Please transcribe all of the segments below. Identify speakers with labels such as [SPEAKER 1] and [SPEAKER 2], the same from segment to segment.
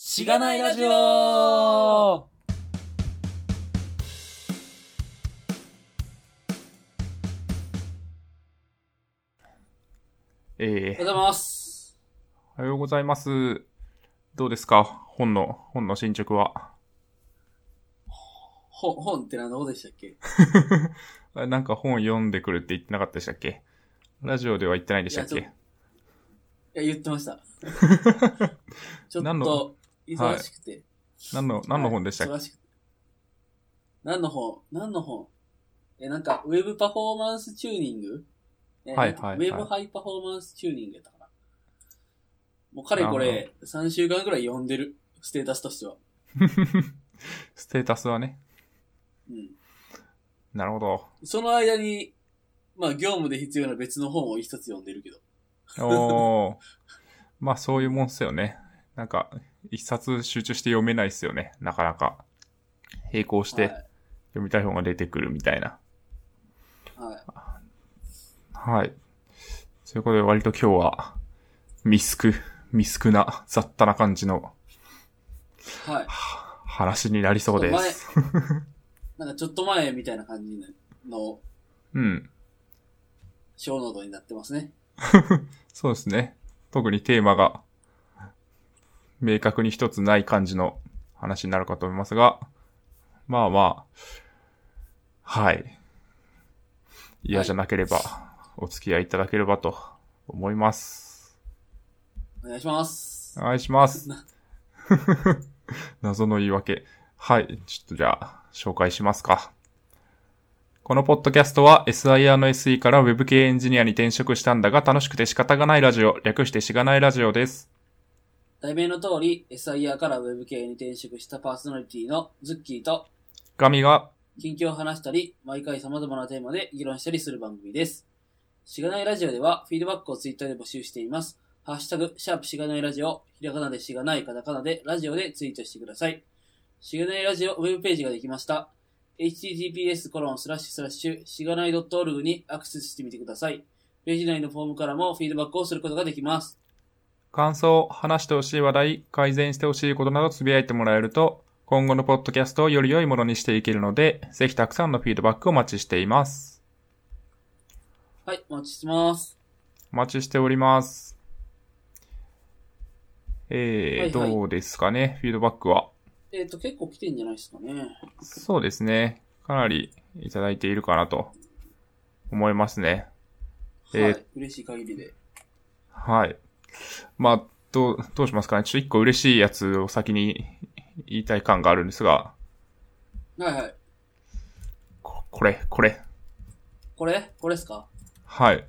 [SPEAKER 1] しがないラジオ
[SPEAKER 2] え
[SPEAKER 1] おはよ
[SPEAKER 2] ー
[SPEAKER 1] うございます。
[SPEAKER 2] おはようございます。どうですか本の、本の進捗は。
[SPEAKER 1] 本、本って何のことでしたっけ
[SPEAKER 2] あなんか本読んでくるって言ってなかったでしたっけラジオでは言ってないでしたっ
[SPEAKER 1] い
[SPEAKER 2] け
[SPEAKER 1] やいや、言ってま した。ちょっ
[SPEAKER 2] 何
[SPEAKER 1] と
[SPEAKER 2] の、
[SPEAKER 1] 忙しくて。
[SPEAKER 2] 何の、何の本でしたっけ、
[SPEAKER 1] はい忙しくて何の本何の本え、なんか、ウェブパフォーマンスチューニングえ
[SPEAKER 2] はい
[SPEAKER 1] なんか
[SPEAKER 2] はい
[SPEAKER 1] ウェブハイパフォーマンスチューニングやったかな。もうかれこ
[SPEAKER 2] な
[SPEAKER 1] れ、3週間くらい読んでる。ステータスとしては。
[SPEAKER 2] ステータスはね。
[SPEAKER 1] うん。
[SPEAKER 2] なる ほど。
[SPEAKER 1] その間に、まあ、業務で必要な別の本を一つ読んでるけど。
[SPEAKER 2] おー。まあそういうもんっすよね。なんか、一冊集中して読めないっすよね。なかなか。並行して
[SPEAKER 1] は
[SPEAKER 2] 読みたい本が出てくるみたいな。
[SPEAKER 1] い。はい
[SPEAKER 2] はい。そういうことで割と今日は、未熟、未熟な、雑多な感じの
[SPEAKER 1] はい。
[SPEAKER 2] は話になりそうです。
[SPEAKER 1] なんかちょっと前みたいな感じの
[SPEAKER 2] うん。
[SPEAKER 1] 小ノートになってますね。
[SPEAKER 2] そうですね。特にテーマが、明確に一つない感じの話になるかと思いますが、まあまあ、はい。嫌じゃなければ、お付き合いいただければと思います。
[SPEAKER 1] お願いします
[SPEAKER 2] お。願いします
[SPEAKER 1] な。
[SPEAKER 2] 謎の言い訳。はい。ちょっとじゃあ、紹介しますか。このポッドキャストは SIR の SE から Web 系エンジニアに転職したんだが楽しくて仕方がないラジオ、略してしがないラジオです。
[SPEAKER 1] 題名の通り、SIR から Web 系に転職したパーソナリティのズッキーと、
[SPEAKER 2] ガミが、
[SPEAKER 1] 近況を話したり、毎回様々なテーマで議論したりする番組です。しがないラジオでは、フィードバックをツイッターで募集しています。ハッシュタグ、シャープしがないラジオ、ひらがなでしがない、カタカナでラジオでツイートしてください。しがないラジオウェブページができました。https コロンスラッシュスラッシュ、しがない .org にアクセスしてみてください。ページ内のフォームからもフィードバックをすることができます。
[SPEAKER 2] 感想、話してほしい話題、改善してほしいことなどつぶやいてもらえると、今後のポッドキャストをより良いものにしていけるので、ぜひたくさんのフィードバックをお待ちしています。
[SPEAKER 1] はい、お待ちしてます。
[SPEAKER 2] お待ちしております。えー
[SPEAKER 1] はいはい
[SPEAKER 2] どうですかね、フィードバックは。
[SPEAKER 1] えっ、と、結構来てんじゃないですかね。
[SPEAKER 2] そうですね。かなりいただいているかなと思いますね。えー
[SPEAKER 1] はい、嬉しい限りで。
[SPEAKER 2] はい。まあ、どう、どうしますかね。ちょっと一個嬉しいやつを先に言いたい感があるんですが、
[SPEAKER 1] はいはい。
[SPEAKER 2] ここれ、これ。
[SPEAKER 1] これこれですか
[SPEAKER 2] はい。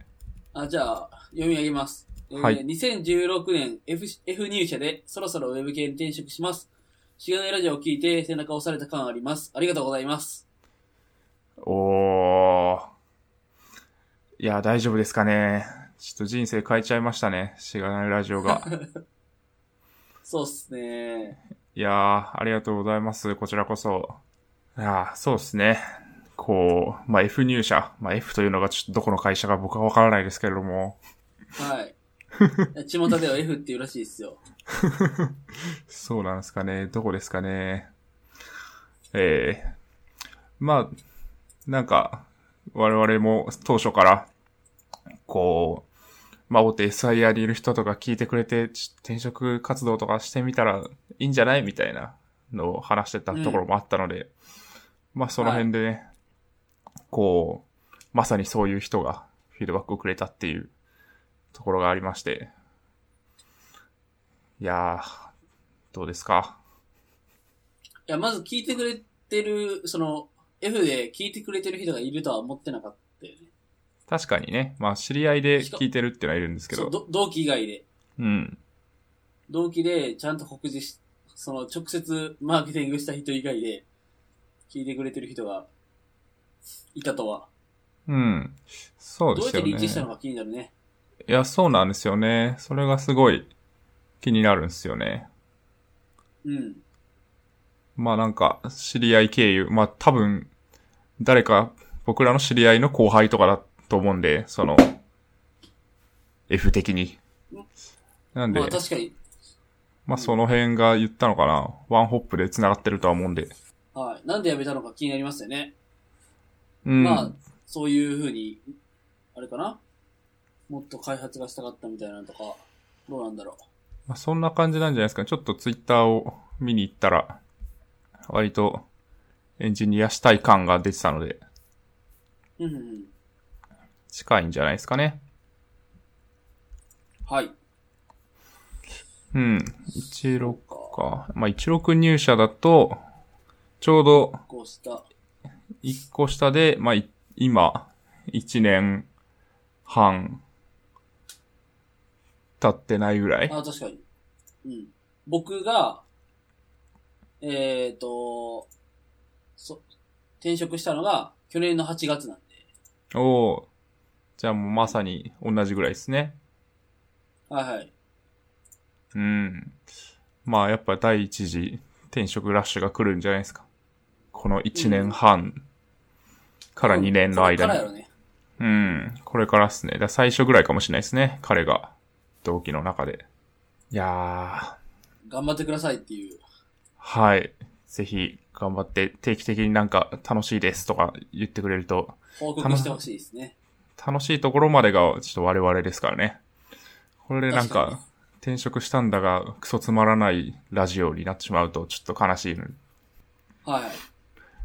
[SPEAKER 1] あ、じゃあ、読み上げます。
[SPEAKER 2] はい
[SPEAKER 1] えー2016年 F, F 入社でそろそろウェブ系に転職します。しがないラジオを聞いて背中を押された感あります。ありがとうございます。
[SPEAKER 2] おー。いや、大丈夫ですかね。ちょっと人生変えちゃいましたね。しがないラジオが。
[SPEAKER 1] そうっすね。
[SPEAKER 2] いやー、ありがとうございます。こちらこそ。いやー、そうですね。こう、まあ、F 入社。まあ、F というのがちょっとどこの会社か僕はわからないですけれども。
[SPEAKER 1] はい。巷では F っていうらしいですよ。
[SPEAKER 2] そうなんですかね。どこですかね。ええまあ、なんか、我々も当初から、こう、まあ、大手 SIR にいる人とか聞いてくれて、ち転職活動とかしてみたらいいんじゃないみたいなのを話してたところもあったので、まあ、その辺でね、こう、まさにそういう人がフィードバックをくれたっていうところがありまして、いやー、どうですか
[SPEAKER 1] いや、まず聞いてくれてる、その、F で聞いてくれてる人がいるとは思ってなかったよね。
[SPEAKER 2] 確かにね。まあ、知り合いで聞いてるってのはいるんですけ
[SPEAKER 1] そう
[SPEAKER 2] ど。
[SPEAKER 1] ど同期以外で。
[SPEAKER 2] うん。
[SPEAKER 1] 同期でちゃんと告示し、その直接マーケティングした人以外で聞いてくれてる人がいたとは。
[SPEAKER 2] うん。そう
[SPEAKER 1] ど
[SPEAKER 2] で
[SPEAKER 1] うやっ
[SPEAKER 2] す
[SPEAKER 1] て
[SPEAKER 2] よね。
[SPEAKER 1] リーチしたのか気になるね。
[SPEAKER 2] いや、そうなんですよね。それがすごい気になるんですよね。
[SPEAKER 1] うん。
[SPEAKER 2] まあなんか、知り合い経由。まあ多分、誰か、僕らの知り合いの後輩とかだと思うんで、その、F 的に
[SPEAKER 1] うん。
[SPEAKER 2] なんで、
[SPEAKER 1] まあ確かに、
[SPEAKER 2] まあ、その辺が言ったのかな。ワンホップで繋がってるとは思うんで。
[SPEAKER 1] はい。なんで辞めたのか気になりますよね。
[SPEAKER 2] うん。
[SPEAKER 1] まあ、そういうふうに、あれかなもっと開発がしたかったみたいなのとか、どうなんだろ
[SPEAKER 2] まあ、そんな感じなんじゃないですか。ちょっとツイッターを見に行ったら、割とエンジニアしたい感が出てたので、
[SPEAKER 1] う。うんうんうん。
[SPEAKER 2] 近いんじゃないですかね。
[SPEAKER 1] はい。
[SPEAKER 2] うん。16か。まあ、16入社だと、ちょうど
[SPEAKER 1] こうした。
[SPEAKER 2] 1個下で、まあ、い今、1年半、経ってないぐらい。
[SPEAKER 1] あ、確かに。うん。僕が、えっ、ー、と、そ、転職したのが去年の8月なんで。
[SPEAKER 2] おおーじゃあもうまさに同じぐらいですね。
[SPEAKER 1] はいはい。
[SPEAKER 2] うん。まあやっぱ第一次転職ラッシュが来るんじゃないですか。この1年半から2年の間
[SPEAKER 1] からや
[SPEAKER 2] に。
[SPEAKER 1] ろね。
[SPEAKER 2] うん。これからっすね。だから最初ぐらいかもしれないですね。彼が同期の中で。いやー、
[SPEAKER 1] 頑張ってくださいっていう。
[SPEAKER 2] はい。ぜひ頑張って定期的になんか楽しいですとか言ってくれると、
[SPEAKER 1] 報告してほしいですね。
[SPEAKER 2] 楽しいところまでがちょっと我々ですからね。これでなん
[SPEAKER 1] 確か
[SPEAKER 2] か転職したんだがクソつまらないラジオになってしまうとちょっと悲しいので
[SPEAKER 1] はい。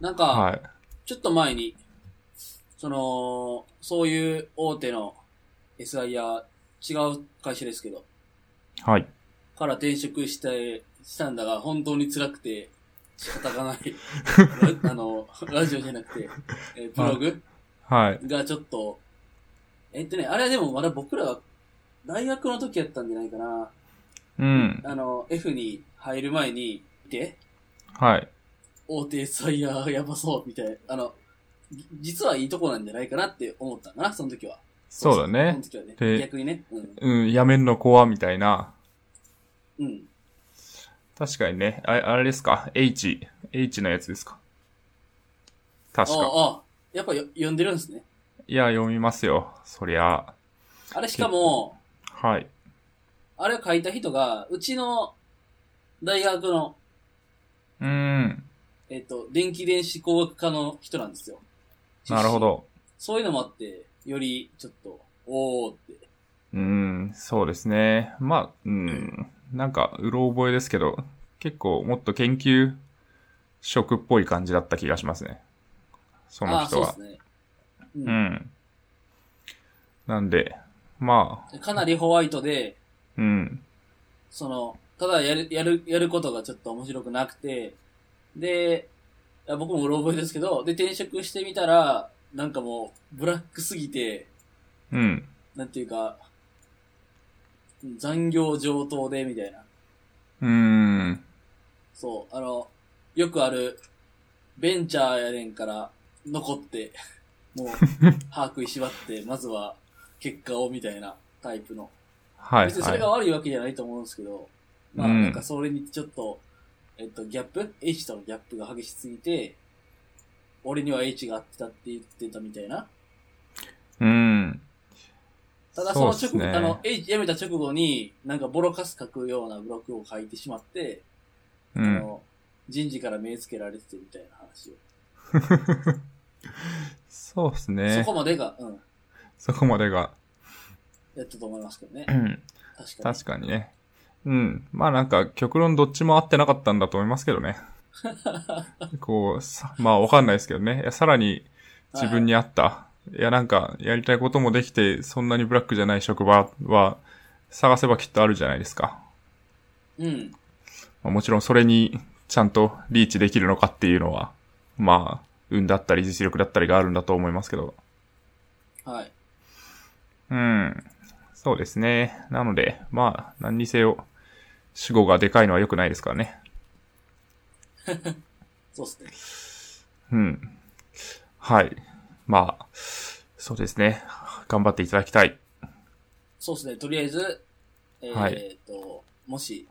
[SPEAKER 1] なんか、
[SPEAKER 2] はい。
[SPEAKER 1] ちょっと前に、その、そういう大手の SI や違う会社ですけど、
[SPEAKER 2] はい。
[SPEAKER 1] から転職して、したんだが、本当に辛くて、仕方がな い。ラあの、ラジオじゃなくて、えーブログ
[SPEAKER 2] はい。
[SPEAKER 1] がちょっと、えっとね、あれはでもまだ僕らが大学の時やったんじゃないかな。
[SPEAKER 2] うん。
[SPEAKER 1] あの、F に入る前に、で、
[SPEAKER 2] はい。
[SPEAKER 1] 大手 SI ややばそう、みたいな。あの、じ実はいいとこなんじゃないかなって思ったんだな、その時は。
[SPEAKER 2] そうだ
[SPEAKER 1] その
[SPEAKER 2] ね。
[SPEAKER 1] 時はね
[SPEAKER 2] で
[SPEAKER 1] 逆にね。うん。
[SPEAKER 2] うん、やめんの怖みたいな。
[SPEAKER 1] うん。
[SPEAKER 2] 確かにね。ああれですか ?H。H のやつですか
[SPEAKER 1] あ
[SPEAKER 2] 確か。
[SPEAKER 1] あ、ああやっぱよ呼んでるんですね。
[SPEAKER 2] いや、読みますよ。そりゃ。
[SPEAKER 1] あれしかも、
[SPEAKER 2] はい。
[SPEAKER 1] あれを書いた人が、うちの大学の、
[SPEAKER 2] うん。
[SPEAKER 1] えっと、電気電子工学科の人なんですよ。
[SPEAKER 2] なるほ
[SPEAKER 1] 出身。
[SPEAKER 2] ど。
[SPEAKER 1] そういうのもあって、よりちょっと、おーって。
[SPEAKER 2] うん、そうですね。まあ、うん。なんか、うろ覚えですけど、結構もっと研究職っぽい感じだった気がしますね。そ
[SPEAKER 1] あ
[SPEAKER 2] の
[SPEAKER 1] あ、
[SPEAKER 2] 人
[SPEAKER 1] そう
[SPEAKER 2] は。
[SPEAKER 1] ですね。うん
[SPEAKER 2] うん。なんで、まあ、
[SPEAKER 1] かなりホワイトで、
[SPEAKER 2] うん。
[SPEAKER 1] その、ただやる、やる、やることがちょっと面白くなくて、で、いや僕もうろ覚えですけど、で、転職してみたら、なんかもう、ブラックすぎて、
[SPEAKER 2] うん。
[SPEAKER 1] なんていうか、残業上等で、みたいな。
[SPEAKER 2] うーん。
[SPEAKER 1] そう、あの、よくある、ベンチャーやねんから、残って、 もう、把握いしばって、まずは、結果を、みたいなタイプの。
[SPEAKER 2] はい、
[SPEAKER 1] 別にそれが
[SPEAKER 2] は
[SPEAKER 1] 悪いわけじゃないと思うんですけど、まあ、
[SPEAKER 2] うん
[SPEAKER 1] なんかそれにちょっと、えっと、ギャップ ?H とのギャップが激しすぎて、俺には H が合ってたって言ってたみたいな。
[SPEAKER 2] い。うん。
[SPEAKER 1] ただその直
[SPEAKER 2] そうっ
[SPEAKER 1] 後、
[SPEAKER 2] すね
[SPEAKER 1] あの、H 辞めた直後に、なんかボロカス書くようなブログを書いてしまって、
[SPEAKER 2] う
[SPEAKER 1] あ
[SPEAKER 2] ん。
[SPEAKER 1] の、人事から目つけられててみたいな話を。
[SPEAKER 2] そうです
[SPEAKER 1] そ
[SPEAKER 2] ね。
[SPEAKER 1] こまでが、うん、
[SPEAKER 2] そこまでが。
[SPEAKER 1] やったと思いますけどね
[SPEAKER 2] う。ん
[SPEAKER 1] 確かに。
[SPEAKER 2] 確かにね。うん。まあなんか、極論どっちも合ってなかったんだと思いますけど ね。こう、さまあわかんないですけどね。いやさらに自分に合った。いやなんか、やりたいこともできて、そんなにブラックじゃない職場は、探せばきっとあるじゃないですか。
[SPEAKER 1] うん。
[SPEAKER 2] まあもちろんそれにちゃんとリーチできるのかっていうのは、まあ、運だったり実力だったりがあるんだと思いますけど。
[SPEAKER 1] はい。
[SPEAKER 2] うん。そうですね。なので、まあ、何にせよ、死後がでかいのは良くないですからね。
[SPEAKER 1] そうですね。
[SPEAKER 2] うん。はい。まあ、そうですね。頑張っていただきたい。
[SPEAKER 1] そうですね、とりあえず、え
[SPEAKER 2] は
[SPEAKER 1] ー
[SPEAKER 2] い
[SPEAKER 1] と、もし、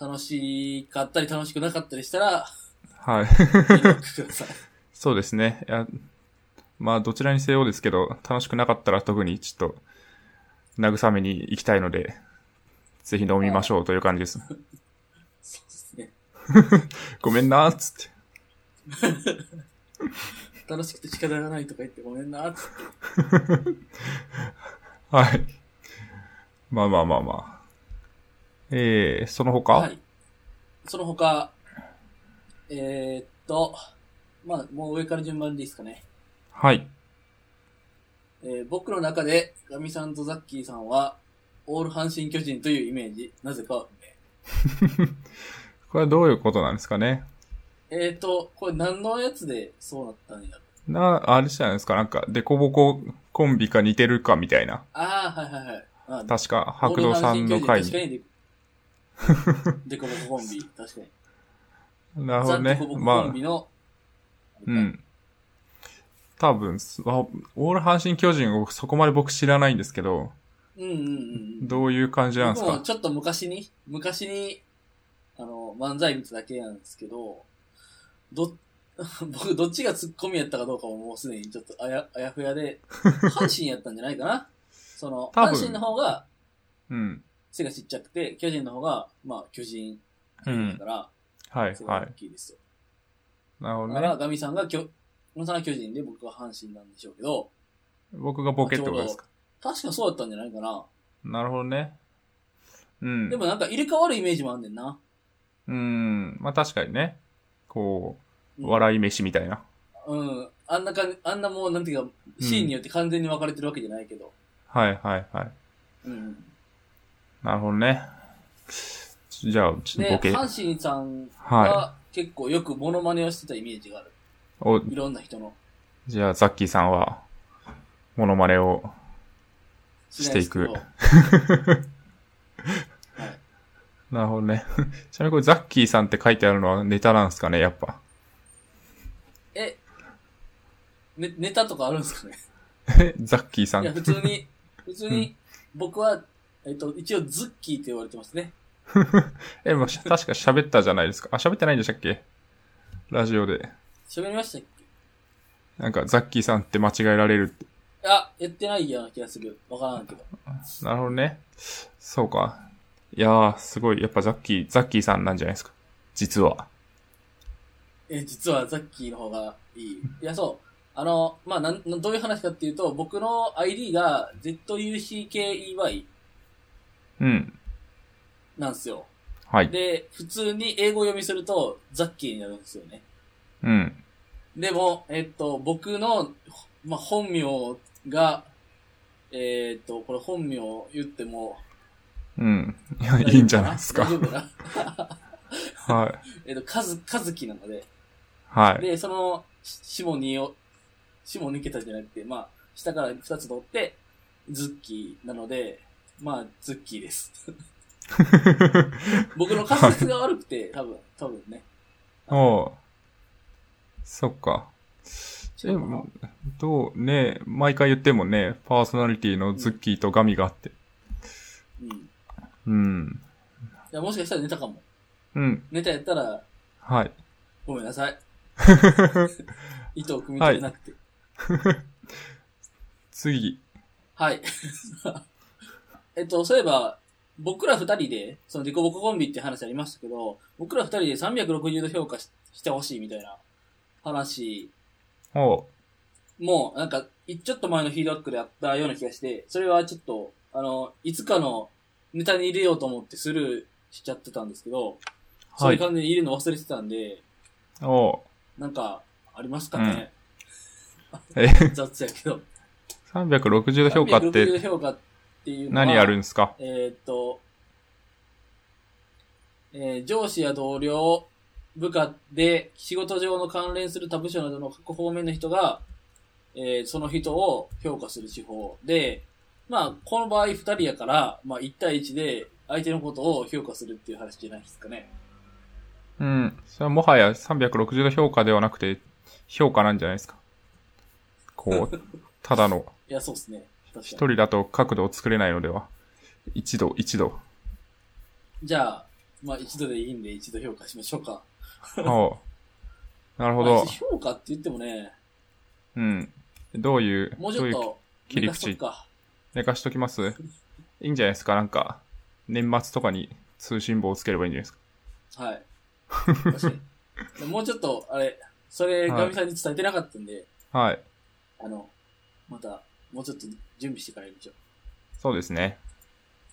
[SPEAKER 1] 楽しかったり楽しくなかったりしたら、
[SPEAKER 2] はい。
[SPEAKER 1] 連絡ください。
[SPEAKER 2] そうですね。いやまあ、どちらにせよですけど、楽しくなかったら特にちょっと、慰めに行きたいので、ぜひ飲みましょうという感 じです。
[SPEAKER 1] そうですね。
[SPEAKER 2] ごめんなーっつって。
[SPEAKER 1] 楽しくて仕方がないとか言ってごめんな。
[SPEAKER 2] はい。まあまあまあまあ。えー、その他、
[SPEAKER 1] はい。その他、えー、っと、まあ、もう上から順番でいいですかね。
[SPEAKER 2] はい。
[SPEAKER 1] えー僕の中で、ガミさんとザッキーさんは、オール阪神巨人というイメージ、なぜかは
[SPEAKER 2] これはどういうことなんですかね
[SPEAKER 1] 不明。えー、っと、これ何のやつでそうなったんやろ
[SPEAKER 2] な、あれじゃないですか、なんか、デコボココンビか似てるかみたいな。
[SPEAKER 1] ああ、はいはいはい。あ
[SPEAKER 2] 確か、白道さんの回
[SPEAKER 1] 確か
[SPEAKER 2] に。
[SPEAKER 1] にデ コボココンビ、確かに。
[SPEAKER 2] なるほ
[SPEAKER 1] ザ・
[SPEAKER 2] ど
[SPEAKER 1] デ
[SPEAKER 2] ね
[SPEAKER 1] コボ。ココン
[SPEAKER 2] ま
[SPEAKER 1] ビ
[SPEAKER 2] あ、
[SPEAKER 1] の、あ
[SPEAKER 2] う
[SPEAKER 1] れか
[SPEAKER 2] ん。多分、すあオール阪神巨人をそこまで僕知らないんですけど、
[SPEAKER 1] うんうんうん。
[SPEAKER 2] どういう感じなんです
[SPEAKER 1] 僕も
[SPEAKER 2] か
[SPEAKER 1] ちょっと昔に、昔に、あの、漫才見ただけなんですけど、ど、 僕、どっちがツッコミやったかどうかももうすでにちょっとあや、あやふやで、阪神やったんじゃないかなその、
[SPEAKER 2] 多分
[SPEAKER 1] 阪神の方が
[SPEAKER 2] うん。
[SPEAKER 1] 背がちっちゃくて、巨人の方が、まあ、巨人
[SPEAKER 2] う
[SPEAKER 1] だ
[SPEAKER 2] ん
[SPEAKER 1] か。ら、
[SPEAKER 2] はい
[SPEAKER 1] 背、が
[SPEAKER 2] は
[SPEAKER 1] 大きいですよ。
[SPEAKER 2] い。なるほ
[SPEAKER 1] だ
[SPEAKER 2] ど
[SPEAKER 1] から、
[SPEAKER 2] ね。
[SPEAKER 1] ガミさんが巨、ガミさんが巨人で僕が阪神なんでしょうけど、
[SPEAKER 2] 僕がボケってことですか
[SPEAKER 1] 確かそうだったんじゃないかな。
[SPEAKER 2] なるほどね。うん
[SPEAKER 1] で。もなんか入れ替わるイメージもあんねんな。
[SPEAKER 2] うん。まあ確かにね。こ
[SPEAKER 1] う
[SPEAKER 2] う、
[SPEAKER 1] ん
[SPEAKER 2] 笑い飯みたいな。
[SPEAKER 1] うん。あんな感じ、あんなもう、なんていうか、シーンによって完全に分かれてるわけじゃないけど。
[SPEAKER 2] はいはいはい。
[SPEAKER 1] うん。
[SPEAKER 2] なるほどね。じゃあ、ちょっと
[SPEAKER 1] で、
[SPEAKER 2] ボケ。
[SPEAKER 1] 阪神さん
[SPEAKER 2] は
[SPEAKER 1] が結構よくモノマネをしてたイメージがある。
[SPEAKER 2] い。お、
[SPEAKER 1] いろんな人の。
[SPEAKER 2] じゃあ、ザッキーさんは、モノマネを、
[SPEAKER 1] なですけど
[SPEAKER 2] していく
[SPEAKER 1] はい。
[SPEAKER 2] なるほどね。 ちなみにこれ、ザッキーさんって書いてあるのはネタなんですかね、やっぱ。
[SPEAKER 1] え、ね、ネタとかあるんですかね
[SPEAKER 2] えザッキーさ
[SPEAKER 1] いや、普
[SPEAKER 2] ん。
[SPEAKER 1] 通に、普通に、僕は、えっと、一応ズッキーって言われてますね。
[SPEAKER 2] え、まあ、し確か喋ったじゃないですか。あ、喋ってないんでしたっけラジオで。
[SPEAKER 1] 喋りましたっけ
[SPEAKER 2] なんか、ザッキーさんって間違えられるって。
[SPEAKER 1] あ、やってないような気がする。わからんけど。
[SPEAKER 2] なるほどね。そうか。いやー、すごい。やっぱザッキー、ザッキーさんなんじゃないですか。実は。
[SPEAKER 1] え、実はザッキーの方がいい。いや、そう。あの、まあ、なん、なんどういう話かっていうと、僕の ID が ZUCKEY
[SPEAKER 2] うん。
[SPEAKER 1] なんですよ。
[SPEAKER 2] はい。
[SPEAKER 1] で、普通に英語読みすると、ザッキーになるんですよね。
[SPEAKER 2] うん。
[SPEAKER 1] でも、えっと、僕の、まあ、本名が、えっと、これ本名言っても
[SPEAKER 2] うん。 いや、
[SPEAKER 1] 大丈夫か、
[SPEAKER 2] いいんじゃないですか
[SPEAKER 1] 大。丈夫かな
[SPEAKER 2] はい。
[SPEAKER 1] えっと、かず、かずきなので。
[SPEAKER 2] はい。
[SPEAKER 1] で、その、し下にを、下抜けたじゃなくて、まあ、下から二つ取って、ズッキーなので、まあ、ズッキーです。僕の滑舌が悪くて、多分、多分ね。
[SPEAKER 2] おう。そっか。
[SPEAKER 1] 違
[SPEAKER 2] え、
[SPEAKER 1] うかな
[SPEAKER 2] もうどうね、毎回言ってもね、パーソナリティのズッキーとガミがあって。
[SPEAKER 1] うん。い
[SPEAKER 2] うん。
[SPEAKER 1] や、もしかしたらネタかも。
[SPEAKER 2] うん。
[SPEAKER 1] ネタやったら、
[SPEAKER 2] はい。
[SPEAKER 1] ごめんなさ い。糸を組み取れなくて。
[SPEAKER 2] 次。
[SPEAKER 1] はい。 えっと、そういえば、僕ら二人で、そのデコボココンビって話ありましたけど、僕ら二人で360度評価ししてほしいみたいな話
[SPEAKER 2] おう。
[SPEAKER 1] もう、なんか、いちょっと前のフィードバックであったような気がして、それはちょっと、あの、いつかのネタに入れようと思ってスルーしちゃってたんですけど、そう
[SPEAKER 2] は
[SPEAKER 1] いう
[SPEAKER 2] い。
[SPEAKER 1] 感じに入れるの忘れてたんで、
[SPEAKER 2] おう。
[SPEAKER 1] なんか、ありますかね、
[SPEAKER 2] え、
[SPEAKER 1] 雑やけど。
[SPEAKER 2] 360度評価っ
[SPEAKER 1] 360
[SPEAKER 2] て
[SPEAKER 1] 度評価っていうのは
[SPEAKER 2] 何やるんですか
[SPEAKER 1] えーっと、えー上司や同僚、部下で仕事上の関連する他部署などの各方面の人が、えーその人を評価する手法で、まあ、この場合2人やから、まあ1対1で相手のことを評価するっていう話じゃないですかね。
[SPEAKER 2] うん。それはもはや360度評価ではなくて、評価なんじゃないですか。こう、ただの、
[SPEAKER 1] いや、そうですね。確
[SPEAKER 2] 一
[SPEAKER 1] かに。
[SPEAKER 2] 人だと角度を作れないのでは。一度、一度。
[SPEAKER 1] じゃあ、まあ一度でいいんで一度評価しましょうか。
[SPEAKER 2] おう。なるほ
[SPEAKER 1] まあ
[SPEAKER 2] ど。
[SPEAKER 1] 評価って言ってもね、
[SPEAKER 2] うん。どういう、
[SPEAKER 1] もうち
[SPEAKER 2] ど
[SPEAKER 1] ょっ
[SPEAKER 2] ういう
[SPEAKER 1] と、
[SPEAKER 2] 切り口
[SPEAKER 1] 寝かしとくか。
[SPEAKER 2] 寝かしときますいいんじゃないですかなんか、年末とかに通信簿をつければいいんじゃないですか。
[SPEAKER 1] はい。確かに。もうちょっと、あれ、それ、
[SPEAKER 2] はい
[SPEAKER 1] ガミさんに伝えてなかったんで、
[SPEAKER 2] はい。
[SPEAKER 1] あの、また、もうちょっと準備してからやりましょう。
[SPEAKER 2] そうですね。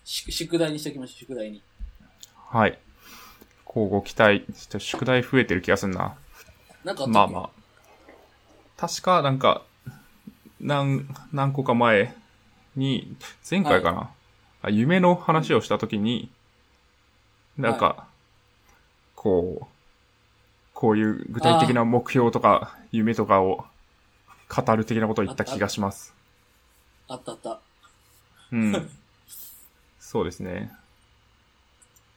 [SPEAKER 1] 宿宿題にしておきましょう、宿題に。
[SPEAKER 2] はい。こうご期待。ちょっと宿題増えてる気がするな。
[SPEAKER 1] なんかったっけ
[SPEAKER 2] まあまあ。確か、なんか、何、何個か前に、前回かな、あ夢の話をしたときに、なんか、こう、こういう具体的な目標とか、夢とかを語る的なことを言った気がします。
[SPEAKER 1] あったあった。
[SPEAKER 2] うん。そうですね。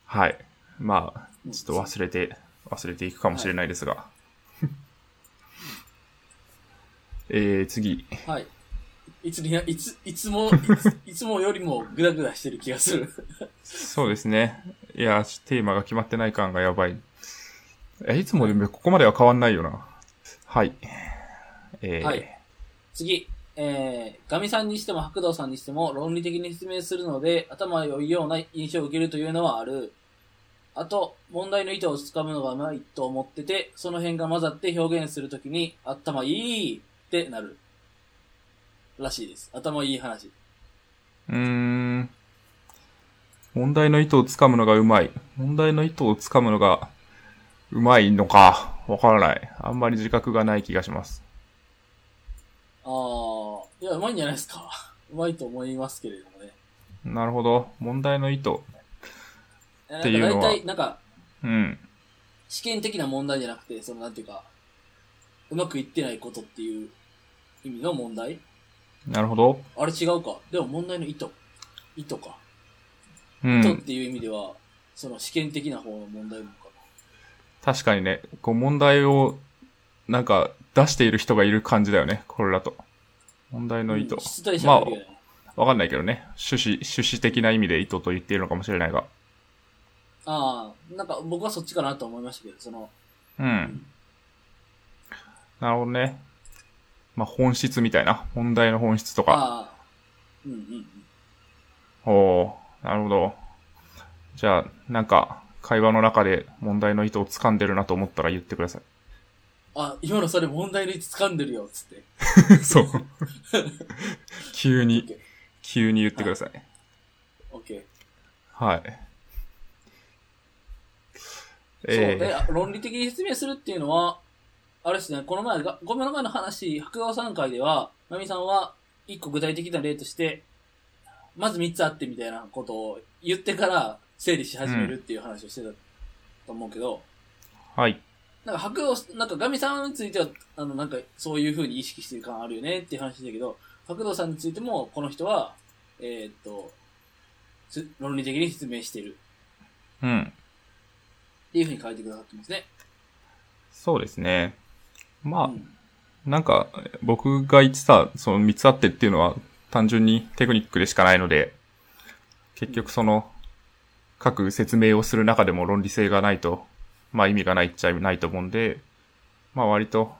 [SPEAKER 2] はい。まあ、ちょっと忘れて、忘れていくかもしれないですが。えー、次。
[SPEAKER 1] はい。いつにや、いつ、いつも、いついつもよりもグダグダしてる気がする。
[SPEAKER 2] そうですね。いや、テーマが決まってない感がやばい。え、いつもでもここまでは変わんないよな。はい。えー、
[SPEAKER 1] はい次。えー、ガミさんにしても白道さんにしても論理的に説明するので頭良いような印象を受けるというのはある。あと、問題の意図をつかむのがうまいと思ってて、その辺が混ざって表現するときに頭いいってなる。らしいです。頭いい話。
[SPEAKER 2] うーん。問題の意図をつかむのがうまい。問題の意図をつかむのがうまいのか。わからない。あんまり自覚がない気がします。
[SPEAKER 1] あー、いや、うまいんじゃないですか。うまいと思いますけれどもね。
[SPEAKER 2] なるほど。問題の意図。
[SPEAKER 1] って
[SPEAKER 2] いうのは
[SPEAKER 1] 大体、なんか、
[SPEAKER 2] うん。
[SPEAKER 1] 試験的な問題じゃなくて、その、なんていうか、うまくいってないことっていう意味の問題
[SPEAKER 2] なるほど。
[SPEAKER 1] あれ違うか。でも問題の意図。意図か。
[SPEAKER 2] う
[SPEAKER 1] 意図っ
[SPEAKER 2] ん。
[SPEAKER 1] ていう意味では、その試験的な方の問題もか
[SPEAKER 2] 確かにね、こう問題を、なんか、出している人がいる感じだよね。これだと。問題
[SPEAKER 1] な。
[SPEAKER 2] の意図
[SPEAKER 1] うん。出題者
[SPEAKER 2] ま
[SPEAKER 1] が
[SPEAKER 2] あ
[SPEAKER 1] いるよね。、
[SPEAKER 2] わかんないけどね。趣旨、趣旨的な意味で意図と言っているのかもしれないが。
[SPEAKER 1] ああ、なんか僕はそっちかなと思いましたけど、その、
[SPEAKER 2] うん。なるほどね。まあ、本質みたいな。問題の本質とか。
[SPEAKER 1] ああ、うんうんうん。
[SPEAKER 2] おーなるほど。じゃあ、なんか、会話の中で問題の意図を掴んでるなと思ったら言ってくださ
[SPEAKER 1] あ、今のそれ問題の意図掴んでるよ、つって。
[SPEAKER 2] い。そう。 急に、急に言ってください。
[SPEAKER 1] オッケー。
[SPEAKER 2] はい。
[SPEAKER 1] そうで
[SPEAKER 2] え、
[SPEAKER 1] 論理的に説明するっていうのは、あれですね、この前が、ごめんの前の話、白川さん会では、まみさんは、一個具体的な例として、まず三つあってみたいなことを言ってから整理し始めるっていう話をしてたと思うけど、
[SPEAKER 2] ー、はい。
[SPEAKER 1] なんか白道、なんかガミさんについては、あの、なんかそういう風に意識してる感あるよねっていう話だけど、白道さんについても、この人は、えーっと、つ論理的に説明してる
[SPEAKER 2] うん。
[SPEAKER 1] っていう風に書いてくださってますね。
[SPEAKER 2] そうですね。まあ、
[SPEAKER 1] うん
[SPEAKER 2] なんか、僕が言ってた、その三つあってっていうのは、単純にテクニックでしかないので、結局その、各説明をする中でも論理性がないと、まあ意味がないっちゃないと思うんで、まあ割と、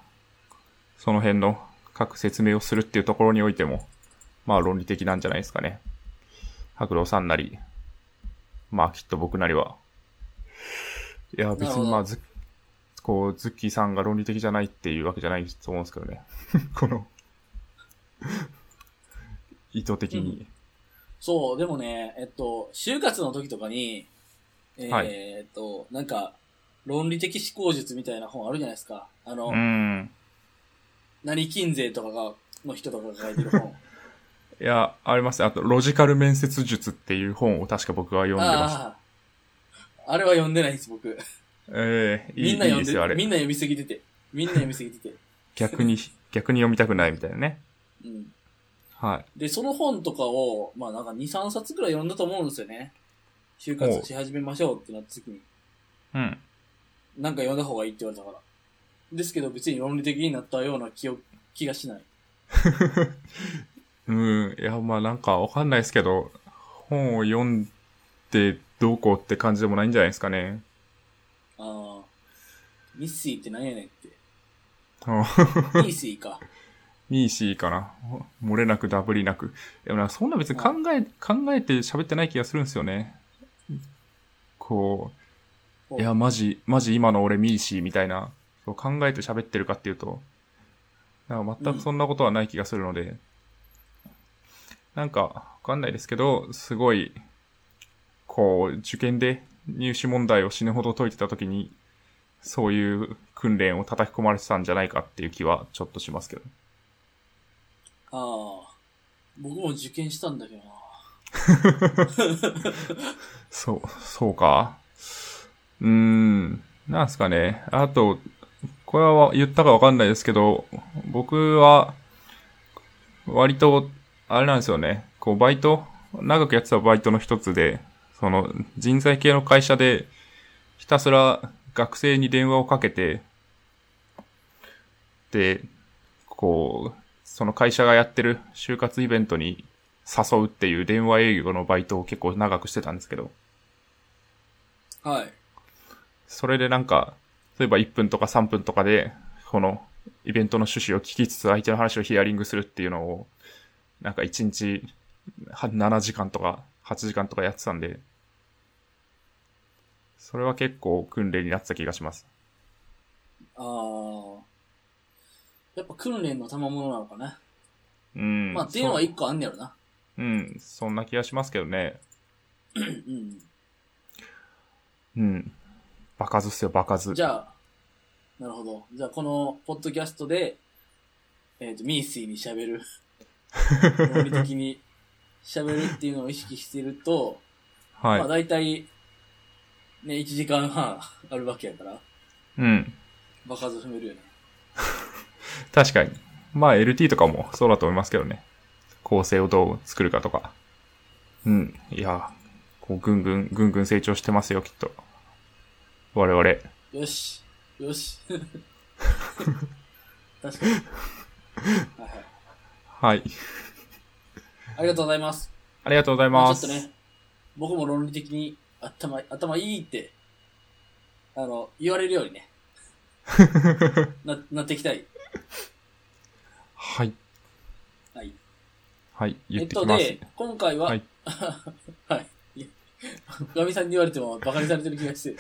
[SPEAKER 2] その辺の各説明をするっていうところにおいても、まあ論理的なんじゃないですかね。白道さんなり、まあきっと僕なりは。いや、別
[SPEAKER 1] なるほ
[SPEAKER 2] に
[SPEAKER 1] ど
[SPEAKER 2] まあず、こう、ズッキーさんが論理的じゃないっていうわけじゃないと思うんですけどね。この、意図的に。
[SPEAKER 1] そう、でもね、えっと、就活の時とかに、えー
[SPEAKER 2] はい
[SPEAKER 1] えっと、なんか、論理的思考術みたいな本あるじゃないですか。あの、
[SPEAKER 2] うん
[SPEAKER 1] 何金税とかが、の人とかが書い てる本。
[SPEAKER 2] いや、ありますね。あと、ロジカル面接術っていう本を確か僕は読んでました。
[SPEAKER 1] ああ、あれは読んでないんです、僕。
[SPEAKER 2] ええいい
[SPEAKER 1] みんな
[SPEAKER 2] で
[SPEAKER 1] 読ん
[SPEAKER 2] す
[SPEAKER 1] で
[SPEAKER 2] よ、あ
[SPEAKER 1] み
[SPEAKER 2] れ。
[SPEAKER 1] んな読みすぎてて。みんな読みすぎてて。
[SPEAKER 2] 逆に、逆に読みたくないみたいなね。
[SPEAKER 1] うん。
[SPEAKER 2] は
[SPEAKER 1] で、その本とかを、まあなんか2、3冊くらい読んだと思うんですよね。就活し始めましょうってなった時に。
[SPEAKER 2] い。うん。
[SPEAKER 1] なんか読んだ方がいいって言われたから。ですけど別に論理的になったような気を気がしない。
[SPEAKER 2] うん。いや、まあなんかわかんないですけど、本を読んでどうこうって感じでもないんじゃないですかね。
[SPEAKER 1] ああ。ミッシーって何やねん って。
[SPEAKER 2] うん
[SPEAKER 1] ミッシーか。
[SPEAKER 2] ミーシーかな。漏れなくダブりなく。いや、なんかそんな別に考え、考えて喋ってない気がするんですよね。こ
[SPEAKER 1] ほ
[SPEAKER 2] う、
[SPEAKER 1] う
[SPEAKER 2] いや、マジ、マジ今の俺ミーシーみたいな、そう考えて喋ってるかっていうと、なんか全くそんなことはない気がするので、なんかわかんないですけど、すごい、こう、受験で入試問題を死ぬほど解いてた時に、そういう訓練を叩き込まれてたんじゃないかっていう気はちょっとしますけど。
[SPEAKER 1] ああ。僕も受験したんだけどな。
[SPEAKER 2] そう、そうか。うーん、なんすかね。あと、これは言ったかわかんないですけど、僕は、割と、あれなんですよね。こう、バイト、長くやってたバイトの一つで、その、人材系の会社で、ひたすら学生に電話をかけて、で、こう、その会社がやってる就活イベントに誘うっていう電話営業のバイトを結構長くしてたんですけど、
[SPEAKER 1] はい。
[SPEAKER 2] それでなんか、例えば1分とか3分とかで、このイベントの趣旨を聞きつつ相手の話をヒアリングするっていうのを、なんか1日は7時間とか8時間とかやってたんで、それは結構訓練になってた気がします。
[SPEAKER 1] ああ。やっぱ訓練の賜物なのかな。
[SPEAKER 2] うん。
[SPEAKER 1] まあ、電話
[SPEAKER 2] そう
[SPEAKER 1] 一個あんねやろな。
[SPEAKER 2] うん、そんな気がしますけどね。
[SPEAKER 1] うん。
[SPEAKER 2] うん。場数っすよ、場数。
[SPEAKER 1] じゃあ、なるほど。じゃあ、この、ポッドキャストで、えっ、と、ミーシーに喋る。論理的に喋るっていうのを意識してると、まあ、
[SPEAKER 2] はい。
[SPEAKER 1] 大体、ね、1時間半あるわけやから、
[SPEAKER 2] うん。
[SPEAKER 1] 場数踏めるよね。
[SPEAKER 2] 確かに。まあ LT とかもそうだと思いますけどね。構成をどう作るかとか。うん。いや、こうぐんぐん、ぐんぐん成長してますよ、きっと。我々。
[SPEAKER 1] よし。よ し。確かに。はいはい。
[SPEAKER 2] はい。
[SPEAKER 1] ありがとうございます。
[SPEAKER 2] ありがとうござい
[SPEAKER 1] まあ
[SPEAKER 2] ま
[SPEAKER 1] ち
[SPEAKER 2] す。
[SPEAKER 1] ょっとね、僕も論理的に頭、頭いいって、あの、言われるように ね、な、なっていきたい。
[SPEAKER 2] はい。
[SPEAKER 1] はい。
[SPEAKER 2] はい。言
[SPEAKER 1] え
[SPEAKER 2] っ
[SPEAKER 1] って
[SPEAKER 2] き
[SPEAKER 1] と、
[SPEAKER 2] ます。
[SPEAKER 1] で、今回は、
[SPEAKER 2] は
[SPEAKER 1] はいい。 はい。ガミさんに言われても、バカにされてる気が して、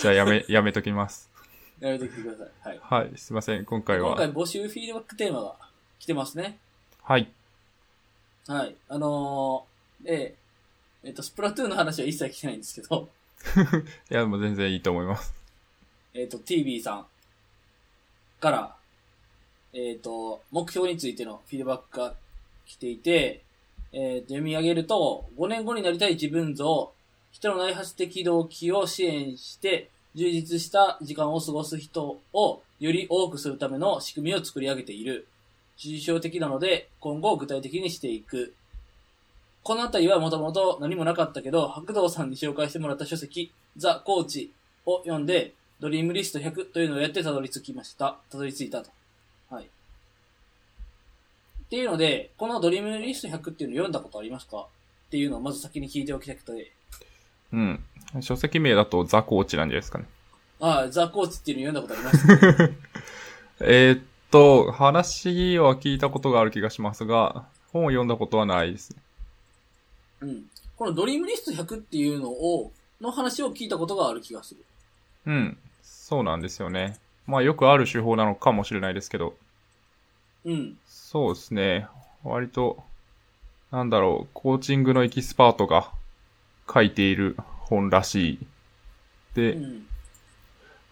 [SPEAKER 2] じゃあやめ、 やめときます。
[SPEAKER 1] やめてきてください。はい。
[SPEAKER 2] はい。すいません。今回
[SPEAKER 1] 今
[SPEAKER 2] は。
[SPEAKER 1] 回募集フィードバックテーマが来てますね。
[SPEAKER 2] はい。
[SPEAKER 1] はい。あのー、で、えっと、スプラトゥーンの話は一切来てないんですけど、
[SPEAKER 2] いや、もう全然いいと思います。
[SPEAKER 1] えっ、と、TV さんから、えっ、と、目標についてのフィードバックが来ていて、えーと、読み上げると、5年後になりたい自分像、人の内発的動機を支援して、充実した時間を過ごす人をより多くするための仕組みを作り上げている。抽象的なので、今後具体的にしていく。このあたりはもともと何もなかったけど、白道さんに紹介してもらった書籍、ザ・コーチを読んで、ドリームリスト100というのをやってたどり着きました。たどり着いたと。はい。っていうので、このドリームリスト100っていうのを読んだことありますかっていうのをまず先に聞いておきたくて。
[SPEAKER 2] うん。書籍名だとザコーチなんじゃないですかね。
[SPEAKER 1] ああ、ザ・コーチっていうのを読んだことあり ます。
[SPEAKER 2] えーっと、話は聞いたことがある気がしますが、本を読んだことはないですね。
[SPEAKER 1] うん。このドリームリスト100っていうのを、の話を聞いたことがある気がする。
[SPEAKER 2] うん。そうなんですよね。まあよくある手法なのかもしれないですけど、
[SPEAKER 1] うん。
[SPEAKER 2] そうですね。割と、なんだろう、コーチングのエキスパートが書いている本らしい。
[SPEAKER 1] う
[SPEAKER 2] で、
[SPEAKER 1] ん。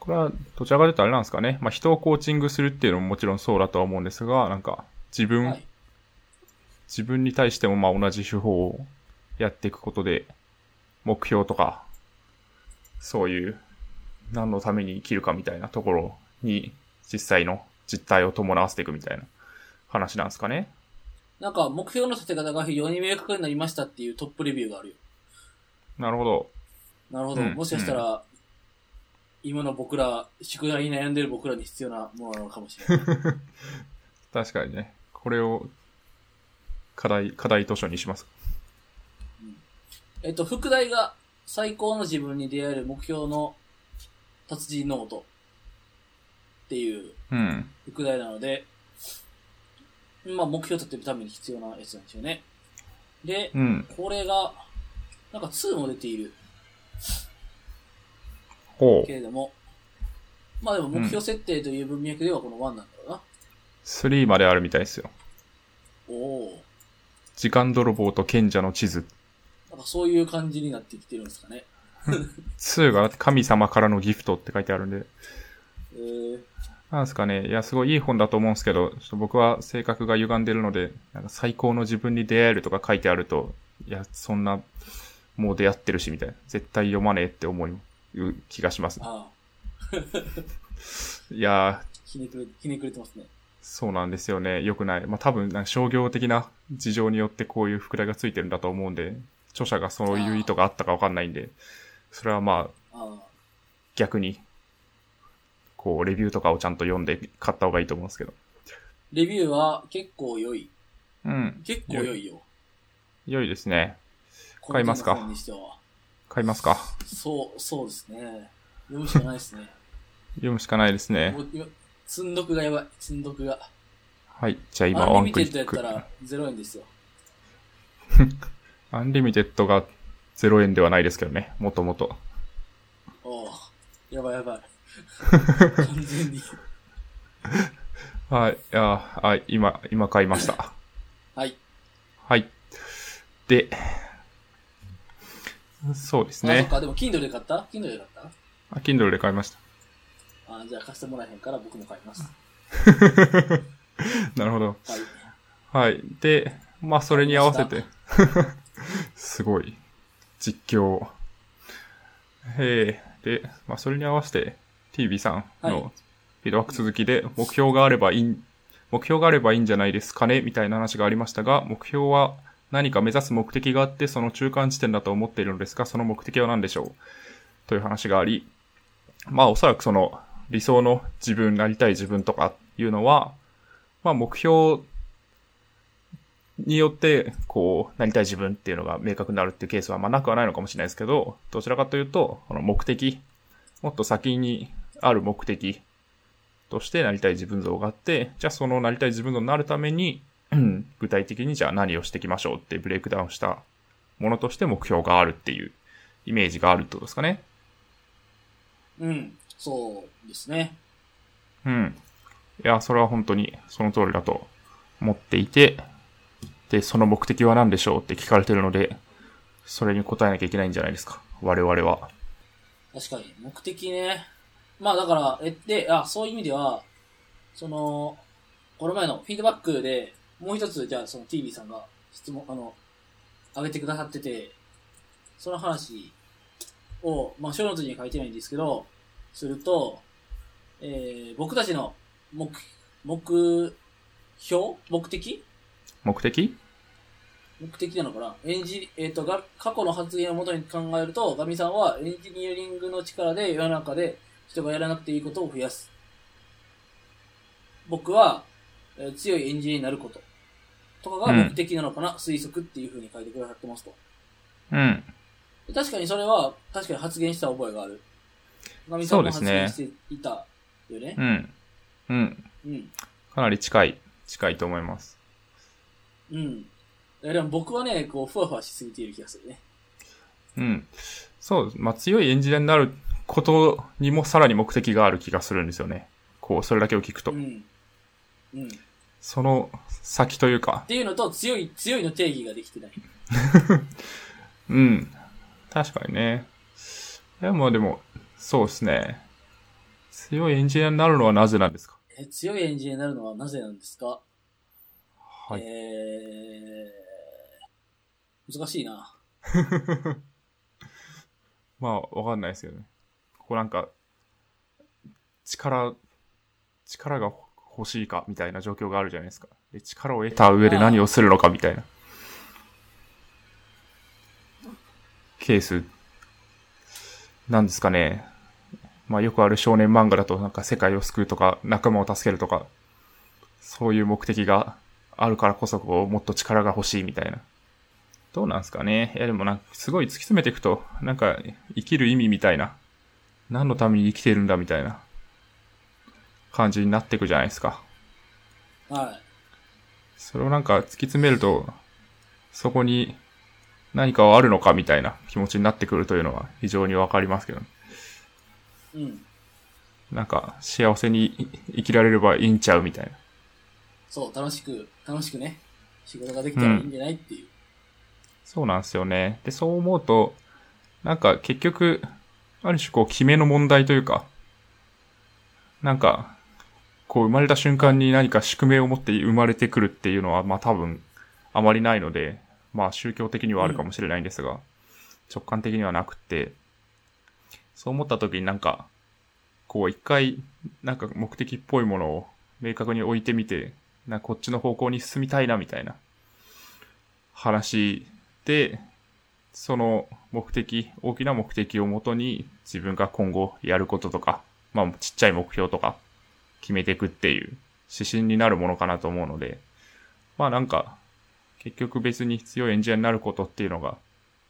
[SPEAKER 2] これはどちらかというとあれなんですかね。まあ人をコーチングするっていうのももちろんそうだとは思うんですが、なんか自分、
[SPEAKER 1] はい。
[SPEAKER 2] 自分に対してもまあ同じ手法をやっていくことで、目標とか、そういう、何のために生きるかみたいなところに、実際の実態を伴わせていくみたいな話なんですかね。
[SPEAKER 1] なんか、目標の立て方が非常に明確になりましたっていうトップレビューがあるよ。
[SPEAKER 2] なるほど。
[SPEAKER 1] なるほど。
[SPEAKER 2] うん
[SPEAKER 1] もしかしたら、今の僕ら、宿題に悩んでる僕らに必要なものなのかもしれない。
[SPEAKER 2] 確かにね。これを、課題、課題図書にします。
[SPEAKER 1] えっと、副題が最高の自分に出会える目標の達人ノートっていう
[SPEAKER 2] うん。
[SPEAKER 1] 副題なので、まあ目標を立てるために必要なやつなんですよね。で、
[SPEAKER 2] うん。
[SPEAKER 1] これが、なんか2も出ている。
[SPEAKER 2] ほ
[SPEAKER 1] け
[SPEAKER 2] う。
[SPEAKER 1] れども、まあでも目標設定という文脈ではこの1なんだろうな。
[SPEAKER 2] 3まであるみたいですよ。
[SPEAKER 1] おお。
[SPEAKER 2] 時間泥棒と賢者の地図。
[SPEAKER 1] なんかそういう感じになってきてるんですかね。
[SPEAKER 2] 2が神様からのギフトって書いてあるんで。
[SPEAKER 1] えー、
[SPEAKER 2] なんですかね。いや、すごいいい本だと思うんですけど、ちょっと僕は性格が歪んでるので、なんか最高の自分に出会えるとか書いてあると、いや、そんな、もう出会ってるし、みたいな。絶対読まねえって思う気がしますね。
[SPEAKER 1] ああ、
[SPEAKER 2] いやー、
[SPEAKER 1] ひねくれ、ひねくれてますね。
[SPEAKER 2] そうなんですよね。良くない。まあ、多分、なんか商業的な事情によってこういう副題がついてるんだと思うんで、著者がそういう意図があったかわかんないんで、それはまあ、
[SPEAKER 1] ああ、
[SPEAKER 2] 逆に、こう、レビューとかをちゃんと読んで買った方がいいと思うんですけど。
[SPEAKER 1] レビューは結構良い。
[SPEAKER 2] うん。
[SPEAKER 1] 結構良いよ。
[SPEAKER 2] 良いですね。
[SPEAKER 1] こ
[SPEAKER 2] 買いますか
[SPEAKER 1] の手の本にしては
[SPEAKER 2] 買いますか。
[SPEAKER 1] そう、そうですね。読むしかないですね。
[SPEAKER 2] 読むしかないですね
[SPEAKER 1] も。う今、積んどくがやばい。積んどくが。
[SPEAKER 2] はい。じゃあ今、
[SPEAKER 1] ア
[SPEAKER 2] ワ
[SPEAKER 1] ンリミ
[SPEAKER 2] ンク
[SPEAKER 1] テ
[SPEAKER 2] リ
[SPEAKER 1] ッドや
[SPEAKER 2] ッ
[SPEAKER 1] っ
[SPEAKER 2] ク
[SPEAKER 1] た。ら0円ですよ。
[SPEAKER 2] アンリミテッドが0円ではないですけどね。もともと。
[SPEAKER 1] おお。やばいや ばい。完全に。
[SPEAKER 2] はい。いやー、はい。今、今買いました。
[SPEAKER 1] はい。
[SPEAKER 2] はい。で、そうです
[SPEAKER 1] あ、そっ
[SPEAKER 2] ね。
[SPEAKER 1] か。でも、Kindle で買った ?Kindle で買った
[SPEAKER 2] あ、Kindle で買いました。
[SPEAKER 1] あじゃあ貸してもらえへんから僕も買います。
[SPEAKER 2] なるほど。
[SPEAKER 1] はい。
[SPEAKER 2] はい。で、まあ、それに合わせて。 すごい。実況。えー、で、まあ、それに合わせて、TV さん
[SPEAKER 1] はい
[SPEAKER 2] のフィードバック続きで、目標があればいいん、目標があればいいんじゃないですかね、みたいな話がありましたが、目標は何か目指す目的があって、その中間地点だと思っているのですが、その目的は何でしょうという話があり、まあ、おそらくその、理想の自分、なりたい自分とかいうのは、まあ、目標によって、こう、なりたい自分っていうのが明確になるっていうケースは、まあ、なくはないのかもしれないですけど、どちらかというと、この目的、もっと先にある目的としてなりたい自分像があって、じゃあそのなりたい自分像になるために、 うん具体的にじゃあ何をしていきましょうってブレイクダウンしたものとして目標があるっていうイメージがあるってことですかね。
[SPEAKER 1] うん。そうですね。
[SPEAKER 2] うん。いや、それは本当にその通りだと思っていて、で、その目的は何でしょうって聞かれてるので、それに答えなきゃいけないんじゃないですか。我々は。
[SPEAKER 1] 確かに。目的ね。まあだから、え、で、あ、そういう意味では、その、この前のフィードバックで、もう一つ、じゃあその TV さんが質問、あの、上げてくださってて、その話を、まあ書の時には書いてないんですけど、すると、えー、僕たちの目、目標目的
[SPEAKER 2] 目的
[SPEAKER 1] 目的なのかなエンジ、えっ、と、が、過去の発言をもとに考えると、ガミさんはエンジニアリングの力で世の中で人がやらなくていいことを増やす。僕は、えー強いエンジニアになること。とかが目的なのかな、推測っていう風に書いてくださってますと。
[SPEAKER 2] うん。
[SPEAKER 1] で確かにそれは、確かに発言した覚えがある。ガミさんも
[SPEAKER 2] そ
[SPEAKER 1] 発
[SPEAKER 2] うで
[SPEAKER 1] 言し
[SPEAKER 2] す
[SPEAKER 1] ていたよね。
[SPEAKER 2] うん。うん。
[SPEAKER 1] うん。
[SPEAKER 2] かなり近い、近いと思います。
[SPEAKER 1] うん。いやでも僕はね、こう、ふわふわしすぎている気がするね。
[SPEAKER 2] うん。そう、まあ、強いエンジニアになることにもさらに目的がある気がするんですよね。こう、それだけを聞くと。
[SPEAKER 1] うん。うん。っ
[SPEAKER 2] その先というか、
[SPEAKER 1] ていうのと、強い、強いの定義ができてない。
[SPEAKER 2] うん。確かにね。いや、まあでも、そうですね。強いエンジニアになるのはなぜなんですか
[SPEAKER 1] え強いエンジニアになるのはなぜなんですか、
[SPEAKER 2] はい。
[SPEAKER 1] えー、難しいな。
[SPEAKER 2] まあ、わかんないですよね。こうなんか、力、力が欲しいかみたいな状況があるじゃないですか。で力を得た上で何をするのかみたいな。ケース、なんですかね。まあよくある少年漫画だとなんか世界を救うとか仲間を助けるとか、そういう目的があるからこそこうもっと力が欲しいみたいな。どうなんすかね。いやでもなんかすごい突き詰めていくと、なんか生きる意味みたいな、何のために生きてるんだみたいな感じになっていくじゃないですか。
[SPEAKER 1] は
[SPEAKER 2] それをなんか突き詰めると、そこに何かはあるのかみたいな気持ちになってくるというのは非常にわかりますけど、
[SPEAKER 1] うん。
[SPEAKER 2] なんか幸せに生きられればいいんちゃうみたいな。
[SPEAKER 1] そう、楽しく、楽しくね、仕事ができたらいいんじゃないっていう。
[SPEAKER 2] そうなんですよね。で、そう思うと、なんか結局、ある種こう、決めの問題というか、なんか、こう、生まれた瞬間に何か宿命を持って生まれてくるっていうのは、まあ多分、あまりないので、まあ宗教的にはあるかもしれないんですが、直感的にはなくて、そう思った時になんか、こう一回、なんか目的っぽいものを明確に置いてみて、なんかこっちの方向に進みたいなみたいな話で、その目的、大きな目的をもとに自分が今後やることとか、まあちっちゃい目標とか決めていくっていう指針になるものかなと思うので、まあなんか結局別に必要エンジニアになることっていうのが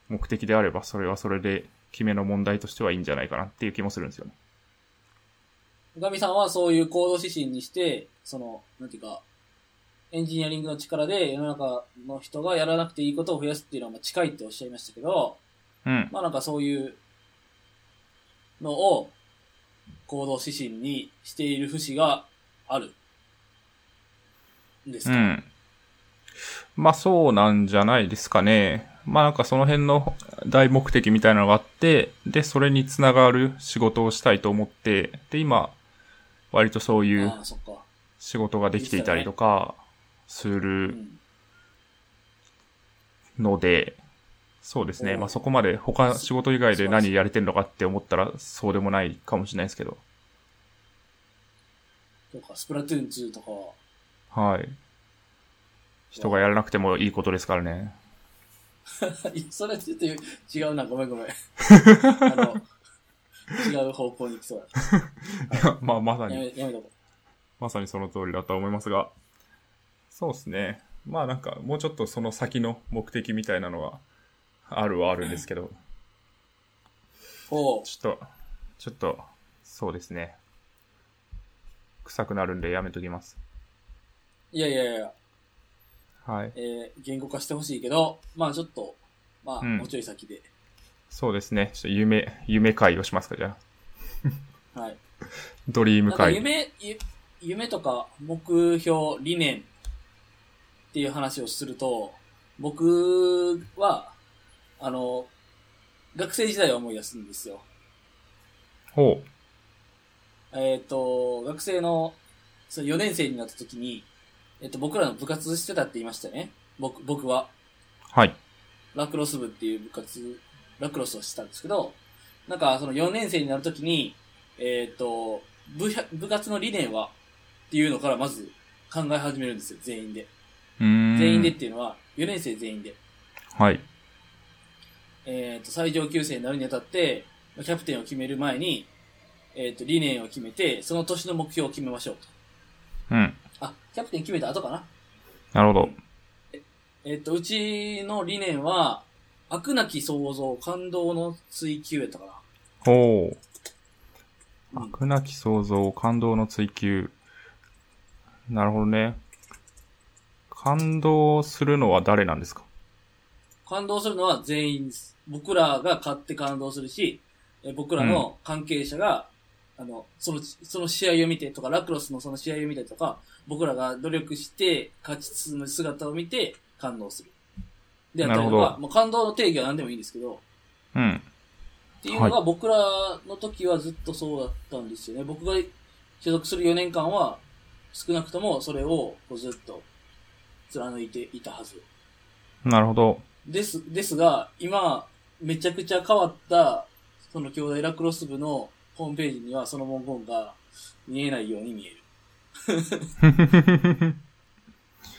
[SPEAKER 2] 目的であればそれはそれで決めの問題としてはいいんじゃないかなっていう気もするんですよね。
[SPEAKER 1] おかみさんはそういう行動指針にして、その、なんていうか、エンジニアリングの力で世の中の人がやらなくていいことを増やすっていうのはまあ近いっておっしゃいましたけど、
[SPEAKER 2] うん。
[SPEAKER 1] まあなんかそういうのを行動指針にしている節があるんです
[SPEAKER 2] う
[SPEAKER 1] か、
[SPEAKER 2] ん。まあそうなんじゃないですかね。まあなんかその辺の大目的みたいなのがあって、で、それにつながる仕事をしたいと思って、で、今、割とそういう
[SPEAKER 1] ああ、そっか。
[SPEAKER 2] 仕事ができていたりとかす
[SPEAKER 1] う
[SPEAKER 2] る
[SPEAKER 1] ん。
[SPEAKER 2] ので、そうですね。
[SPEAKER 1] おう
[SPEAKER 2] まあそこまで他仕事以外で何やれてんのかって思ったらそうでもないかもしれないですけど。
[SPEAKER 1] とか、スプラトゥーン2とかは、
[SPEAKER 2] はい。人がやらなくてもいいことですからね。
[SPEAKER 1] いやそれちょっと違うな、ごめん ごめん。あの、違う方向に行きそうだ。
[SPEAKER 2] まあまさ
[SPEAKER 1] や
[SPEAKER 2] に、
[SPEAKER 1] め、やめとこ
[SPEAKER 2] まさにその通りだと思いますが、そうですね。まあなんかもうちょっとその先の目的みたいなのはあるはあるんですけど、
[SPEAKER 1] う。ほ
[SPEAKER 2] ちょっと、ちょっと、そうですね。臭くなるんでやめときます。
[SPEAKER 1] う。いやいやいや、
[SPEAKER 2] はい。
[SPEAKER 1] えー、言語化してほしいけど、まあちょっと、まあ、
[SPEAKER 2] うん
[SPEAKER 1] もうちょい先で。
[SPEAKER 2] そうですね。ちょっと夢、夢会をしますか、じゃあ。
[SPEAKER 1] はい。
[SPEAKER 2] ドリーム
[SPEAKER 1] なんか
[SPEAKER 2] 会。
[SPEAKER 1] 夢、ゆ夢とか目標、理念っていう話をすると、僕は、あの、学生時代を思い出すんですよ。
[SPEAKER 2] ほ
[SPEAKER 1] えっ、と、学生の、その4年生になった時に、えっ、と、僕らの部活してたって言いましたよね。僕、僕は、
[SPEAKER 2] う。はい。
[SPEAKER 1] ラクロス部っていう部活、ラクロスをしてたんですけど、なんかその4年生になる時に、えっ、と、部、部活の理念はっていうのからまず考え始めるんですよ、全員で。
[SPEAKER 2] うーん。
[SPEAKER 1] 全員でっ。ていうのは、4年生全員で。
[SPEAKER 2] はい。
[SPEAKER 1] えっ、と、最上級生になるにあたって、キャプテンを決める前に、えっ、と、理念を決めて、その年の目標を決めましょうと。
[SPEAKER 2] うん。
[SPEAKER 1] あ、キャプテン決めた後かな。
[SPEAKER 2] なるほど。
[SPEAKER 1] えっと、うちの理念は、飽くなき創造、感動の追求やったか
[SPEAKER 2] ほう。
[SPEAKER 1] な。うん
[SPEAKER 2] 飽くなき創造、感動の追求。なるほどね。感動するのは誰なんですか
[SPEAKER 1] 感動するのは全員です。僕らが買って感動するし、え僕らの関係者が、あの、その、その試合を見てとか、ラクロスのその試合を見てとか、僕らが努力して勝ち進む姿を見て感動する。で、あったりと
[SPEAKER 2] なるほ
[SPEAKER 1] か、もう感動の定義は何でもいいんですけど、
[SPEAKER 2] うん。
[SPEAKER 1] っていうのが僕らの時はずっとそうだったんですよね。僕が所属する4年間は、少なくともそれをこうずっと貫いていたはず。
[SPEAKER 2] なるほど。
[SPEAKER 1] です、ですが、今、めちゃくちゃ変わった、その兄弟ラクロス部のホームページにはその文言が見えないように見える。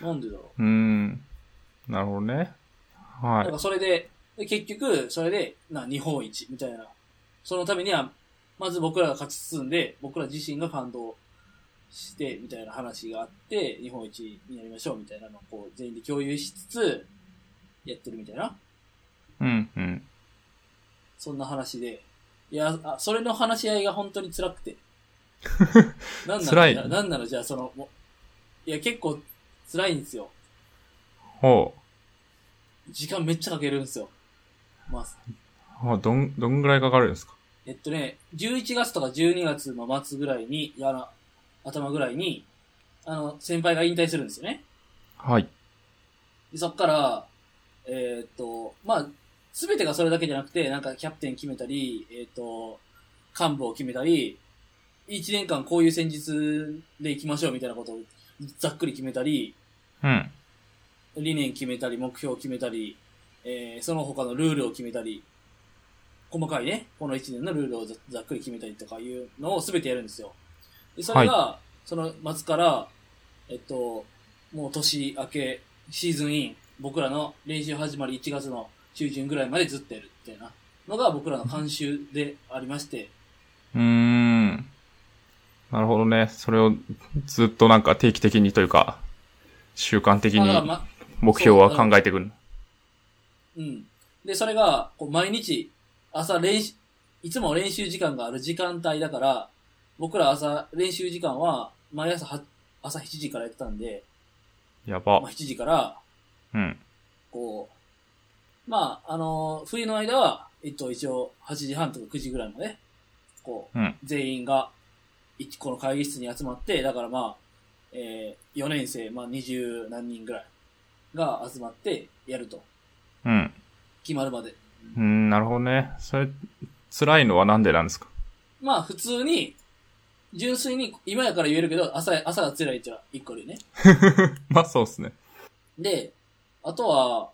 [SPEAKER 1] なんでだろう。
[SPEAKER 2] うーん。なるほどね。
[SPEAKER 1] だか
[SPEAKER 2] は
[SPEAKER 1] らそれで、で結局、それで、な、日本一みたいな。そのためには、まず僕らが勝ち進んで、僕ら自身が感動して、みたいな話があって、日本一になりましょう、みたいなのをこう、全員で共有しつつ、やってるみたいな。
[SPEAKER 2] い。うん、うん。
[SPEAKER 1] そんな話で。いや、あそれの話し合いが本当に辛く て。なんな
[SPEAKER 2] 辛
[SPEAKER 1] ら
[SPEAKER 2] い
[SPEAKER 1] じゃあ、なんならじゃあ、その、もういや、結構辛いんですよ。
[SPEAKER 2] ほ
[SPEAKER 1] 時間めっちゃかけるんですよ。まあ、
[SPEAKER 2] あどん、どんぐらいかかるんですか
[SPEAKER 1] えっとね、11月とか12月の末ぐらいに、いやあの頭ぐらいに、あの、先輩が引退するんですよね。
[SPEAKER 2] はい。
[SPEAKER 1] で、そっから、えーっと、まあ、すべてがそれだけじゃなくて、なんかキャプテン決めたり、えーっと、幹部を決めたり、1年間こういう戦術で行きましょうみたいなことをざっくり決めたり、
[SPEAKER 2] うん。
[SPEAKER 1] 理念決めたり、目標を決めたり、えーその他のルールを決めたり、細かいね、この1年のルールをざざっくり決めたりとかいうのを全てやるんですよ。で、それが、その末から、えっと、もう年明け、シーズンイン、僕らの練習始まり1月の中旬ぐらいまでずっとやるっていうなのが僕らの監修でありまして、
[SPEAKER 2] うーん。なるほどね。それをずっとなんか定期的にというか、習慣的
[SPEAKER 1] まあだから
[SPEAKER 2] に
[SPEAKER 1] ま
[SPEAKER 2] 目標は考えていくる。
[SPEAKER 1] うん。で、それが、こう毎日、朝練習、いつも練習時間がある時間帯だから、僕ら朝、練習時間は、毎朝は、朝7時からやってたんで、
[SPEAKER 2] や
[SPEAKER 1] ま
[SPEAKER 2] ば
[SPEAKER 1] あ、。7時から、
[SPEAKER 2] うん。
[SPEAKER 1] こう、まあ、あのー冬の間は、えっと、一応、8時半とか9時ぐらいまで、こう、
[SPEAKER 2] うん
[SPEAKER 1] 全員が、一個の会議室に集まって、だからまあ、えー、4年生、まあ、20何人ぐらいが集まってやると、
[SPEAKER 2] うん。
[SPEAKER 1] 決まるまで。
[SPEAKER 2] うん、なるほどね。それ、辛いのはなんでなんですか
[SPEAKER 1] まあ普通に、純粋に、今やから言えるけど、朝、朝が辛いっちゃ一個でね。
[SPEAKER 2] まあそうっすね。
[SPEAKER 1] で、あとは、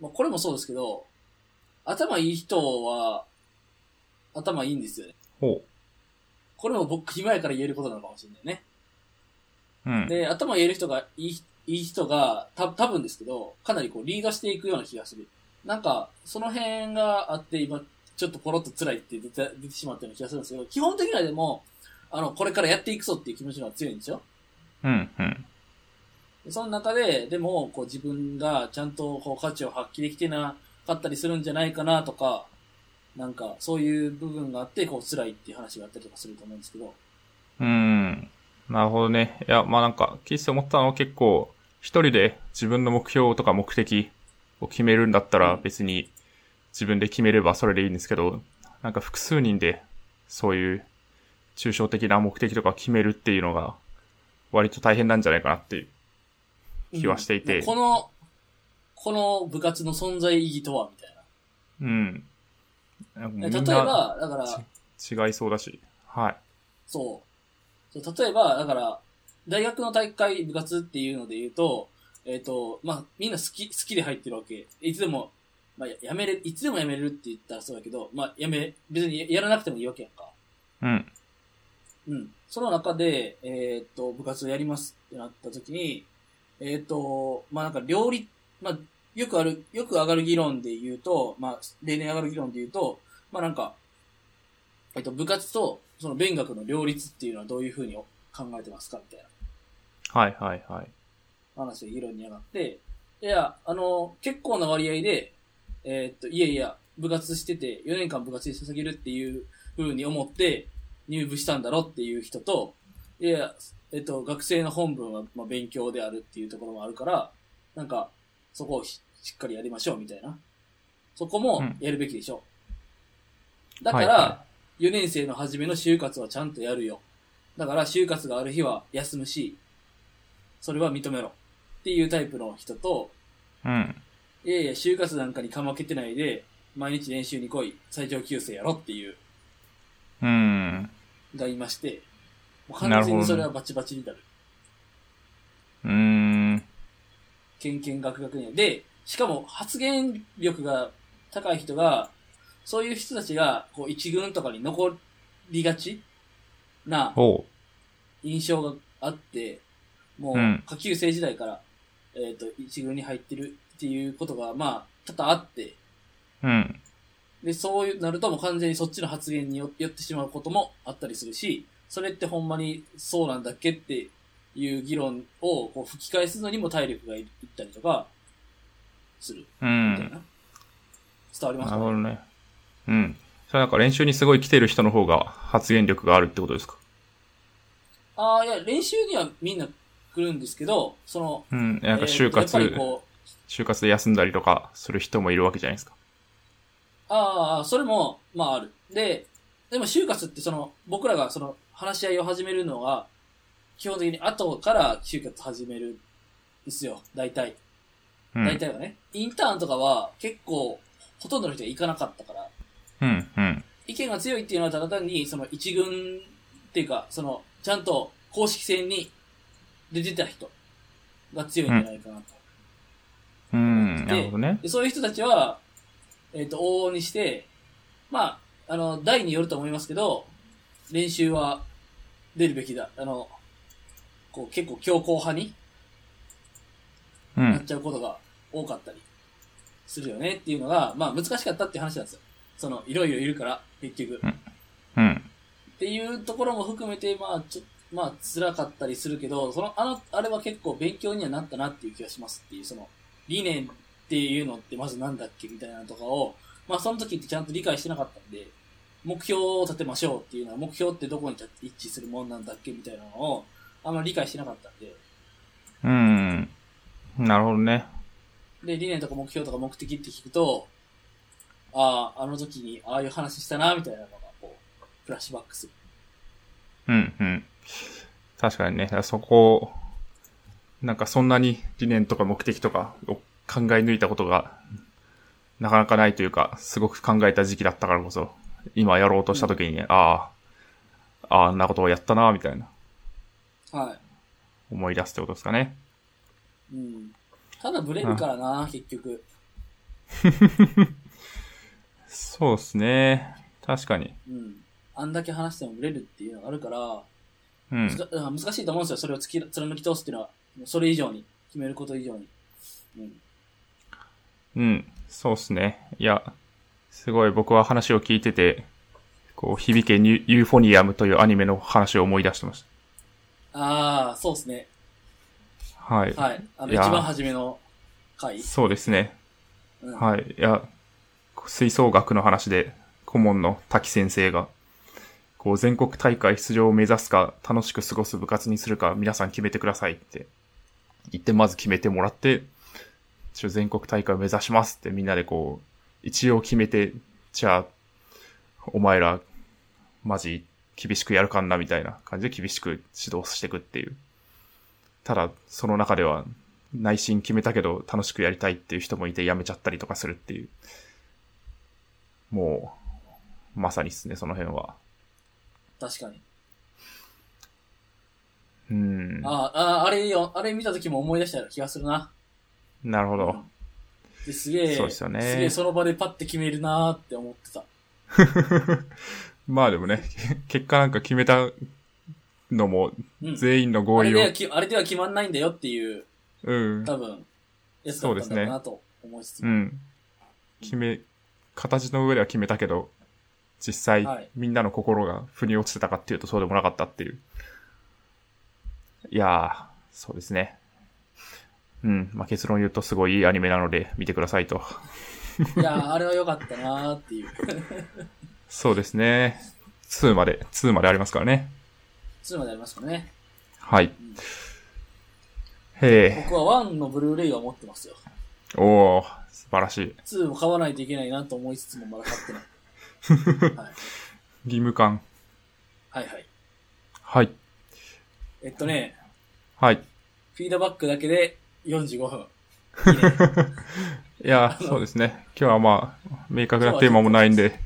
[SPEAKER 1] まあこれもそうですけど、頭いい人は、頭いいんですよね。
[SPEAKER 2] ほ
[SPEAKER 1] これも僕、今やから言えることなのかもしれないね。
[SPEAKER 2] う。うん。
[SPEAKER 1] で、頭言える人が、いい、いい人が、た、多分ですけど、かなりこう、リードしていくような気がする。なんか、その辺があって、今、ちょっとポロッと辛いって出て、出てしまったような気がするんですけど、基本的にはでも、あの、これからやっていくぞっていう気持ちの方が強いんですよ。
[SPEAKER 2] うん、うん。
[SPEAKER 1] その中で、でも、こう自分がちゃんとこう価値を発揮できてなかったりするんじゃないかなとか、なんかそういう部分があって、こう辛いっていう話があったりとかすると思うんですけど、
[SPEAKER 2] うん。なるほどね。いや、まあなんか、キース思ったのは結構、一人で自分の目標とか目的を決めるんだったら
[SPEAKER 1] うん
[SPEAKER 2] 別に自分で決めればそれでいいんですけど、なんか複数人でそういう抽象的な目的とか決めるっていうのが割と大変なんじゃないかなっていう。気はしていて
[SPEAKER 1] うんこの、この部活の存在意義とは、みたい
[SPEAKER 2] うん。なんかも
[SPEAKER 1] な。例
[SPEAKER 2] うみ
[SPEAKER 1] え
[SPEAKER 2] んな
[SPEAKER 1] ば、だから、
[SPEAKER 2] 違いそうだし。はい。
[SPEAKER 1] そう。そう例えば、だから、大学の大会部活っていうので言うと、えっ、と、まあ、みんな好き、好きで入ってるわけ。いつでも、まあ、ややめれ、いつでもやめれるって言ったらそうだけど、まあ、やめ、別にややらなくてもいいわけやんか。
[SPEAKER 2] うん。
[SPEAKER 1] うん。その中で、えーっと、部活をやりますってなった時に、えーっと、まあ、なんか料理、まあ、よくある、よく上がる議論で言うと、まあ、例年上がる議論で言うと、まあ、なんか、えっと、部活と、その、勉学の両立っていうのはどういうふうに考えてますかみたいな
[SPEAKER 2] はいはいはい。
[SPEAKER 1] 話が議論に上がって、いや、あの、結構な割合で、えーっと、いやいや、部活してて、4年間部活に捧げるっていう風に思って入部したんだろっていう人と、いや、えっと、学生の本分は、まあ、勉強であるっていうところもあるから、なんか、そこをししっかりやりましょうみたいな。そこも
[SPEAKER 2] うん
[SPEAKER 1] やるべきでしょう。だか
[SPEAKER 2] はい
[SPEAKER 1] ら
[SPEAKER 2] は、
[SPEAKER 1] 4年生の初めの就活はちゃんとやるよ。だから、就活がある日は休むし、それは認めろ。っていうタイプの人と、
[SPEAKER 2] うん。
[SPEAKER 1] いやいや、就活なんかにかまけてないで、毎日練習に来い、最上級生やろっていう、
[SPEAKER 2] うん。
[SPEAKER 1] がいまして、もう
[SPEAKER 2] な
[SPEAKER 1] 完
[SPEAKER 2] るほ
[SPEAKER 1] 全
[SPEAKER 2] ど
[SPEAKER 1] に
[SPEAKER 2] ね
[SPEAKER 1] それはバチバチになる。
[SPEAKER 2] うーん。
[SPEAKER 1] けんけんがくがくになる。で、しかも発言力が高い人が、そういう人たちが、こう、一軍とかに残りがちな
[SPEAKER 2] おう。
[SPEAKER 1] 印象があって、もう
[SPEAKER 2] うん、
[SPEAKER 1] 下級生時代から、えっ、と、一軍に入ってるっていうことが、まあ、多々あって、
[SPEAKER 2] うん。
[SPEAKER 1] で、そういうなるともう完全にそっちの発言によよってしまうこともあったりするし、それってほんまにそうなんだっけっていう議論をこう吹き返すのにも体力がいいったりとか、する
[SPEAKER 2] う
[SPEAKER 1] みたい
[SPEAKER 2] ん
[SPEAKER 1] な。。伝わりました
[SPEAKER 2] なる
[SPEAKER 1] ね、
[SPEAKER 2] ほどね。うん。それなんか練習にすごい来てる人の方が発言力があるってことですか
[SPEAKER 1] ああ、いや、練習にはみんな来るんですけど、その、
[SPEAKER 2] うん。なんか
[SPEAKER 1] えー
[SPEAKER 2] 就活、
[SPEAKER 1] やっぱりこう、
[SPEAKER 2] 就活で休んだりとかする人もいるわけじゃないですか。
[SPEAKER 1] ああ、それも、まあある。で、でも就活ってその、僕らがその、話し合いを始めるのは、基本的に後から就活始めるんですよ。大体。
[SPEAKER 2] うん。
[SPEAKER 1] 大体はね。インターンとかは結構、ほとんどの人が行かなかったから、
[SPEAKER 2] うん、うん。
[SPEAKER 1] 意見が強いっていうのはただ単に、その一軍っていうか、その、ちゃんと公式戦に出てた人が強いんじゃないかなと。
[SPEAKER 2] うん、なるほどね。
[SPEAKER 1] で、そういう人たちは、えっ、と、往々にして、まあ、あの、台によると思いますけど、練習は出るべきだ。あの、こう、結構強硬派に
[SPEAKER 2] う
[SPEAKER 1] なっ
[SPEAKER 2] ん、
[SPEAKER 1] ちゃうことが多かったりするよねっていうのが、まあ、難しかったっていう話なんですよ。その、いろいろいるから、結局。
[SPEAKER 2] うん、
[SPEAKER 1] っていうところも含めて、まあ、ちょまあ、辛かったりするけど、その、あの、あれは結構勉強にはなったなっていう気がしますっていう、その、理念っていうのってまずなんだっけみたいなのとかを、まあ、その時ってちゃんと理解してなかったんで、目標を立てましょうっていうのは、目標ってどこに一致するもんなんだっけみたいなのを、あんまり理解してなかったんで、
[SPEAKER 2] うん。なるほどね。
[SPEAKER 1] で、理念とか目標とか目的って聞くと、ああ、あの時にああいう話したな、みたいなのが、こう、フラッシュバックする。
[SPEAKER 2] うん、うん。確かにね、そこを、なんかそんなに理念とか目的とかを考え抜いたことが、なかなかないというか、すごく考えた時期だったからこそ、今やろうとした時にね、ああ、あああんなことをやったな、みたいな
[SPEAKER 1] はい。
[SPEAKER 2] 思い出すってことですかね。
[SPEAKER 1] うん。ただブレるからな、結局。
[SPEAKER 2] そうですね。確かに。
[SPEAKER 1] うん。あんだけ話してもブレるっていうのがあるから、
[SPEAKER 2] うん
[SPEAKER 1] つ。か難しいと思うんですよ。それを突き貫き通すっていうのは、それ以上に、決めること以上に。うん。
[SPEAKER 2] うん。そうですね。いや、すごい僕は話を聞いてて、こう、響けニュユーフォニアムというアニメの話を思い出してまし
[SPEAKER 1] ああ、そうですね。
[SPEAKER 2] た。はい。
[SPEAKER 1] はい。あの、
[SPEAKER 2] い
[SPEAKER 1] 一
[SPEAKER 2] やー
[SPEAKER 1] 番初めの回。
[SPEAKER 2] そうですね。
[SPEAKER 1] うん、
[SPEAKER 2] はい。いや、吹奏楽の話で、顧問の滝先生が、こう、全国大会出場を目指すか、楽しく過ごす部活にするか、皆さん決めてくださいって、言って、まず決めてもらって、一応全国大会を目指しますってみんなでこう、一応決めて、じゃあ、お前ら、マジ、厳しくやるかんな、みたいな感じで厳しく指導していくっていう。ただ、その中では、内心決めたけど楽しくやりたいっていう人もいて辞めちゃったりとかするっていう。もう、まさにっすね、その辺は。
[SPEAKER 1] 確かに。
[SPEAKER 2] うん。
[SPEAKER 1] あーあー、あれよ、あれ見た時も思い出したような気がするな。
[SPEAKER 2] なるほど。
[SPEAKER 1] ですげえ、
[SPEAKER 2] そうですよね
[SPEAKER 1] げえその場でパッて決めるなーって思ってた。
[SPEAKER 2] まあでもね、結果なんか決めたのも
[SPEAKER 1] うん。
[SPEAKER 2] 全員の
[SPEAKER 1] あ
[SPEAKER 2] 合
[SPEAKER 1] れ
[SPEAKER 2] 意を
[SPEAKER 1] で、はき、あれでは決まんないんだよっていう、
[SPEAKER 2] うん。
[SPEAKER 1] 多分、やつだったんだろうなと思いつつ
[SPEAKER 2] う。ん。決め、形の上では決めたけど、実際、
[SPEAKER 1] はい
[SPEAKER 2] みんなの心が腑に落ちてたかっていうとそうでもなかったっていう。いやー、そうですね。うん。まあ、結論言うとすごいいいアニメなので見てくださいと。
[SPEAKER 1] いやー、あれは良かったなーっていう。
[SPEAKER 2] そうですね。2まで、2までありますからね。
[SPEAKER 1] 2までありますかね。
[SPEAKER 2] はい。へ
[SPEAKER 1] 僕は1のブルーレイは持ってますよ。
[SPEAKER 2] え。おー、素晴らしい。
[SPEAKER 1] 2も買わないといけないなと思いつつもまだ買ってない。はい、
[SPEAKER 2] 義務感。
[SPEAKER 1] はいはい。
[SPEAKER 2] はい。
[SPEAKER 1] えっとね、
[SPEAKER 2] はい。
[SPEAKER 1] フィードバックだけで45分。いいね
[SPEAKER 2] いやー、そうですね。今日はまあ、明確なテーマもないんで、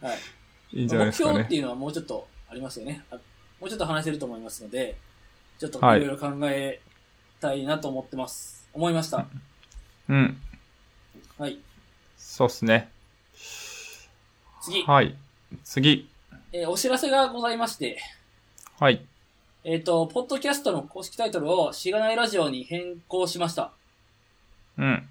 [SPEAKER 1] はい
[SPEAKER 2] いいんじゃない
[SPEAKER 1] 目
[SPEAKER 2] ですか
[SPEAKER 1] 標っ
[SPEAKER 2] ね
[SPEAKER 1] て。いうのはもうちょっとありますよね。あもうちょっと話せると思いますので、ちょっとい
[SPEAKER 2] は
[SPEAKER 1] ろ
[SPEAKER 2] い
[SPEAKER 1] いろ考えたいなと思ってます。思いました。
[SPEAKER 2] うん。
[SPEAKER 1] はい。
[SPEAKER 2] そうっすね。
[SPEAKER 1] 次、
[SPEAKER 2] はい。次。
[SPEAKER 1] えーお知らせがございまして、
[SPEAKER 2] はい。
[SPEAKER 1] えっ、と、ポッドキャストの公式タイトルをしがないラジオに変更しました。
[SPEAKER 2] うん。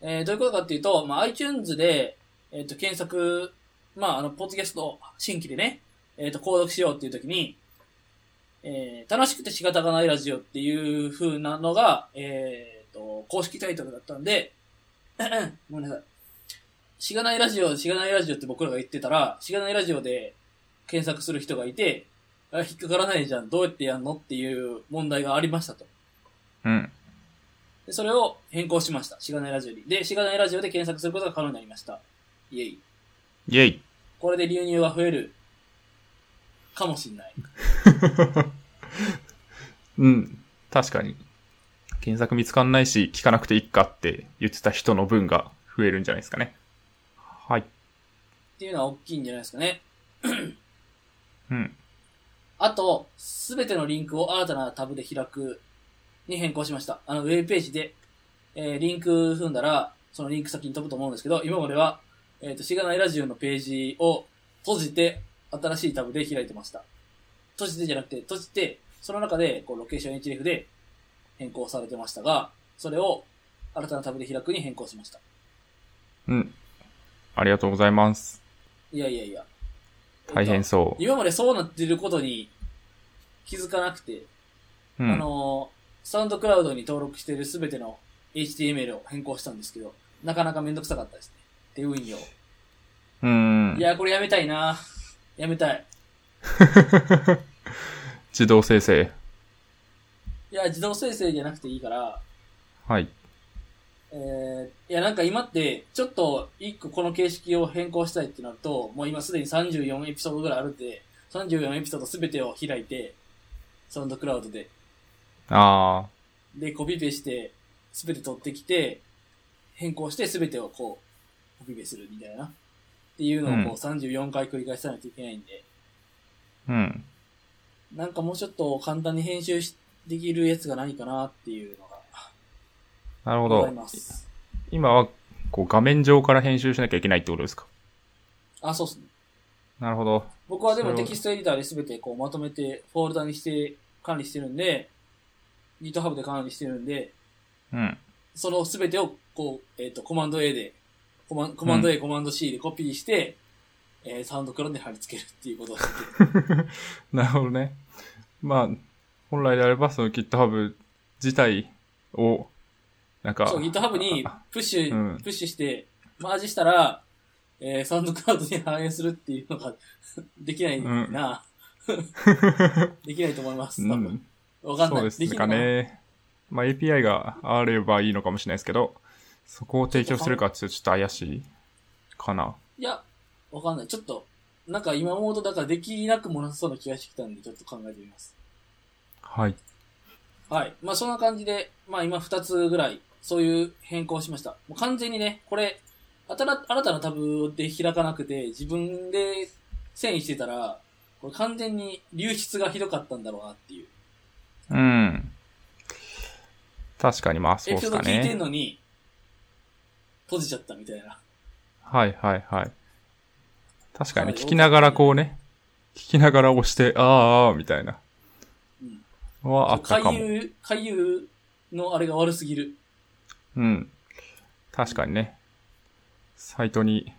[SPEAKER 1] えーどういうことかっていうと、まあ、iTunes で、えっ、と、検索、まあ、あの、ポッドキャストを新規でね、えっ、と、購読しようっていう時に、えー楽しくて仕方がないラジオっていう風なのが、えっ、と、公式タイトルだったんで、 ごめんなさい。しがないラジオ、しがないラジオって僕らが言ってたら、しがないラジオで検索する人がいて、あ引っかからないじゃん、どうやってやんのっていう問題がありましたと。
[SPEAKER 2] うん。
[SPEAKER 1] でそれを変更しました。しがないラジオに。で、しがないラジオで検索することが可能になりました。イエイ。
[SPEAKER 2] イェイ。
[SPEAKER 1] これで流入は増えるかもしれない。
[SPEAKER 2] うん。確かに。検索見つかんないし、聞かなくていいかって言ってた人の分が増えるんじゃないですかね。はい。
[SPEAKER 1] っていうのは大きいんじゃないですかね。
[SPEAKER 2] うん。
[SPEAKER 1] あと、すべてのリンクを新たなタブで開くに変更しました。あの、ウェブページで、えーリンク踏んだら、そのリンク先に飛ぶと思うんですけど、今までは、えっ、と、しがないラジオのページを閉じて、新しいタブで開いてました。閉じてじゃなくて、閉じて、その中で、こう、ロケーション HF で変更されてましたが、それを新たなタブで開くに変更しました。
[SPEAKER 2] うん。ありがとうございます。
[SPEAKER 1] いやいやいや。
[SPEAKER 2] 大変そう。
[SPEAKER 1] 今までそうなってることに気づかなくて、
[SPEAKER 2] う
[SPEAKER 1] あ
[SPEAKER 2] ん。
[SPEAKER 1] のー、サウンドクラウドに登録しているすべての HTML を変更したんですけど、なかなかめんどくさかったですね。手運用。
[SPEAKER 2] うん
[SPEAKER 1] い。やー、これやめたいなやめたい。
[SPEAKER 2] 自動生成。
[SPEAKER 1] いやー、自動生成じゃなくていいから、
[SPEAKER 2] はい。
[SPEAKER 1] えー、いや、なんか今って、ちょっと一個この形式を変更したいってなると、もう今すでに34エピソードぐらいあるんで、34エピソードすべてを開いて、サウンドクラウドで
[SPEAKER 2] ああ。
[SPEAKER 1] で、コピペして、すべて取ってきて、変更してすべてをこう、コピペするみたいな。っていうのをこう34回繰り返さないといけないんで、
[SPEAKER 2] うん。
[SPEAKER 1] なんかもうちょっと簡単に編集しできるやつがないかなっていうのが
[SPEAKER 2] なるほ
[SPEAKER 1] ござい
[SPEAKER 2] ど
[SPEAKER 1] ま。す。
[SPEAKER 2] 今は、こう画面上から編集しなきゃいけないってことですか。
[SPEAKER 1] あ、そうっすね。
[SPEAKER 2] なるほど。
[SPEAKER 1] 僕はでも
[SPEAKER 2] それ
[SPEAKER 1] テ
[SPEAKER 2] は
[SPEAKER 1] キストエディターで全てこうまとめてフォルダにして管理してるんで、GitHub で管理してるんで、
[SPEAKER 2] うん。
[SPEAKER 1] そのすべてを、こう、えっ、と、コマンド A で、コマンコマンド A、コマンド C でコピーして、えーサウンドクラウドに貼り付けるっていうことをしてて
[SPEAKER 2] なるほどね。まあ、本来であれば、その GitHub 自体を、なんか、
[SPEAKER 1] そう、GitHub にプッシュ、
[SPEAKER 2] うん
[SPEAKER 1] プッシュして、マージしたら、えーサウンドクラウドに反映するっていうのが できないな、できないと思います。多分。わ、かんない。
[SPEAKER 2] そうです
[SPEAKER 1] き
[SPEAKER 2] か
[SPEAKER 1] る
[SPEAKER 2] ね。まあ、API があればいいのかもしれないですけど、そこを提供するかっていうとちょっと怪しいかな。
[SPEAKER 1] いや、わかんない。ちょっと、なんか今思うと、だからできなくもなさそうな気がしてきたんで、ちょっと考えてみます。
[SPEAKER 2] はい。
[SPEAKER 1] はい。まあそんな感じで、まあ今2つぐらい、そういう変更をしました。もう完全にね、これ、新た新たなタブで開かなくて、自分で遷移してたら、これ完全に流出がひどかったんだろうなっていう。
[SPEAKER 2] うん。確かにまあ、そう
[SPEAKER 1] エ
[SPEAKER 2] で
[SPEAKER 1] ピソ
[SPEAKER 2] す
[SPEAKER 1] ード
[SPEAKER 2] か
[SPEAKER 1] 聞いてん
[SPEAKER 2] ね。
[SPEAKER 1] のに、閉じちゃったみたいな。
[SPEAKER 2] はいはいはい。確かに
[SPEAKER 1] はい
[SPEAKER 2] 聞きながらこうね、聞きながら押して、ああ、ああ、みたいな。
[SPEAKER 1] うん。
[SPEAKER 2] はあった
[SPEAKER 1] 回
[SPEAKER 2] かも。
[SPEAKER 1] 遊、回遊のあれが悪すぎる。
[SPEAKER 2] うん。確かにね。サイトに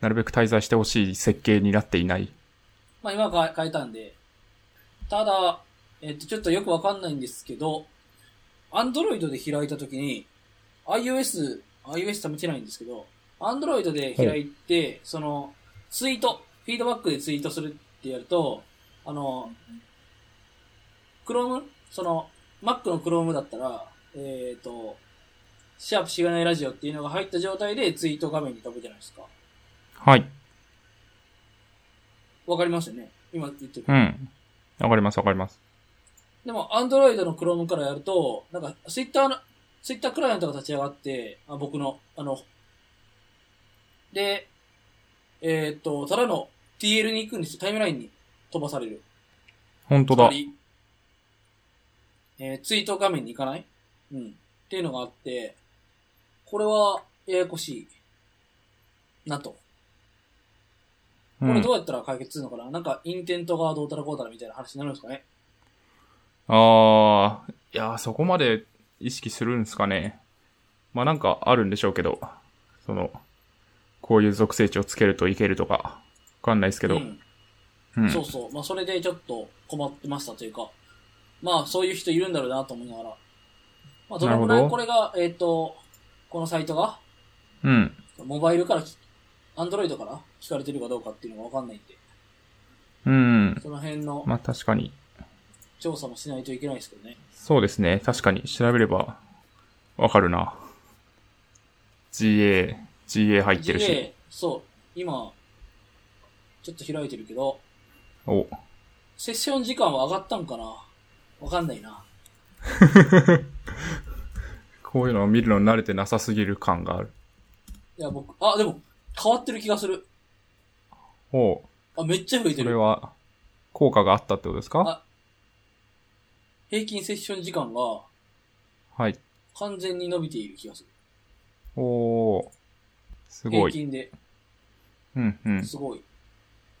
[SPEAKER 2] なるべく滞在してほしい設計になっていない。
[SPEAKER 1] まあ今は変え変えたんで。ただ、えっと、ちょっとよくわかんないんですけど、Android で開いたときに、iOS、iOS 試してないんですけど、Android で開いて、その、ツイート、フィードバックでツイートするってやると、あの、Chrome? その、Mac の Chrome だったら、えっ、と、シャープしがないラジオっていうのが入った状態でツイート画面に飛ぶじゃないですか。
[SPEAKER 2] はい。
[SPEAKER 1] わかりますよね今言ってる。
[SPEAKER 2] うん。わかりますわかります。
[SPEAKER 1] でも、Android の Chrome からやると、なんか、ツイッターの、ツイッタークライアントが立ち上がって、あ僕の、あの、で、えーっと、ただの TL に行くんですよ。タイムラインに飛ばされる。
[SPEAKER 2] 本当だ
[SPEAKER 1] つま。りえーツイート画面に行かないうん。っていうのがあって、これは、ややこしい。なと。こ
[SPEAKER 2] う
[SPEAKER 1] れ
[SPEAKER 2] ん
[SPEAKER 1] どうやったら解決するのかな、なんか、インテントがどうたらこうたらみたいな話になるんですかね。
[SPEAKER 2] ああ、いやー、そこまで意識するんですかね。まあなんかあるんでしょうけど、その、こういう属性値をつけるといけるとか、わかんないですけど。
[SPEAKER 1] う
[SPEAKER 2] うん
[SPEAKER 1] ん。そうそう。まあ、それでちょっと困ってましたというか、まあ、そういう人いるんだろうなと思いながら。まあ、どのく
[SPEAKER 2] な
[SPEAKER 1] ら
[SPEAKER 2] る
[SPEAKER 1] い
[SPEAKER 2] ほ
[SPEAKER 1] こ
[SPEAKER 2] ど
[SPEAKER 1] れが、えっ、と、このサイトが、
[SPEAKER 2] うん。
[SPEAKER 1] モバイルからき、アンドロイドから聞かれてるかどうかっていうのがわかんないんで、
[SPEAKER 2] うん。
[SPEAKER 1] その辺の
[SPEAKER 2] まあ確かに。
[SPEAKER 1] 調査もしないといけないですけどね。
[SPEAKER 2] そうですね。確かに調べればわかるな。GA、GA 入ってるし。
[SPEAKER 1] GA そう。今、ちょっと開いてるけど、
[SPEAKER 2] お。
[SPEAKER 1] セッション時間は上がったんかなわかんないな。
[SPEAKER 2] こういうのを見るのに慣れてなさすぎる感がある。
[SPEAKER 1] いや、僕、あ、でも、変わってる気がする。
[SPEAKER 2] おう。
[SPEAKER 1] あ、めっちゃ増えて
[SPEAKER 2] これ
[SPEAKER 1] る。
[SPEAKER 2] は、効果があったってことです
[SPEAKER 1] あ
[SPEAKER 2] か
[SPEAKER 1] 平均セッション時間が
[SPEAKER 2] はい。
[SPEAKER 1] 完全に伸びている気がする。
[SPEAKER 2] おー。すご
[SPEAKER 1] 平
[SPEAKER 2] い。
[SPEAKER 1] 均で。
[SPEAKER 2] うんうん。
[SPEAKER 1] すごい。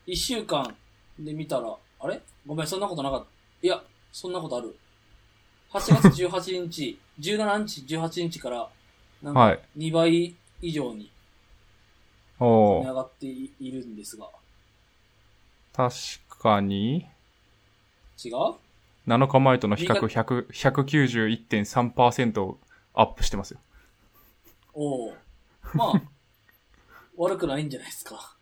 [SPEAKER 1] 一週間で見たら、あれごめん、そんなことなかった。いや、そんなことある。8月18日、17日、18日から、なん
[SPEAKER 2] は
[SPEAKER 1] か
[SPEAKER 2] い、
[SPEAKER 1] 2倍以上に
[SPEAKER 2] お
[SPEAKER 1] 値
[SPEAKER 2] ー。
[SPEAKER 1] 上がっていいるんですが、
[SPEAKER 2] 確かに、
[SPEAKER 1] 違う
[SPEAKER 2] 7日前との比較
[SPEAKER 1] 右
[SPEAKER 2] 100 191.3%アップしてますよ。
[SPEAKER 1] おお。まあ、 悪くないんじゃないですか。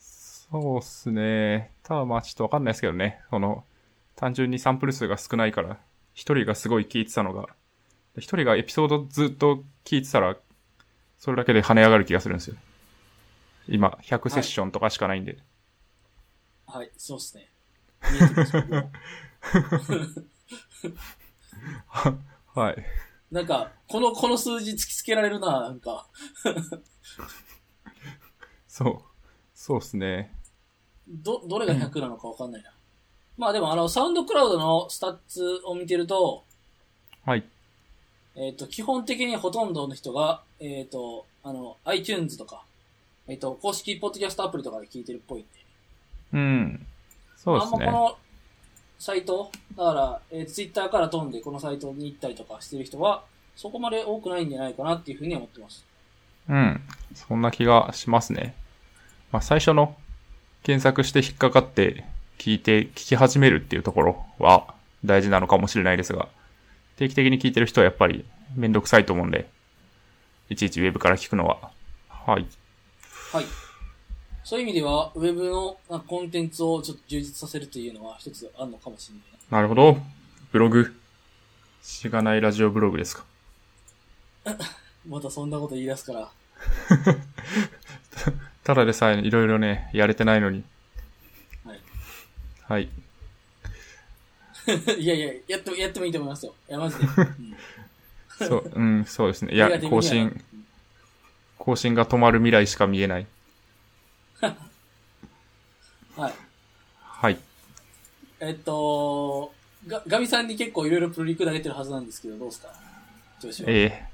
[SPEAKER 2] そうっすね。ただまあちょっとわかんないですけどね。その、単純にサンプル数が少ないから、一人がすごい聞いてたのが、一人がエピソードずっと聞いてたら、それだけで跳ね上がる気がするんですよ。今、100セッションとかしかないんで。
[SPEAKER 1] はい、そうっすね。見えてますけど
[SPEAKER 2] はい。
[SPEAKER 1] なんか、この、この数字突きつけられるな、なんか。
[SPEAKER 2] そう。そうっすね。
[SPEAKER 1] ど、どれが100なのかわかんないな。まあでも、あの、サウンドクラウドのスタッツを見てると、
[SPEAKER 2] はい。
[SPEAKER 1] えっ、と、基本的にほとんどの人が、えっ、と、あの、iTunes とか、えっ、と、公式ポッドキャストアプリとかで聞いてるっぽいんで。
[SPEAKER 2] うん。そうで
[SPEAKER 1] あん
[SPEAKER 2] す
[SPEAKER 1] まこ
[SPEAKER 2] ね。
[SPEAKER 1] のサイト、だから、えー、Twitter から飛んでこのサイトに行ったりとかしてる人は、そこまで多くないんじゃないかなっていうふうに思ってます。
[SPEAKER 2] うん。そんな気がしますね。まあ、最初の検索して引っかかって聞いて、聞き始めるっていうところは大事なのかもしれないですが、定期的に聞いてる人はやっぱりめんどくさいと思うんで、いちいちウェブから聞くのは。はい。
[SPEAKER 1] はい。そういう意味では、ウェブのなんかコンテンツをちょっと充実させるというのは一つあるのかもしれない。
[SPEAKER 2] なるほど。ブログ。しがないラジオブログですか。
[SPEAKER 1] またそんなこと言い出すから。
[SPEAKER 2] ただでさえいろいろね、やれてないのに。
[SPEAKER 1] はい。
[SPEAKER 2] はい。
[SPEAKER 1] いやいや、やっても、やってもいいと思いますよ。いや、マジで。うん
[SPEAKER 2] そう、うん、そうですね。い
[SPEAKER 1] ネガ
[SPEAKER 2] や、
[SPEAKER 1] ティ
[SPEAKER 2] 更
[SPEAKER 1] ブには
[SPEAKER 2] 新、更新が止まる未来しか見えない。
[SPEAKER 1] はい。
[SPEAKER 2] はい。
[SPEAKER 1] えっと、が、ガミさんに結構いろいろプロリク投げてるはずなんですけど、どうですか調子は。
[SPEAKER 2] ええ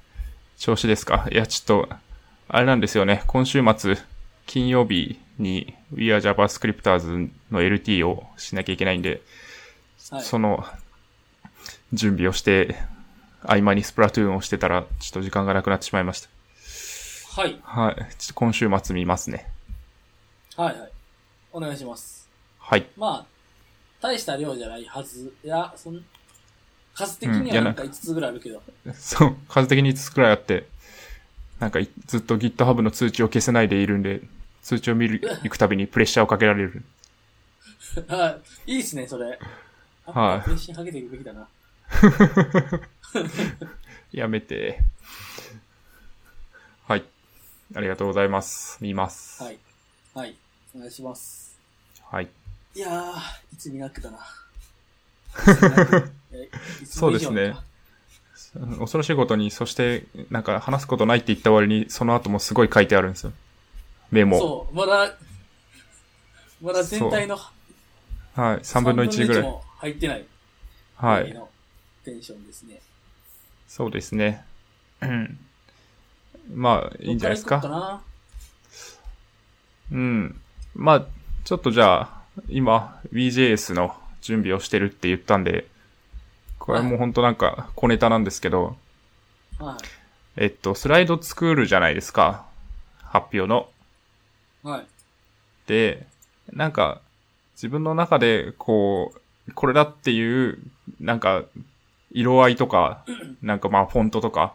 [SPEAKER 2] 調子ですかいや、ちょっと、あれなんですよね。今週末、金曜日に We are JavaScripters の LT をしなきゃいけないんで、
[SPEAKER 1] はい。
[SPEAKER 2] その、準備をして、合間にスプラトゥーンをしてたら、ちょっと時間がなくなってしまいました。
[SPEAKER 1] はい。
[SPEAKER 2] はい。ちょっと今週末見ますね。
[SPEAKER 1] はいはい。お願いします。
[SPEAKER 2] はい。
[SPEAKER 1] まあ、大した量じゃないはず。いや、そん、数的
[SPEAKER 2] うんい
[SPEAKER 1] に
[SPEAKER 2] や
[SPEAKER 1] は
[SPEAKER 2] な
[SPEAKER 1] なんか5つぐらいあるけど。
[SPEAKER 2] そう、数的に5つくらいあって、なんかいずっと GitHub の通知を消せないでいるんで、通知を見る、行くたびにプレッシャーをかけられる。
[SPEAKER 1] あいいですね、それ。あ
[SPEAKER 2] はい
[SPEAKER 1] プレッシャーかけていくべきだな。
[SPEAKER 2] やめて。はい。ありがとうございます。見ます。
[SPEAKER 1] はい。はい。お願いします。
[SPEAKER 2] はい。
[SPEAKER 1] いやー、いつにな くだな。いつになくえいつも以上
[SPEAKER 2] そう
[SPEAKER 1] に
[SPEAKER 2] で
[SPEAKER 1] か
[SPEAKER 2] すね。うん恐ろしいことに、そして、なんか話すことないって言った割に、その後もすごい書いてあるんですよ。メモ。
[SPEAKER 1] そう、まだ、まだ全体の
[SPEAKER 2] はい。3分の1ぐらい。
[SPEAKER 1] も入ってない。
[SPEAKER 2] は
[SPEAKER 1] ぐら
[SPEAKER 2] い。
[SPEAKER 1] のテンションですね。
[SPEAKER 2] そうですね。うんまあ、いいんじゃないです
[SPEAKER 1] どっら行こうな
[SPEAKER 2] うん。まあ、ちょっとじゃあ、今、VJS の準備をしてるって言ったんで、これもうほんとなんか小ネタなんですけど、
[SPEAKER 1] はい。
[SPEAKER 2] えっと、スライド作るじゃないですか。発表の。
[SPEAKER 1] はい。
[SPEAKER 2] で、なんか、自分の中で、こう、これだっていう、なんか、色合いとか、なんかまあ、フォントとか、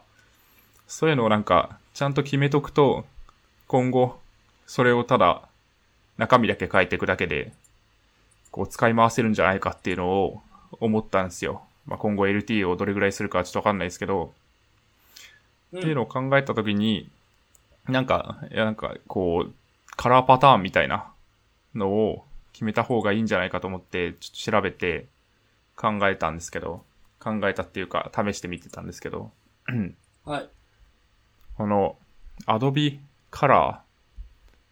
[SPEAKER 2] そういうのをなんか、ちゃんと決めとくと、今後、それをただ、中身だけ変えていくだけで、こう、使い回せるんじゃないかっていうのを思ったんですよ。まあ、今後 LT をどれぐらいするかはちょっとわかんないですけど、
[SPEAKER 1] う。
[SPEAKER 2] っていうんのを考えたときに、なんか、いやなんか、こう、カラーパターンみたいなのを決めた方がいいんじゃないかと思って、ちょっと調べて考えたんですけど、考えたっていうか、試してみてたんですけど、
[SPEAKER 1] はい。
[SPEAKER 2] この Adobe Color っ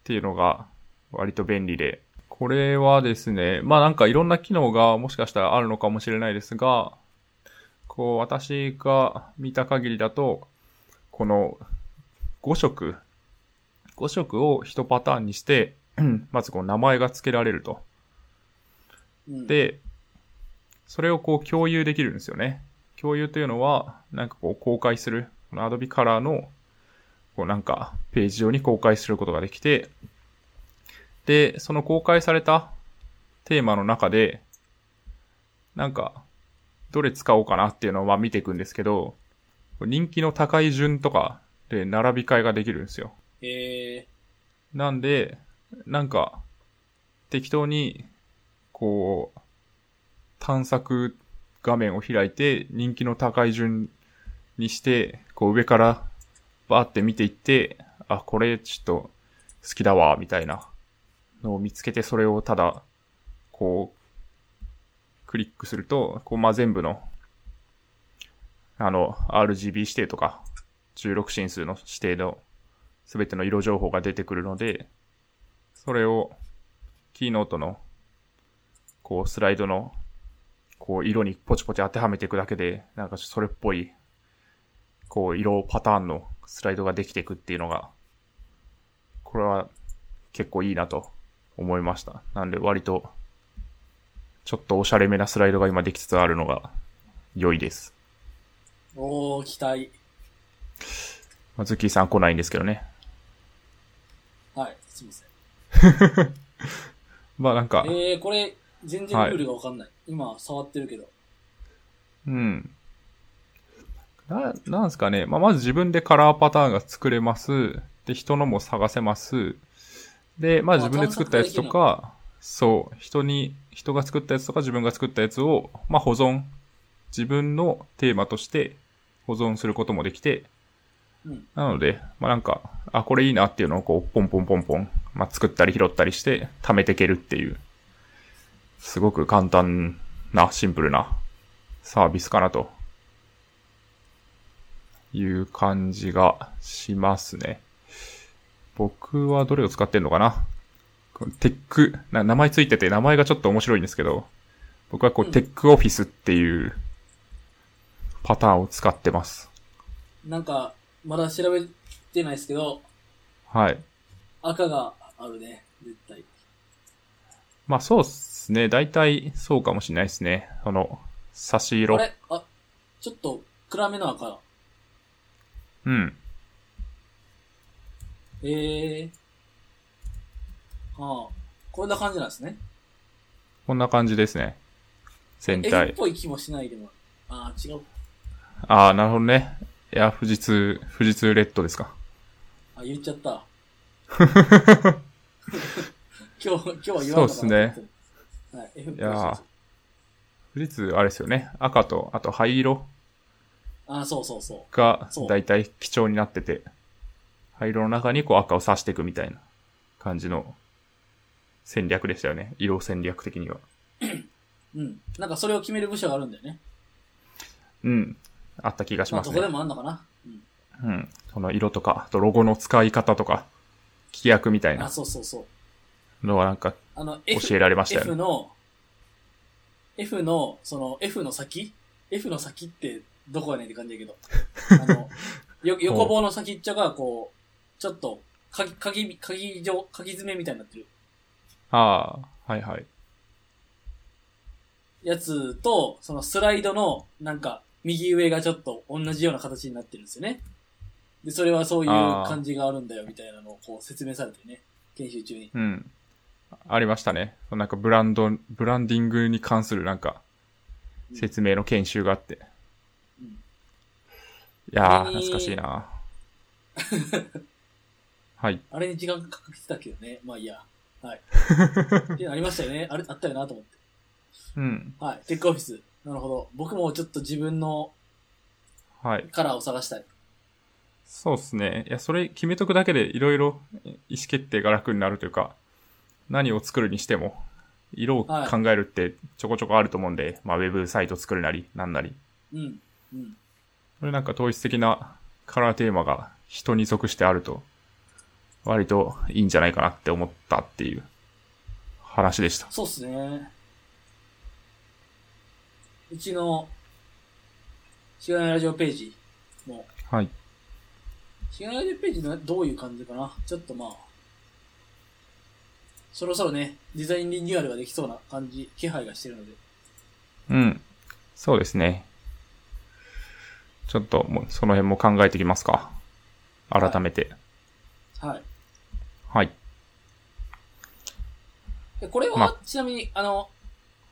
[SPEAKER 2] ていうのが割と便利で、これはですね、まあなんかいろんな機能がもしかしたらあるのかもしれないですが、こう私が見た限りだと、この5色、5色を1パターンにして、 まずこう名前が付けられると。
[SPEAKER 1] うん、
[SPEAKER 2] で、それをこう共有できるんですよね。共有というのは、なんかこう公開する、この Adobe Color の、こうなんかページ上に公開することができて、で、その公開されたテーマの中で、なんか、どれ使おうかなっていうのをまあ見ていくんですけど、人気の高い順とかで並び替えができるんですよ。
[SPEAKER 1] え
[SPEAKER 2] なんで、なんか、適当に、こう、探索画面を開いて、人気の高い順にして、こう上からバーって見ていって、あ、これちょっと好きだわ、みたいなのを見つけて、それをただ、こう、クリックすると、こう、まあ、全部の、あの、RGB 指定とか、16進数の指定のすべての色情報が出てくるので、それをキーノートのこうスライドのこう色にポチポチ当てはめていくだけで、なんかそれっぽいこう色パターンのスライドができていくっていうのが、これは結構いいなと思いました。なんで割とちょっとおしゃれめなスライドが今できつつあるのが良いです。
[SPEAKER 1] ー、おー、期待。
[SPEAKER 2] まあズッキーさん来ないんですけどね。
[SPEAKER 1] はい、すいません。
[SPEAKER 2] まあなんか。
[SPEAKER 1] えー、これ、全然ルールがわかんない。今、触ってるけど。
[SPEAKER 2] うん。な、なんすかね。まあ、まず自分でカラーパターンが作れます。で、人のも探せます。で、まあ、
[SPEAKER 1] あ
[SPEAKER 2] 自分で作ったやつと
[SPEAKER 1] 探索
[SPEAKER 2] か、そう、人に、人が作ったやつとか自分が作ったやつを、まあ、保存。自分のテーマとして保存することもできて、
[SPEAKER 1] うん。
[SPEAKER 2] なので、まあ、なんか、あ、これいいなっていうのをこう、ポンポンポンポン、まあ、作ったり拾ったりして、貯めていけるっていう、すごく簡単な、シンプルなサービスかなと、いう感じがしますね。僕はどれを使ってんのかなこのテックな、名前ついてて名前がちょっと面白いんですけど、僕はこう、
[SPEAKER 1] うん
[SPEAKER 2] テックオフィスっていうパターンを使ってます。
[SPEAKER 1] なんか、まだ調べてないですけど、
[SPEAKER 2] はい。
[SPEAKER 1] 赤があるね、絶対。
[SPEAKER 2] まあそうっすね。大体そうかもしれないですね。その、差し
[SPEAKER 1] あ
[SPEAKER 2] 色。
[SPEAKER 1] れあ、ちょっと、暗めの赤。
[SPEAKER 2] うん。
[SPEAKER 1] えー。はあ、こんな感じなんですね。
[SPEAKER 2] こんな感じですね。全
[SPEAKER 1] えっ
[SPEAKER 2] 体。
[SPEAKER 1] ぽい気もしないけど。あー、違う。
[SPEAKER 2] ああ、なるほどね。いや、富士通、富士通レッドですか。
[SPEAKER 1] あ、言っちゃった。 今日、今日は言
[SPEAKER 2] そう
[SPEAKER 1] わ
[SPEAKER 2] っ
[SPEAKER 1] ん
[SPEAKER 2] す
[SPEAKER 1] か
[SPEAKER 2] ね
[SPEAKER 1] なと思って。はい、F
[SPEAKER 2] いやー富士通、あれですよね。赤と、あと灰色
[SPEAKER 1] あ、そうそうそ
[SPEAKER 2] が
[SPEAKER 1] そう
[SPEAKER 2] 大体基調になってて、灰色の中にこう赤を差していくみたいな感じの戦略でしたよね。色戦略的には。
[SPEAKER 1] う。うん。なんかそれを決める部署があるんだよね。
[SPEAKER 2] うん。あった気がし
[SPEAKER 1] まあ、
[SPEAKER 2] ます
[SPEAKER 1] ど
[SPEAKER 2] ね。
[SPEAKER 1] こでもあんのかな。うん。
[SPEAKER 2] うん。その色とか、あとロゴの使い方とか、規約みたい
[SPEAKER 1] あ、
[SPEAKER 2] な
[SPEAKER 1] そうそうそう。
[SPEAKER 2] のはなんか
[SPEAKER 1] あの、F、
[SPEAKER 2] 教えられましたよ
[SPEAKER 1] F
[SPEAKER 2] ね。
[SPEAKER 1] の、F の、その、F の先 ?F の先ってどこやねんって感じやけど。あ の、よ横棒の先っちょが、こう、ちょっと、鍵、鍵、鍵状、鍵詰めみたいになってる
[SPEAKER 2] ああ、はいはい。
[SPEAKER 1] やつと、そのスライドの、なんか、右上がちょっと同じような形になってるんですよね。で、それはそういう
[SPEAKER 2] あー
[SPEAKER 1] 感じがあるんだよ、みたいなのをこう説明されてね。研修中に。
[SPEAKER 2] うん。ありましたね。なんかブランド、ブランディングに関するなんか、
[SPEAKER 1] うん
[SPEAKER 2] 説明の研修があって。
[SPEAKER 1] うん
[SPEAKER 2] いや
[SPEAKER 1] こ
[SPEAKER 2] ー、
[SPEAKER 1] れに
[SPEAKER 2] 懐かし いなはい。
[SPEAKER 1] あれに時間かかってたけどね。まあいいや。 はい。っていうのありましたよね。あれ、あったよなと思って。
[SPEAKER 2] うん。
[SPEAKER 1] はい。テックオフィス。なるほど。僕もちょっと自分の
[SPEAKER 2] はい。
[SPEAKER 1] カラーを探したい。
[SPEAKER 2] そうですね。いや、それ決めとくだけでいろいろ意思決定が楽になるというか、何を作るにしても、色を考
[SPEAKER 1] はい
[SPEAKER 2] えるってちょこちょこあると思うんで、まあ、ウェブサイト作るなり、なんなり。
[SPEAKER 1] うん。うん。
[SPEAKER 2] これなんか統一的なカラーテーマが人に属してあると、割といいんじゃないかなって思ったっていう話でした。
[SPEAKER 1] そうっすね。うちの、しがないラジオページも、
[SPEAKER 2] はい。
[SPEAKER 1] しがないラジオページのどういう感じかなちょっとまあ、そろそろね、デザインリニューアルができそうな感じ、気配がしてるので。
[SPEAKER 2] うん。そうですね。ちょっともうその辺も考えてきますか。改めて。
[SPEAKER 1] はい。
[SPEAKER 2] はい。
[SPEAKER 1] でこれは、
[SPEAKER 2] ま
[SPEAKER 1] ちなみに、あの、
[SPEAKER 2] はい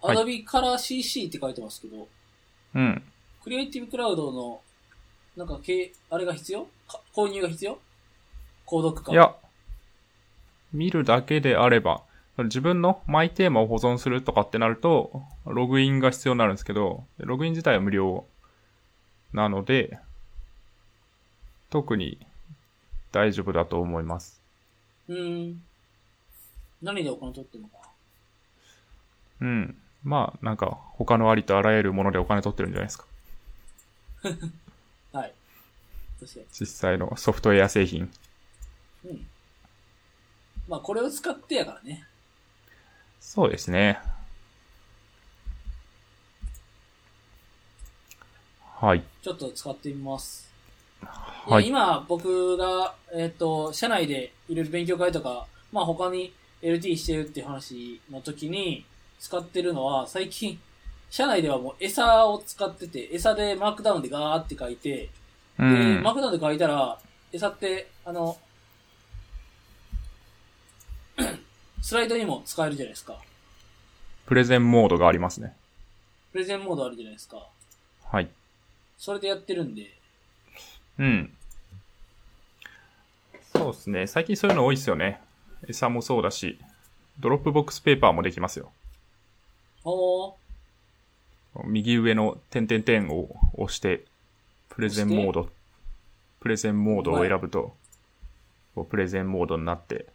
[SPEAKER 1] Adobe Color CC って書いてますけど、
[SPEAKER 2] うん。
[SPEAKER 1] クリエイティブクラウドの、なんか、けあれが必要か購入が必要購読か。
[SPEAKER 2] い。や、見るだけであれば、自分のマイテーマを保存するとかってなると、ログインが必要になるんですけど、ログイン自体は無料なので、特に大丈夫だと思います。
[SPEAKER 1] うーん。何でお金取ってるのか
[SPEAKER 2] うん。まあ、なんか、他のありとあらゆるものでお金取ってるんじゃないですか。
[SPEAKER 1] なはい。確か
[SPEAKER 2] 実際のソフトウェア製品。
[SPEAKER 1] に。うん。まあ、これを使ってやからね。
[SPEAKER 2] そうですね。はい。
[SPEAKER 1] ちょっと使ってみます。
[SPEAKER 2] は
[SPEAKER 1] で
[SPEAKER 2] い。
[SPEAKER 1] 今、僕が、えっ、と、社内でいろいろ勉強会とか、まあ他に LT してるっていう話の時に使ってるのは、最近、社内ではもう餌を使ってて、餌でマークダウンでガーって書いて、
[SPEAKER 2] う
[SPEAKER 1] で、
[SPEAKER 2] ん
[SPEAKER 1] マ。ークダウンで書いたら、餌って、あの、 スライドにも使えるじゃないですか。
[SPEAKER 2] プレゼンモードがありますね。
[SPEAKER 1] プレゼンモードあるじゃないですか。
[SPEAKER 2] はい。
[SPEAKER 1] それでやってるんで、
[SPEAKER 2] うん。そうですね。最近そういうの多いですよね。餌もそうだし、ドロップボックスペーパーもできますよ。
[SPEAKER 1] おー、
[SPEAKER 2] 右上の点々点を押して、プレゼンモード、プレゼンモードを選ぶと、こうプレゼンモードになって、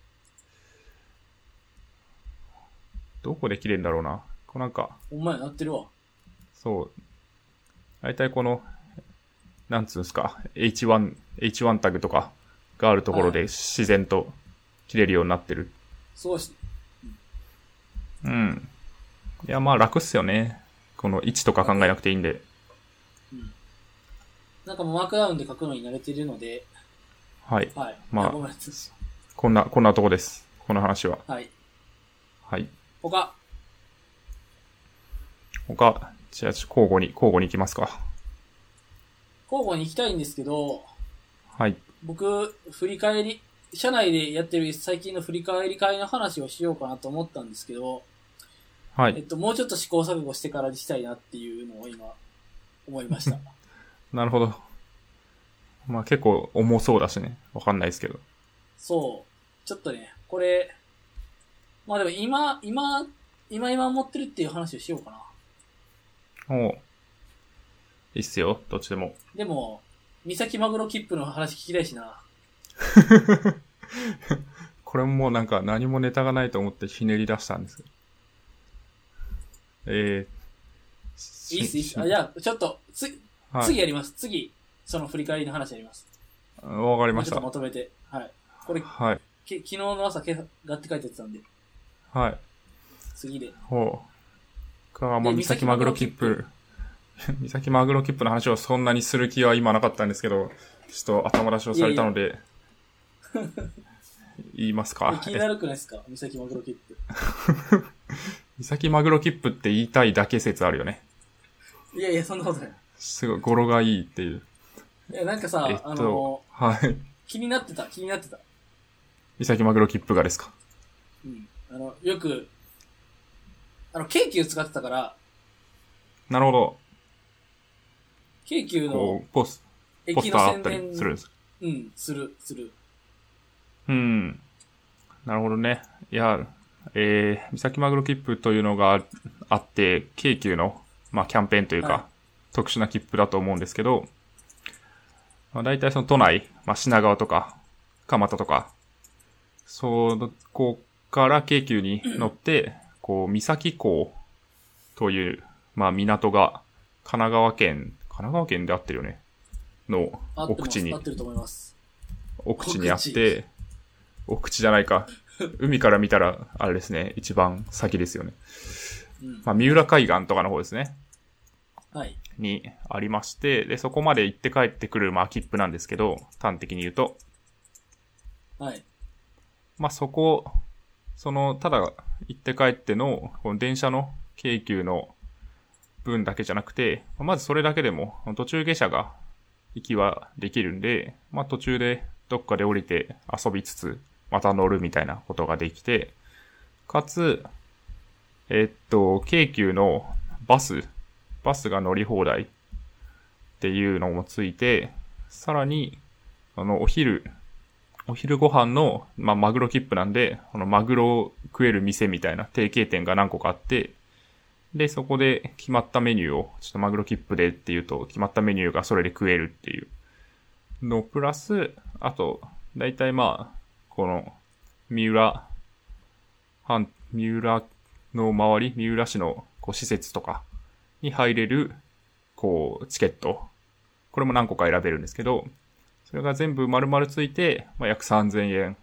[SPEAKER 2] どこで切れるんだろうな。こうなんか、
[SPEAKER 1] ほんまやなってるわ。
[SPEAKER 2] そう。大体この、なんつうんですか、H1、H1 タグとかがあるところで自然と切れるようになってる。
[SPEAKER 1] すごいっすね。
[SPEAKER 2] うん。いや、まあ楽っすよね。この位置とか考えなくていいんで。
[SPEAKER 1] なんかもうマークダウンで書くのに慣れてるので、
[SPEAKER 2] はい。
[SPEAKER 1] はい。
[SPEAKER 2] まあ
[SPEAKER 1] ごめんなさ
[SPEAKER 2] こんな、こんなとこです。この話は。
[SPEAKER 1] い。はい。
[SPEAKER 2] はい。
[SPEAKER 1] 他、
[SPEAKER 2] 他、じゃあ交互に、交互に行きますか。
[SPEAKER 1] 交互に行きたいんですけど、
[SPEAKER 2] はい。
[SPEAKER 1] 僕、振り返り、社内でやってる最近の振り返り会の話をしようかなと思ったんですけど、
[SPEAKER 2] は
[SPEAKER 1] えっ
[SPEAKER 2] い。
[SPEAKER 1] と、もうちょっと試行錯誤してからにしたいなっていうのを今、思いま した。
[SPEAKER 2] なるほど。まあ結構重そうだしね。わかんないですけど。
[SPEAKER 1] そう。ちょっとね、これ、まあでも今、今、今今持ってるっていう話をしようかな。
[SPEAKER 2] おういいっすよ。どっちでも。
[SPEAKER 1] でも、三崎マグロ切符の話聞きたいしな。
[SPEAKER 2] これももうなんか何もネタがないと思ってひねり出したんですけど。えー、
[SPEAKER 1] いいっす、いいっ す。あ、
[SPEAKER 2] し
[SPEAKER 1] じゃあ、ちょっと、つ、
[SPEAKER 2] はい
[SPEAKER 1] 次やります。次、その振り返りの話やります。
[SPEAKER 2] わかりまし
[SPEAKER 1] ちょったと。まとめて。はい。これ、
[SPEAKER 2] はい。
[SPEAKER 1] き昨日の朝、けがって書いてやつなんで、
[SPEAKER 2] はい。
[SPEAKER 1] 次で。
[SPEAKER 2] ほう。か、まあ、
[SPEAKER 1] で
[SPEAKER 2] 三崎マグロ切符。 三崎マグロ切符の話をそんなにする気は今なかったんですけど、ちょっと頭出しをされたので、言いますか。
[SPEAKER 1] 気になるく ないですか三崎マグロ切符。
[SPEAKER 2] 三崎マグロ切符って言いたいだけ説あるよね。
[SPEAKER 1] いやいや、そんなことない。
[SPEAKER 2] すごい、語呂がいいっていう。
[SPEAKER 1] いや、なんかさ、
[SPEAKER 2] えっ
[SPEAKER 1] あ
[SPEAKER 2] と
[SPEAKER 1] の、、
[SPEAKER 2] はい。
[SPEAKER 1] 気になってた、気になってた。
[SPEAKER 2] 三崎マグロ切符がですか。
[SPEAKER 1] うん。あの、よく、あの、京急使ってたから、
[SPEAKER 2] なるほど。
[SPEAKER 1] 京急の
[SPEAKER 2] こう、ポス、ポ
[SPEAKER 1] 駅
[SPEAKER 2] スタ
[SPEAKER 1] の
[SPEAKER 2] ーあっ
[SPEAKER 1] 宣
[SPEAKER 2] たり
[SPEAKER 1] 伝
[SPEAKER 2] するんです。
[SPEAKER 1] うん、する、する。
[SPEAKER 2] うん。なるほどね。いや、えー、三崎マグロ切符というのがあって、京急の、まあ、キャンペーンというか、
[SPEAKER 1] は
[SPEAKER 2] 特殊な切符だと思うんですけど、まあ、大体その都内、まあ、品川とか、蒲田とか、そこから京急に乗って、こう、三崎港という、まあ、港が、神奈川県、神奈川県であってるよね。の、
[SPEAKER 1] 合って
[SPEAKER 2] 奥
[SPEAKER 1] ま
[SPEAKER 2] 地
[SPEAKER 1] す。
[SPEAKER 2] に
[SPEAKER 1] 合っ、てると思います。
[SPEAKER 2] 奥地にあって、奥地じゃないか。海から見たら、あれですね、一番先ですよね。
[SPEAKER 1] うん。
[SPEAKER 2] まあ、三浦海岸とかの方ですね。
[SPEAKER 1] はい。
[SPEAKER 2] にありまして、で、そこまで行って帰ってくる、まあ、切符なんですけど、端的に言うと、
[SPEAKER 1] はい。
[SPEAKER 2] まあ、そこ、その、ただ行って帰っての、この電車の京急の分だけじゃなくて、まずそれだけでも、途中下車が行きはできるんで、まあ、途中でどっかで降りて遊びつつ、また乗るみたいなことができて、かつ、えっと、京急のバス、バスが乗り放題っていうのもついて、さらに、あの、お昼、お昼ご飯の、まあ、マグロ切符なんで、このマグロを食える店みたいな提携店が何個かあって、で、そこで決まったメニューを、ちょっとマグロ切符でっていうと、決まったメニューがそれで食えるっていうの、プラス、あと、だいたいまあ、この、三浦、半、三浦の周り、三浦市のこう施設とかに入れる、こう、チケット。これも何個か選べるんですけど、それが全部丸々ついて、まあ、約3000円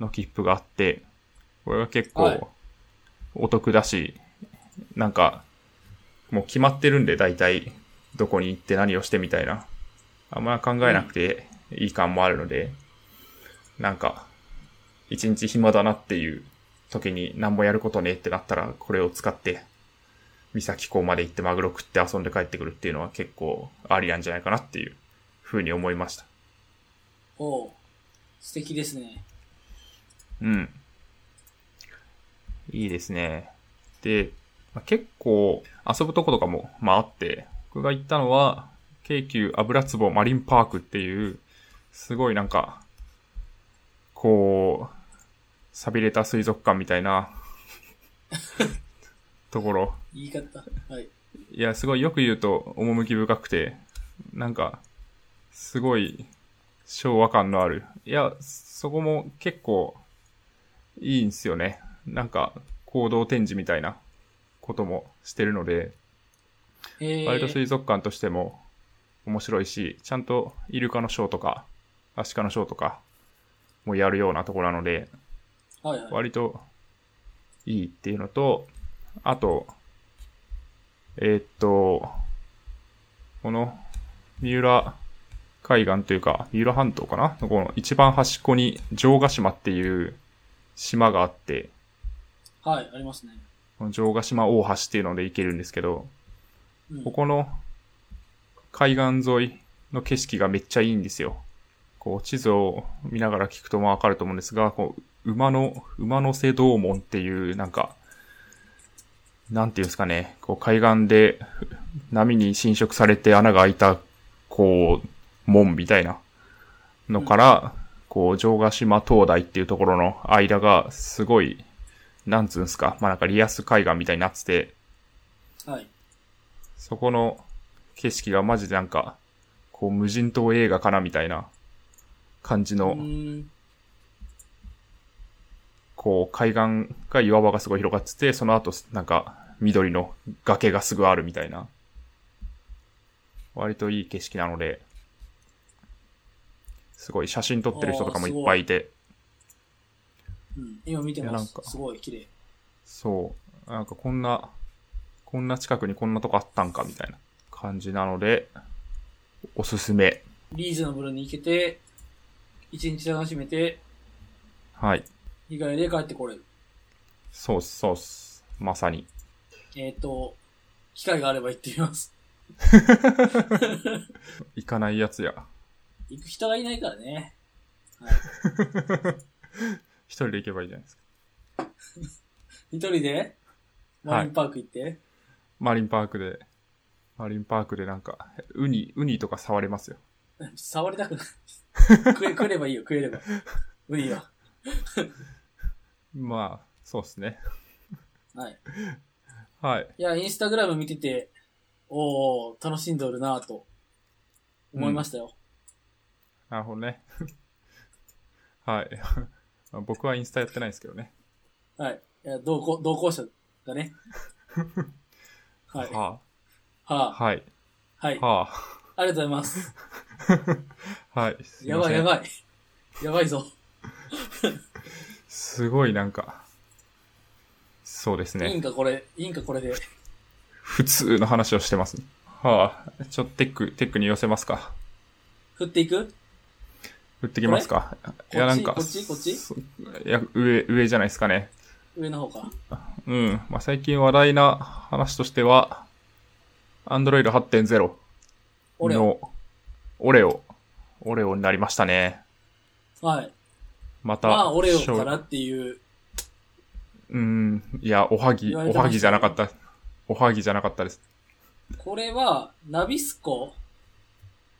[SPEAKER 2] の切符があって、これは結
[SPEAKER 1] はい
[SPEAKER 2] 構お得だし、なんか、もう決まってるんで、大体、どこに行って何をしてみたいな。あんま考えなくていい感もあるので、なんか、一日暇だなっていう時に何もやることねえってなったら、これを使って、三崎港まで行ってマグロ食って遊んで帰ってくるっていうのは結構ありなんじゃないかなっていうふうに思いました。
[SPEAKER 1] おう素敵ですね。
[SPEAKER 2] うん。いいですね。で、まあ結構遊ぶとことかも、まあ、あって、僕が行ったのは、京急油壺マリンパークっていう、すごいなんか、こう、錆びれた水族館みたいな、ところ。
[SPEAKER 1] 言い方。はい。
[SPEAKER 2] いや、すごいよく言うと、趣深くて、なんか、すごい、昭和感のある。いや、そこも結構、いいんすよね。なんか、行動展示みたいなこともしてるので、
[SPEAKER 1] へえ。
[SPEAKER 2] 割と水族館としても面白いし、ちゃんとイルカのショーとか、アシカのショーとか、もやるようなところなので、
[SPEAKER 1] はいはい。
[SPEAKER 2] 割といいっていうのと、あと、えーっと、この三浦海岸というか、三浦半島かなこの一番端っこに城ヶ島っていう島があって、
[SPEAKER 1] はい、ありますね。
[SPEAKER 2] この城ヶ島大橋っていうので行けるんですけど、
[SPEAKER 1] うん
[SPEAKER 2] ここの海岸沿いの景色がめっちゃいいんですよ。こう地図を見ながら聞くともわかると思うんですが、こう馬の、馬の背道門っていうなんか、なんていうんですかね、こう海岸で波に侵食されて穴が開いた、こう、門みたいなのから、こう城ヶ島灯台っていうところの間がすごい、なんつうんですか、まあなんかリアス海岸みたいになってて、
[SPEAKER 1] はい。
[SPEAKER 2] そこの景色がマジでなんか、こう無人島映画かなみたいな感じ
[SPEAKER 1] う
[SPEAKER 2] の、
[SPEAKER 1] ーん。
[SPEAKER 2] こう海岸が岩場がすごい広がってて、その後なんか緑の崖がすぐあるみたいな。割といい景色なので、すごい写真撮ってる人とかもいっぱいいて、
[SPEAKER 1] うん。今見て
[SPEAKER 2] いや
[SPEAKER 1] ま
[SPEAKER 2] なん
[SPEAKER 1] す
[SPEAKER 2] か。
[SPEAKER 1] すごい綺麗。
[SPEAKER 2] そう。なんかこんな、こんな近くにこんなとこあったんかみたいな感じなので、おすすめ。
[SPEAKER 1] リーズナブルに行けて、一日楽しめて、
[SPEAKER 2] はい。
[SPEAKER 1] 日帰りで帰ってこれる。
[SPEAKER 2] そうっす、そうっす。まさに。
[SPEAKER 1] えっ、と、機会があれば行ってみます。
[SPEAKER 2] 行かないや つや。
[SPEAKER 1] 行く人がいないからね。
[SPEAKER 2] 一人で行けばいいじゃないですか。
[SPEAKER 1] 一人で、マリンパーク行って、
[SPEAKER 2] マリンパークで、マリンパークでなんか、ウニ、ウニとか触れますよ。
[SPEAKER 1] 触りたくない。食え、食えればいいよ、食えれば。無理よ。
[SPEAKER 2] まあ、そうっすね。
[SPEAKER 1] はい。
[SPEAKER 2] はい。
[SPEAKER 1] いや、インスタグラム見てて、おー、楽しんどるなぁと思いましたよ。
[SPEAKER 2] なるほどね。 はい。まあ僕はインスタやってないですけどね。
[SPEAKER 1] はい。いや同行、同行者が ね。はい。は
[SPEAKER 2] はあ、
[SPEAKER 1] あ、
[SPEAKER 2] はい。
[SPEAKER 1] はい。
[SPEAKER 2] は
[SPEAKER 1] ありがとうございます。
[SPEAKER 2] あ、はい。
[SPEAKER 1] やばいや
[SPEAKER 2] い。
[SPEAKER 1] ばい。やばいぞ。
[SPEAKER 2] すごいなんか、そうです
[SPEAKER 1] いい
[SPEAKER 2] ね
[SPEAKER 1] ん。かこれ、いいんかこれで。
[SPEAKER 2] 普通の話をしてます、ね。はあ、ちょっとテック、テックに寄せますか。
[SPEAKER 1] 振っていく
[SPEAKER 2] 打ってきますか。い
[SPEAKER 1] こ
[SPEAKER 2] や、な
[SPEAKER 1] っち
[SPEAKER 2] んか、
[SPEAKER 1] こっちこっち
[SPEAKER 2] そいや、上、上じゃないですかね。
[SPEAKER 1] 上の方か。
[SPEAKER 2] うん。まあ、最近話題な話としては、Android 8.0
[SPEAKER 1] 俺は。
[SPEAKER 2] のオレオ。オレオになりましたね。
[SPEAKER 1] はい。
[SPEAKER 2] また、
[SPEAKER 1] まあ、オレオ
[SPEAKER 2] しょ
[SPEAKER 1] か
[SPEAKER 2] う
[SPEAKER 1] らっていう。
[SPEAKER 2] うん。いや、おはぎ、
[SPEAKER 1] 言わ
[SPEAKER 2] お
[SPEAKER 1] れてましたね
[SPEAKER 2] はぎじゃなかった。おはぎじゃなかったです。
[SPEAKER 1] これは、ナビスコ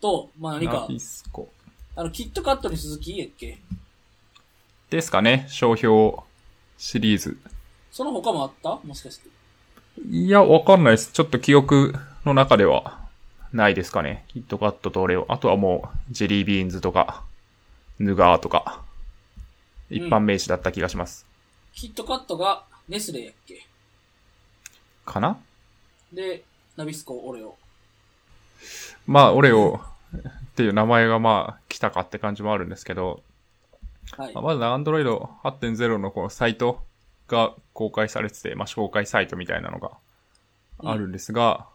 [SPEAKER 1] と、まあ何
[SPEAKER 2] ナ
[SPEAKER 1] か、
[SPEAKER 2] ビスコ。
[SPEAKER 1] あの、キットカットに続きやっけ
[SPEAKER 2] ですかね、商標シリーズ。
[SPEAKER 1] その他もあったもしかして。
[SPEAKER 2] いや、わかんないです。ちょっと記憶の中ではないですかね。キットカットとオレオ。あとはもう、ジェリービーンズとか、ヌガーとか、一般名詞だった気がします。
[SPEAKER 1] キットカットがネスレやっけ
[SPEAKER 2] かな
[SPEAKER 1] で、ナビスコ、オレオ。
[SPEAKER 2] まあ、オレオっていう名前がまあ、来たかって感じもあるんですけど、
[SPEAKER 1] はい
[SPEAKER 2] まあ。まず Android 8.0のこのサイトが公開されてて、まあ、紹介サイトみたいなのがあるんですが、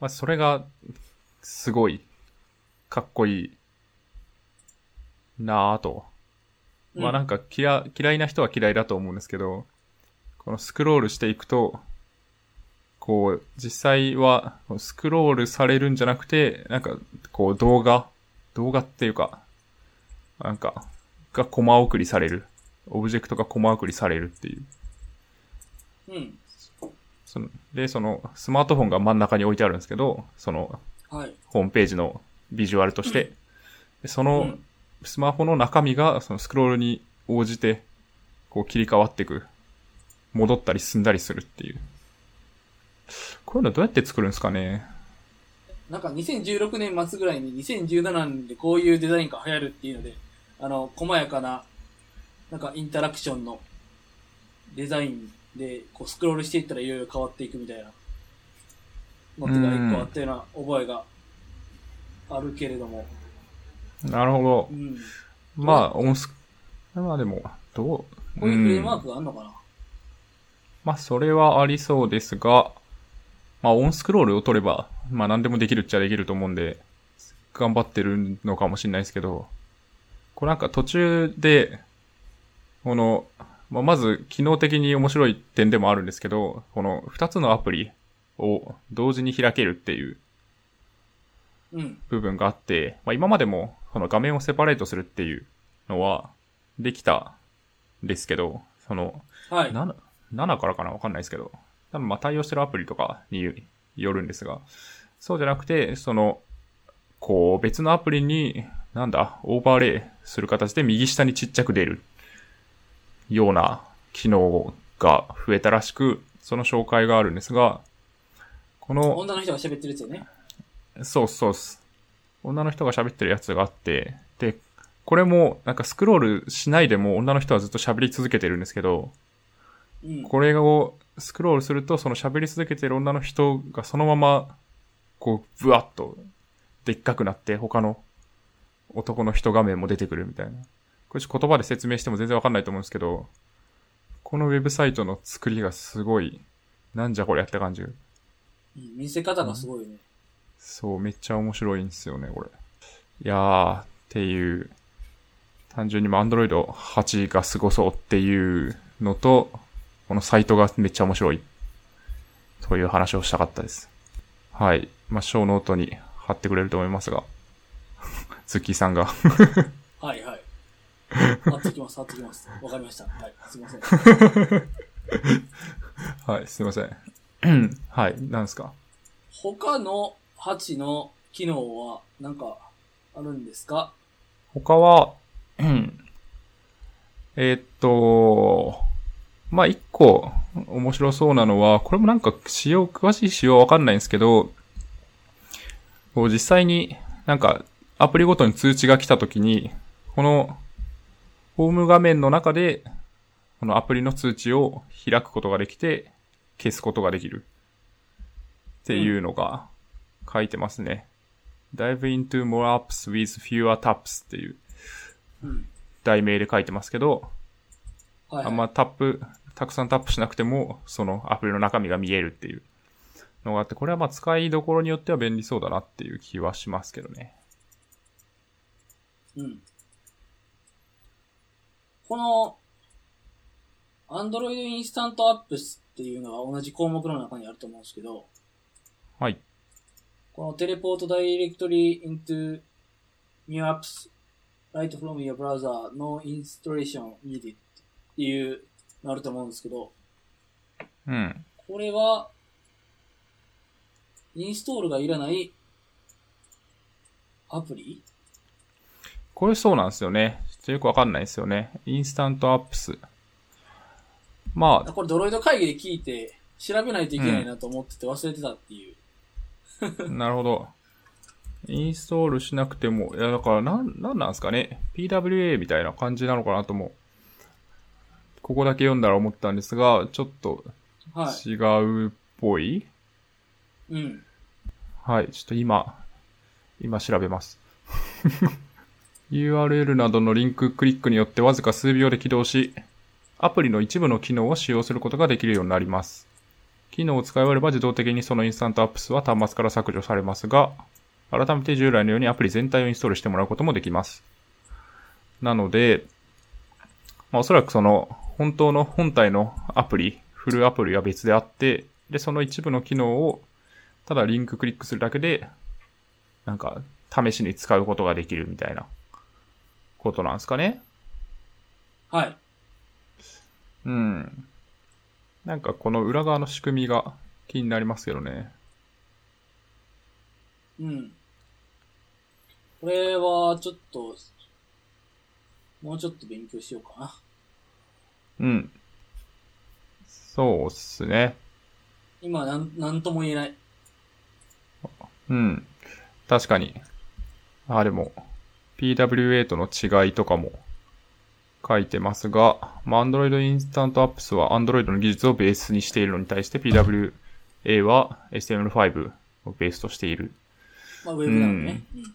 [SPEAKER 2] まあ、それが、すごい、かっこいい、なぁと。
[SPEAKER 1] うん
[SPEAKER 2] まあ、なんか嫌、嫌いな人は嫌いだと思うんですけど、このスクロールしていくと、こう、実際は、スクロールされるんじゃなくて、なんか、こう、動画、動画っていうか、なんか、がコマ送りされる。オブジェクトがコマ送りされるっていう。
[SPEAKER 1] うん。
[SPEAKER 2] そので、その、スマートフォンが真ん中に置いてあるんですけど、その、
[SPEAKER 1] はい。
[SPEAKER 2] ホームページのビジュアルとして、でそうの
[SPEAKER 1] ん。
[SPEAKER 2] スマホの中身が、そのスクロールに応じて、こう切り替わっていく。戻ったり進んだりするっていう。こういうのどうやって作るんですかね
[SPEAKER 1] なんか2016年末ぐらいに2017年でこういうデザインが流行るっていうので、あの、細やかな、なんかインタラクションのデザインで、こうスクロールしていったらいろいろ変わっていくみたいなのとが一個あったような覚えがあるけれども。
[SPEAKER 2] なるほど
[SPEAKER 1] う。ん。
[SPEAKER 2] まあ、オンス、まあでも、どう
[SPEAKER 1] こういうフレームワークがあんのかな
[SPEAKER 2] まあ、それはありそうですが、まあ、オンスクロールを取れば、まあ、何でもできるっちゃできると思うんで、頑張ってるのかもしれないですけど、これなんか途中で、この、まあ、まず、機能的に面白い点でもあるんですけど、この2つのアプリを同時に開けるっていう
[SPEAKER 1] うん。
[SPEAKER 2] 部分があって、まあ、今までも、その画面をセパレートするっていうのは、できたんですけど、その、
[SPEAKER 1] はい。
[SPEAKER 2] 7, 7からかなわかんないですけど、多分まあ対応してるアプリとかによるんですが、そうじゃなくて、その、こう別のアプリに、なんだ、オーバーレイする形で右下にちっちゃく出るような機能が増えたらしく、その紹介があるんですが、この、
[SPEAKER 1] 女の人が喋ってるやつよね。
[SPEAKER 2] そうっすそうっす。女の人が喋ってるやつがあって、で、これもなんかスクロールしないでも女の人はずっと喋り続けてるんですけど、
[SPEAKER 1] うん。
[SPEAKER 2] これをスクロールすると、その喋り続けてる女の人がそのまま、こう、ブワッと、でっかくなって、他の男の人画面も出てくるみたいな。これちょっと言葉で説明しても全然わかんないと思うんですけど、このウェブサイトの作りがすごい、なんじゃこれやった感じ。
[SPEAKER 1] うん見せ方がすごいね。
[SPEAKER 2] そう、めっちゃ面白いんですよね、これ。いやー、っていう、単純にも Android 8がすごそうっていうのと、このサイトがめっちゃ面白い。という話をしたかったです。はい。まあ、小ノートに貼ってくれると思いますが、 ズッキーさんが。
[SPEAKER 1] はいはい。あってきます、あってきます。わかりました。はい、すいません。
[SPEAKER 2] はい、すいません。 はい、なんですか
[SPEAKER 1] 他の8の機能はなんかあるんですか
[SPEAKER 2] 他は、うんえーっと、まあ、一個面白そうなのは、これもなんか仕様、詳しい仕様はわかんないんですけど、こう実際になんか、アプリごとに通知が来たときに、この、ホーム画面の中で、このアプリの通知を開くことができて、消すことができる。っていうのが書いてますね。Dive into more apps with fewer taps っていう
[SPEAKER 1] うん。
[SPEAKER 2] 題名で書いてますけど、
[SPEAKER 1] はい、
[SPEAKER 2] あんまタップ、たくさんタップしなくても、そのアプリの中身が見えるっていうのがあって、これはまあ使いどころによっては便利そうだなっていう気はしますけどね。
[SPEAKER 1] うん。この、Android インスタントアップスっていうのが同じ項目の中にあると思うんですけど、
[SPEAKER 2] はい。
[SPEAKER 1] このテレポートダイレクトリー into new apps right from your browser no installation needed っていうのあると思うんですけど、
[SPEAKER 2] うん。
[SPEAKER 1] これは、インストールがいらないアプリ
[SPEAKER 2] これそうなんですよね。ちょっとよくわかんないですよね。インスタントアップス。ま あ、
[SPEAKER 1] これドロイド会議で聞いて調べないといけないなと思ってて忘れてたっていう。
[SPEAKER 2] なるほど。インストールしなくても、いや、だから、なん、なんなんですかね。PWA みたいな感じなのかなとも、ここだけ読んだら思ったんですが、ちょっと
[SPEAKER 1] は
[SPEAKER 2] 違うっぽい、
[SPEAKER 1] い。うん。
[SPEAKER 2] はい、ちょっと今、今調べます。URL などのリンククリックによってわずか数秒で起動し、アプリの一部の機能を使用することができるようになります。機能を使い終われば自動的にそのインスタントアップスは端末から削除されますが、改めて従来のようにアプリ全体をインストールしてもらうこともできます。なので、まあ、おそらくその、本当の本体のアプリ、フルアプリは別であって、で、その一部の機能をただリンククリックするだけで、なんか、試しに使うことができるみたいな、ことなんですかね。
[SPEAKER 1] はい。
[SPEAKER 2] うん。なんかこの裏側の仕組みが気になりますけどね。
[SPEAKER 1] うん。これは、ちょっと、もうちょっと勉強しようかな。
[SPEAKER 2] うん。そうっすね。
[SPEAKER 1] 今、なん、なんとも言えない。
[SPEAKER 2] うん。確かに。あ、でも、PWA との違いとかも書いてますが、まあ、Android インスタントアップスは Android の技術をベースにしているのに対して PWA は HTML5 をベースとしている。
[SPEAKER 1] まあ、ウェブなのね。うん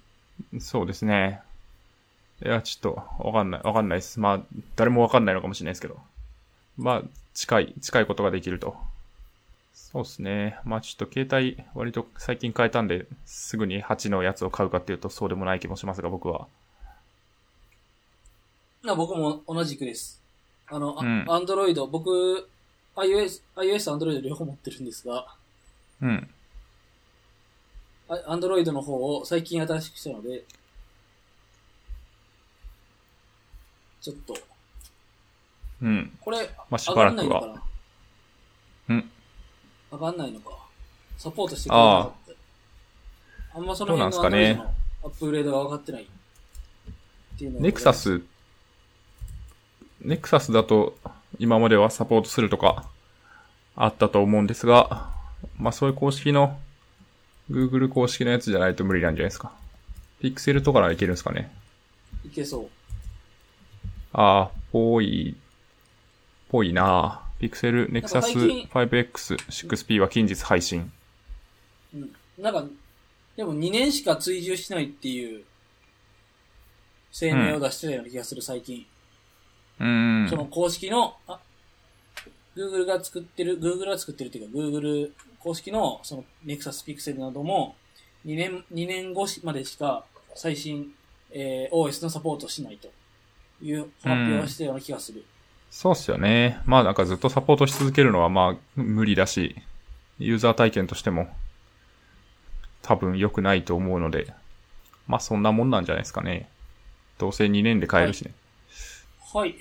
[SPEAKER 2] そうですね。いや、ちょっと、わかんない、わかんないです。まあ、誰もわかんないのかもしれないですけど。まあ、近い、近いことができると。そうですね。まあ、ちょっと携帯、割と最近変えたんで、すぐに8のやつを買うかっていうと、そうでもない気もしますが、僕は。
[SPEAKER 1] な僕も同じくです。あの、
[SPEAKER 2] うん
[SPEAKER 1] アンドロイド、僕、iOS、iOS と Android 両方持ってるんですが、
[SPEAKER 2] うん。
[SPEAKER 1] あ Android の方を最近新しくしたので、ちょっと、
[SPEAKER 2] うん。
[SPEAKER 1] これ、
[SPEAKER 2] まあ、し
[SPEAKER 1] 上
[SPEAKER 2] ば
[SPEAKER 1] が
[SPEAKER 2] ら
[SPEAKER 1] んない
[SPEAKER 2] く
[SPEAKER 1] の
[SPEAKER 2] は。
[SPEAKER 1] か
[SPEAKER 2] う
[SPEAKER 1] なん上がんないのか。サポートしてくれなかった。あんまその辺の
[SPEAKER 2] どうなん
[SPEAKER 1] Android
[SPEAKER 2] すか
[SPEAKER 1] のアップグレードが分かってない。っていうのが
[SPEAKER 2] ネクサス、ネクサスだと今まではサポートするとかあったと思うんですが、まあそういう公式の、Google 公式のやつじゃないと無理なんじゃないですか。ピクセルとかならいけるんですかね。
[SPEAKER 1] いけそう。
[SPEAKER 2] ああ、ぽい、ぽいなあピクセル、ネクサス
[SPEAKER 1] なん
[SPEAKER 2] 5X、6P は近日配信。
[SPEAKER 1] うん。なんか、でも2年しか追従しないっていう声明を出してたような気がする、最近。
[SPEAKER 2] うーん
[SPEAKER 1] そ。の公式の、あ、Google が作ってる、Google が作ってるっていうか、Google 公式の、その Nexus Pixel なども、2年、2年後までしか最新、えー OS のサポートをしないという発表をしたような気がする。
[SPEAKER 2] そうっすよね。まあなんかずっとサポートし続けるのはまあ無理だし、ユーザー体験としても多分良くないと思うので、まあそんなもんなんじゃないですかね。どうせ2年で買えるしね。
[SPEAKER 1] はい。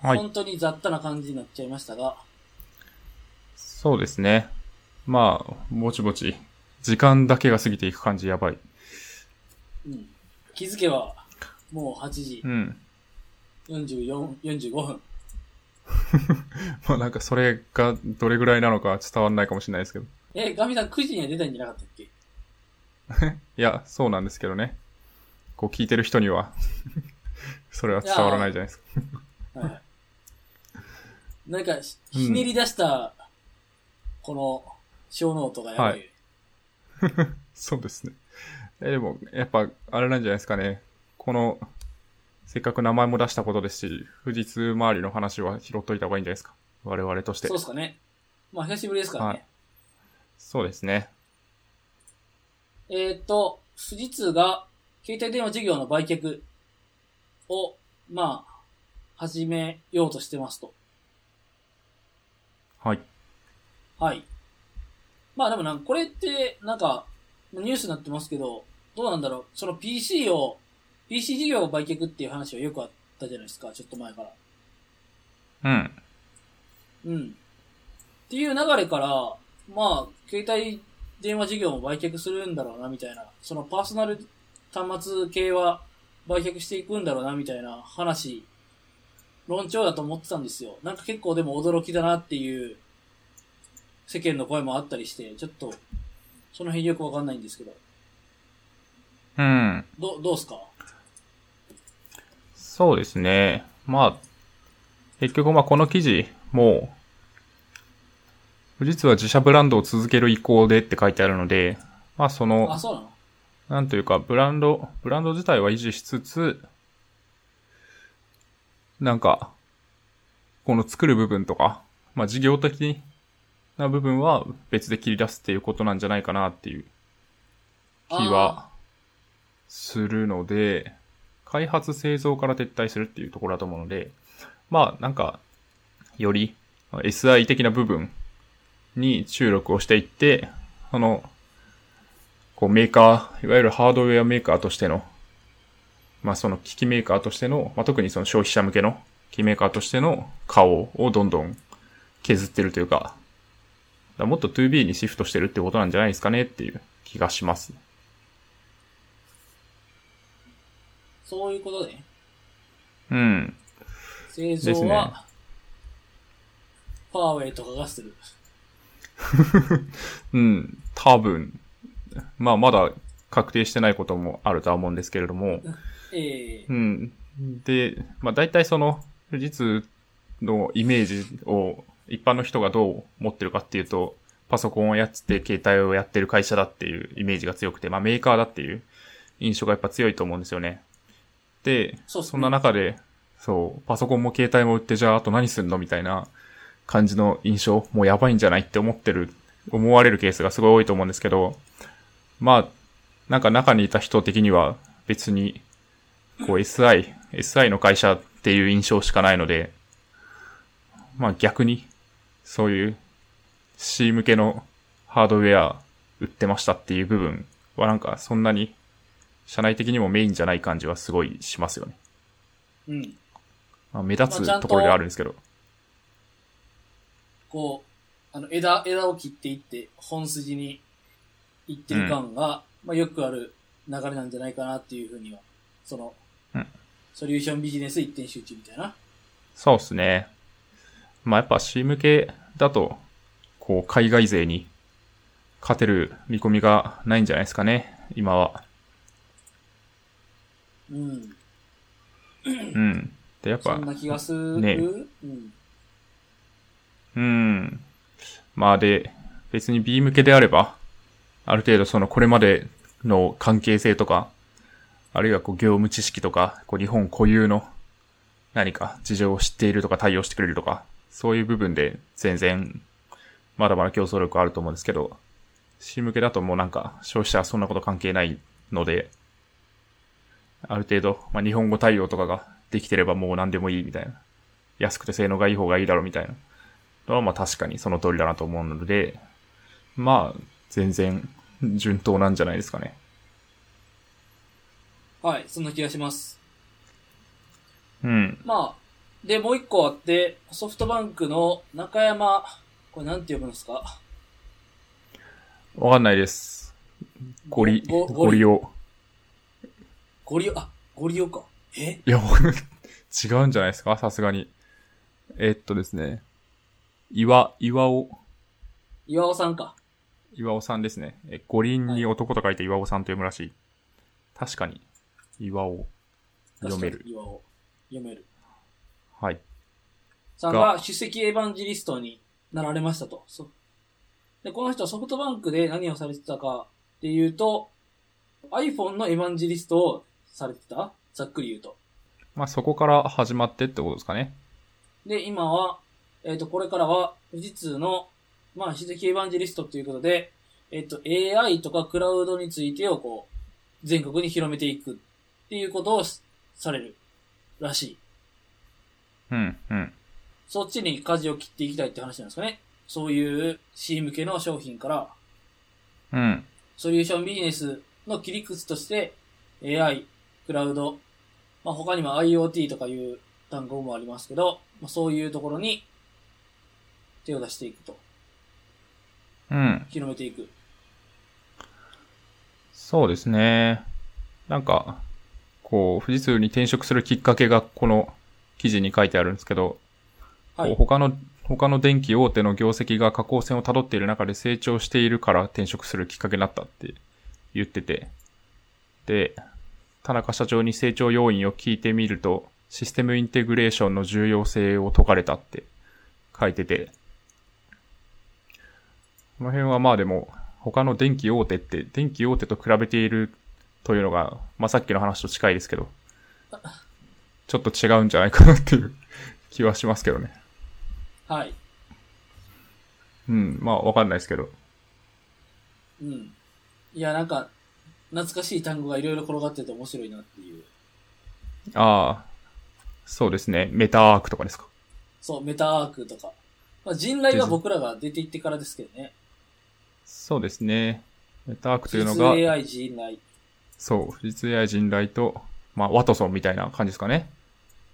[SPEAKER 2] はい。
[SPEAKER 1] 本当に雑多な感じになっちゃいましたが、
[SPEAKER 2] そうですね。まあ、ぼちぼち。時間だけが過ぎていく感じやばい。
[SPEAKER 1] うん。気づけば、もう8時
[SPEAKER 2] うん。
[SPEAKER 1] 44、45分。
[SPEAKER 2] まあなんかそれがどれぐらいなのか伝わんないかもしれないですけど。
[SPEAKER 1] え、ガミさん9時には出たんじゃなかったっけ
[SPEAKER 2] いや、そうなんですけどね。こう聞いてる人には、 それは伝わらないじゃないですか。
[SPEAKER 1] はい。なんか、ひ
[SPEAKER 2] うん
[SPEAKER 1] ひねり出した、この、小ノートがやばい。
[SPEAKER 2] はいそうですね。えでも、やっぱ、あれなんじゃないですかね。この、せっかく名前も出したことですし、富士通周りの話は拾っといた方がいいんじゃないですか。我々として。
[SPEAKER 1] そうですかね。まあ、久しぶりですからね。
[SPEAKER 2] そうですね。
[SPEAKER 1] えーっと、富士通が携帯電話事業の売却を、まあ、始めようとしてますと。
[SPEAKER 2] はい。
[SPEAKER 1] はい。まあでもなんか、これって、なんか、ニュースになってますけど、どうなんだろう。その PC を、PC 事業を売却っていう話はよくあったじゃないですか、ちょっと前から。
[SPEAKER 2] うん。
[SPEAKER 1] うん。っていう流れから、まあ、携帯電話事業も売却するんだろうな、みたいな。そのパーソナル端末系は売却していくんだろうな、みたいな話、論調だと思ってたんですよ。なんか結構でも驚きだなっていう、世間の声もあったりして、ちょっと、その辺よくわかんないんですけど。
[SPEAKER 2] うん。
[SPEAKER 1] ど、どうすか
[SPEAKER 2] そうですね。まあ、結局、まあ、この記事、もう、実は自社ブランドを続ける意向でって書いてあるので、まあ、その
[SPEAKER 1] あ、、そうなの
[SPEAKER 2] なんというか、ブランド、ブランド自体は維持しつつ、なんか、この作る部分とか、まあ事業的な部分は別で切り出すっていうことなんじゃないかなっていう気はするので、開発製造から撤退するっていうところだと思うので、まあなんか、より SI 的な部分に注力をしていって、あの、こうメーカー、いわゆるハードウェアメーカーとしての、まあその機器メーカーとしての、まあ特にその消費者向けの機器メーカーとしての顔をどんどん削ってるというか、だからもっと 2B にシフトしてるってことなんじゃないですかねっていう気がします。
[SPEAKER 1] そういうことね。
[SPEAKER 2] うん。
[SPEAKER 1] 製造
[SPEAKER 2] ですね
[SPEAKER 1] は、ファーウェイとかがする。
[SPEAKER 2] うん、多分。まあ、まだ確定してないこともあるとは思うんですけれども。
[SPEAKER 1] ええ
[SPEAKER 2] うん。で、まあ、大体その、富士通のイメージを一般の人がどう持ってるかっていうと、パソコンをやってて、携帯をやってる会社だっていうイメージが強くて、まあ、メーカーだっていう印象がやっぱ強いと思うんですよね。で、
[SPEAKER 1] そうっすね
[SPEAKER 2] そんな中で、そう、パソコンも携帯も売って、じゃああと何すんのみたいな感じの印象、もうやばいんじゃないって思ってる、思われるケースがすごい多いと思うんですけど、まあ、なんか中にいた人的には別に、こう SI、SI の会社っていう印象しかないので、まあ逆に、そういう C 向けのハードウェア売ってましたっていう部分はなんかそんなに社内的にもメインじゃない感じはすごいしますよね。
[SPEAKER 1] うん。
[SPEAKER 2] まあ、目立
[SPEAKER 1] まあちゃん
[SPEAKER 2] つ
[SPEAKER 1] と
[SPEAKER 2] ところではあるんですけど。
[SPEAKER 1] こう、あの、枝、枝を切っていって、本筋に行ってる感が、まあ、よくある流れなんじゃないかなっていうふうには、その、
[SPEAKER 2] うん
[SPEAKER 1] ソリューションビジネス一点集中みたいな。
[SPEAKER 2] そうですね。まあやっぱ C 向けだと、こう海外勢に勝てる見込みがないんじゃないですかね、今は。
[SPEAKER 1] うん。
[SPEAKER 2] うん。で、やっ
[SPEAKER 1] そ
[SPEAKER 2] ぱ
[SPEAKER 1] ん、な気がする。
[SPEAKER 2] ね
[SPEAKER 1] うん。
[SPEAKER 2] うん。まあで、別に B 向けであれば、ある程度そのこれまでの関係性とか、あるいはこう業務知識とか、こう日本固有の何か事情を知っているとか対応してくれるとか、そういう部分で全然まだまだ競争力あると思うんですけど、C 向けだともうなんか消費者はそんなこと関係ないので、ある程度、まあ、日本語対応とかができてればもう何でもいいみたいな。安くて性能がいい方がいいだろうみたいな。のはまあ確かにその通りだなと思うので、まあ全然順当なんじゃないですかね。
[SPEAKER 1] はい、そんな気がします。
[SPEAKER 2] うん。
[SPEAKER 1] まあ、で、もう一個あって、ソフトバンクの中山、これなんて呼ぶんですか
[SPEAKER 2] わかんないです。ゴリ、
[SPEAKER 1] ごご
[SPEAKER 2] ゴリを。
[SPEAKER 1] ゴリオ、あ、ゴリオか。え
[SPEAKER 2] いや、 違うんじゃないですかさすがに。えっとですね。岩、岩尾、
[SPEAKER 1] 岩尾さんか。
[SPEAKER 2] 岩尾さんですね。え、五輪に男と書いて岩尾さんと読むらしい。確かに、岩尾、読
[SPEAKER 1] 確
[SPEAKER 2] める
[SPEAKER 1] か。に岩尾。読める。
[SPEAKER 2] はい。
[SPEAKER 1] さんが首席エヴァンジリストになられましたと。そうで、この人はソフトバンクで何をされてたかっていうと、iPhone のエヴァンジリストをされてたざっくり言うと。
[SPEAKER 2] まあ、そこから始まってってことですかね。
[SPEAKER 1] で、今は、えっ、と、これからは富士通の、まあ、首席エヴァンジリストということで、えっ、と、AI とかクラウドについてをこう、全国に広めていくっていうことをしされるらしい。
[SPEAKER 2] うん、うん。
[SPEAKER 1] そっちに舵を切っていきたいって話なんですかね。そういう C 向けの商品から、
[SPEAKER 2] うん。
[SPEAKER 1] ソリューションビジネスの切り口として、AI、クラウド、まあ、他にも IoT とかいう単語もありますけど、まあ、そういうところに手を出していくと。
[SPEAKER 2] うん。
[SPEAKER 1] 広めていく。
[SPEAKER 2] そうですね。なんか、こう、富士通に転職するきっかけがこの記事に書いてあるんですけど、
[SPEAKER 1] は
[SPEAKER 2] こう
[SPEAKER 1] い。
[SPEAKER 2] 他の、他の電気大手の業績が下降線を辿っている中で成長しているから転職するきっかけになったって言ってて。で、田中社長に成長要因を聞いてみると、システムインテグレーションの重要性を解かれたって書いてて。この辺はまあでも、他の電気大手って、電気大手と比べているというのが、まあさっきの話と近いですけど、ちょっと違うんじゃないかなっていう 気はしますけどね。
[SPEAKER 1] はい。
[SPEAKER 2] うん、まあわかんないですけど。
[SPEAKER 1] うん。いや、なんか、懐かしい単語がいろいろ転がってて面白いなっていう。
[SPEAKER 2] ああ、そうですね。メタアークとかですか。
[SPEAKER 1] そう、メタアークとか。まあ、人雷は僕らが出て行ってからですけどね。
[SPEAKER 2] そうですね。メタアークというのが、
[SPEAKER 1] AI 人雷。
[SPEAKER 2] そう、富士通 AI 人雷と、まあ、ワトソンみたいな感じですかね。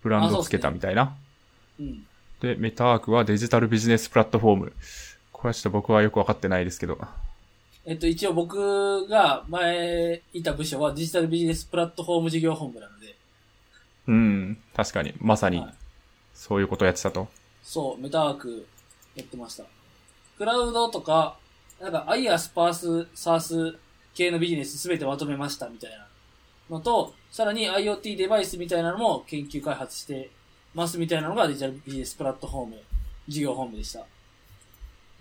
[SPEAKER 2] ブランドをつけたみたいな。
[SPEAKER 1] うん。
[SPEAKER 2] でメタアークはデジタルビジネスプラットフォーム。これはちょっと僕はよくわかってないですけど。
[SPEAKER 1] えっと、一応僕が前いた部署はデジタルビジネスプラットフォーム事業本部なので、
[SPEAKER 2] うん、確かに、まさに
[SPEAKER 1] はい、
[SPEAKER 2] そういうことをやってたと。
[SPEAKER 1] そう、メタワークやってました。クラウドとか、なんか、アイアス、パース、サース系のビジネスすべてまとめましたみたいなのと、さらに IoT デバイスみたいなのも研究開発してますみたいなのがデジタルビジネスプラットフォーム事業本部でした。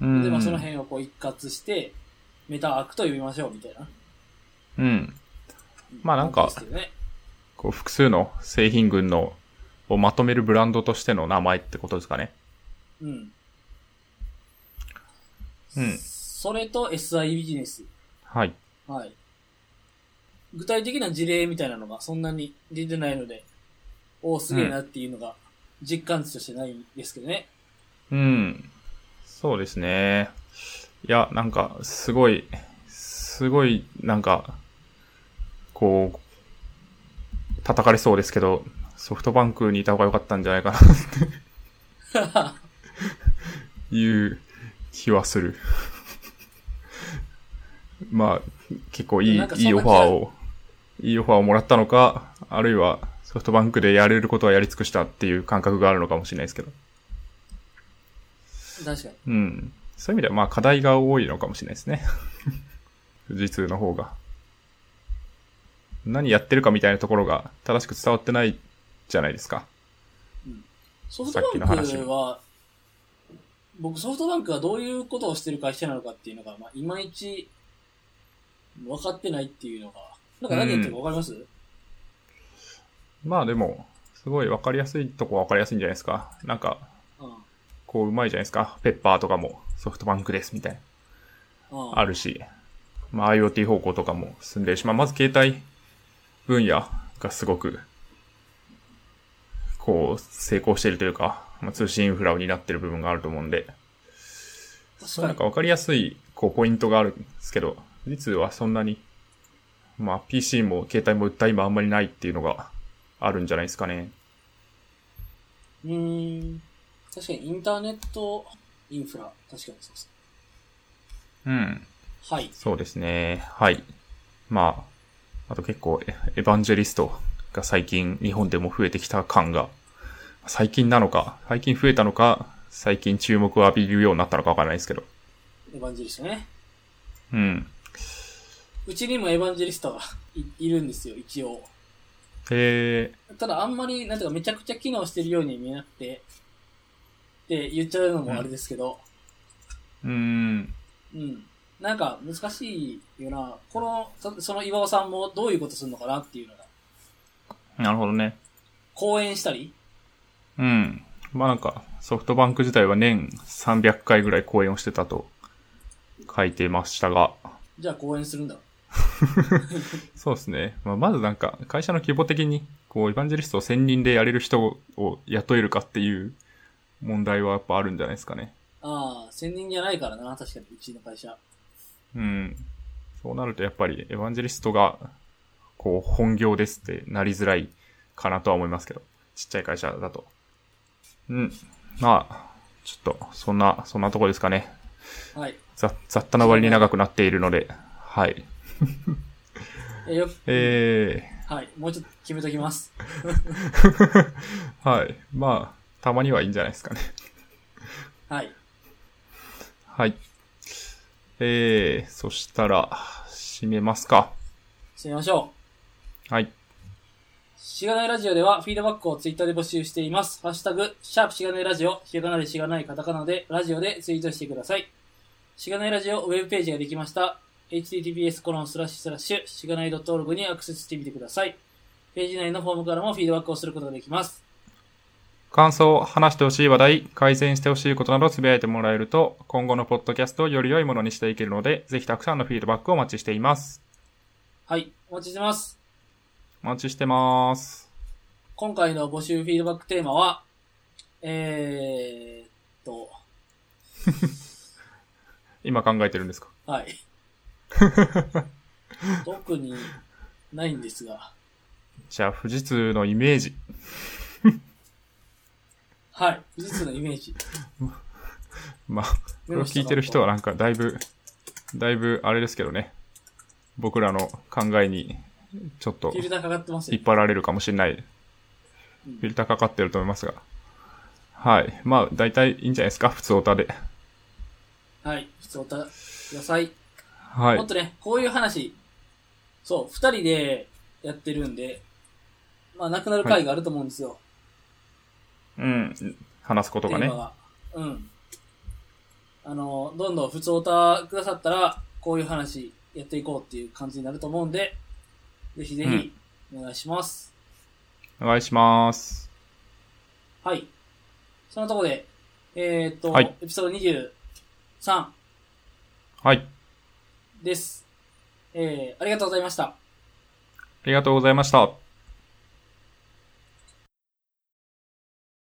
[SPEAKER 2] うん。
[SPEAKER 1] で、まあその辺をこう一括して、メタワークと呼びましょうみたいな。
[SPEAKER 2] うん。まあなんか
[SPEAKER 1] 感じですけどね、
[SPEAKER 2] こう、複数の製品群の、をまとめるブランドとしての名前ってことですかね。
[SPEAKER 1] うん。
[SPEAKER 2] うん
[SPEAKER 1] それと SI ビジネス。
[SPEAKER 2] はい。
[SPEAKER 1] はい。具体的な事例みたいなのがそんなに出てないので、おお、すげえなっていうのが実感値としてないんですけどね。
[SPEAKER 2] うん。そうですね。いや、なんか、すごい、すごい、なんか、こう、叩かれそうですけど、ソフトバンクにいた方が良かったんじゃないかな っていう気はする。まあ、結構いい
[SPEAKER 1] なんか、そん
[SPEAKER 2] い
[SPEAKER 1] ない
[SPEAKER 2] オファーを、いいオファーをもらったのか、あるいはソフトバンクでやれることはやり尽くしたっていう感覚があるのかもしれないですけど。
[SPEAKER 1] 確かに。
[SPEAKER 2] うん。そういう意味では、まあ、課題が多いのかもしれないですね。 富士通の方が。何やってるかみたいなところが正しく伝わってないじゃないですか。
[SPEAKER 1] ソフトバン
[SPEAKER 2] さっき
[SPEAKER 1] ク
[SPEAKER 2] の
[SPEAKER 1] は、僕ソフトバンクがどういうことをしてる会社なのかっていうのが、まあ、いまいち分かってないっていうのが、なんか何言ってるか分かります、
[SPEAKER 2] まあでも、すごい分かりやすいとこは分かりやすいんじゃないですか。なんか、
[SPEAKER 1] うん、うん。
[SPEAKER 2] こう、うまいじゃないですか。ペッパーとかもソフトバンクですみたいな。あるし、まあ、IoT 方向とかも進んでるし、まあ、まず携帯分野がすごく、こう、成功しているというか、まあ、通信インフラを担っている部分があると思うんで、
[SPEAKER 1] 確
[SPEAKER 2] なん
[SPEAKER 1] か
[SPEAKER 2] か
[SPEAKER 1] に。
[SPEAKER 2] わかりやすい、こう、ポイントがあるんですけど、実はそんなに、まあ、PC も携帯も売った今あんまりないっていうのがあるんじゃないですかね。
[SPEAKER 1] うーん。確かにインターネットインフラ、確かにそうです。
[SPEAKER 2] うん。
[SPEAKER 1] はい。
[SPEAKER 2] そうですね。はい。まあ、あと結構、エエヴァンジェリストが最近日本でも増えてきた感が、最近なのか、最近増えたのか、最近注目を浴びるようになったのかわからないですけど。
[SPEAKER 1] エヴァンジェリストね。
[SPEAKER 2] うん。
[SPEAKER 1] うちにもエヴァンジェリスタが いいるんですよ、一応。
[SPEAKER 2] へえ、
[SPEAKER 1] ただあんまり、なんていうかめちゃくちゃ機能してるように見えなくて、って言っちゃうのもあれですけど、
[SPEAKER 2] うん。
[SPEAKER 1] うん。なんか難しいよな。この、そその岩尾さんもどういうことするのかなっていうのが。
[SPEAKER 2] なるほどね。
[SPEAKER 1] 講演したり
[SPEAKER 2] うん。まあなんか、ソフトバンク自体は年300回ぐらい講演をしてたと書いていましたが、
[SPEAKER 1] じゃあ講演するんだろ
[SPEAKER 2] そうですね。まあ、まずなんか、会社の規模的に、こう、エヴァンジェリストを1000人でやれる人を雇えるかっていう問題はやっぱあるんじゃないですかね。
[SPEAKER 1] ああ、専人じゃないからな、確かに、うちの会社。
[SPEAKER 2] うん。そうなるとやっぱり、エヴァンジェリストが、こう、本業ですってなりづらいかなとは思いますけど、ちっちゃい会社だと。うん。まあ、ちょっと、そんな、そんなとこですかね。
[SPEAKER 1] はい。
[SPEAKER 2] ざ雑多な割に長くなっているので、はい。
[SPEAKER 1] えよ
[SPEAKER 2] え
[SPEAKER 1] はい。もうちょっと決めときます。
[SPEAKER 2] ー、はい。まあ、たまにはいいんじゃないですかね。
[SPEAKER 1] はい。
[SPEAKER 2] はい。えー、そしたら、締めますか。
[SPEAKER 1] 締めましょう。
[SPEAKER 2] はい。
[SPEAKER 1] しがないラジオではフィードバックをツイッターで募集しています。ハッシュタグ、シャープしがないラジオ、ひらがなでしがないカタカナで、ラジオでツイートしてください。しがないラジオウェブページができました。https コロンスラッシュスラッシュ、しがない .org にアクセスしてみてください。ページ内のフォームからもフィードバックをすることができます。
[SPEAKER 2] 感想、話してほしい話題、改善してほしいことなどつぶやいてもらえると、今後のポッドキャストをより良いものにしていけるので、ぜひたくさんのフィードバックをお待ちしています。
[SPEAKER 1] はい。お待ちしてます。
[SPEAKER 2] お待ちしてます。
[SPEAKER 1] 今回の募集フィードバックテーマは、えーっと、
[SPEAKER 2] 今考えてるんですか
[SPEAKER 1] はい。特にないんですが、
[SPEAKER 2] じゃあ、富士通のイメージ。
[SPEAKER 1] はい。富士通のイメージ。
[SPEAKER 2] まあ、これを聞いてる人はなんかだいぶ、だいぶあれですけどね。僕らの考えに、ちょっと
[SPEAKER 1] フィルターかかってますよ
[SPEAKER 2] 引っ。張られるかもしれない。フィルターかかってると思いますが。はい。まあ、大体いいんじゃないですか普通オタで。
[SPEAKER 1] はい。普通おたください。
[SPEAKER 2] はい
[SPEAKER 1] もっ。とね、こういう話、そう、二人でやってるんで、まあ、なくなる回があると思うんですよ。
[SPEAKER 2] うん。話すことが
[SPEAKER 1] テー
[SPEAKER 2] ね
[SPEAKER 1] マ。が。うん。あの、どんどん普通おたくださったら、こういう話やっていこうっていう感じになると思うんで、ぜひぜひ、お願いします。
[SPEAKER 2] お願いします。
[SPEAKER 1] はい。そのとこで、えーっと、
[SPEAKER 2] はい
[SPEAKER 1] エピソード23
[SPEAKER 2] はい。
[SPEAKER 1] です。えー、ありがとうございました。
[SPEAKER 2] ありがとうございました。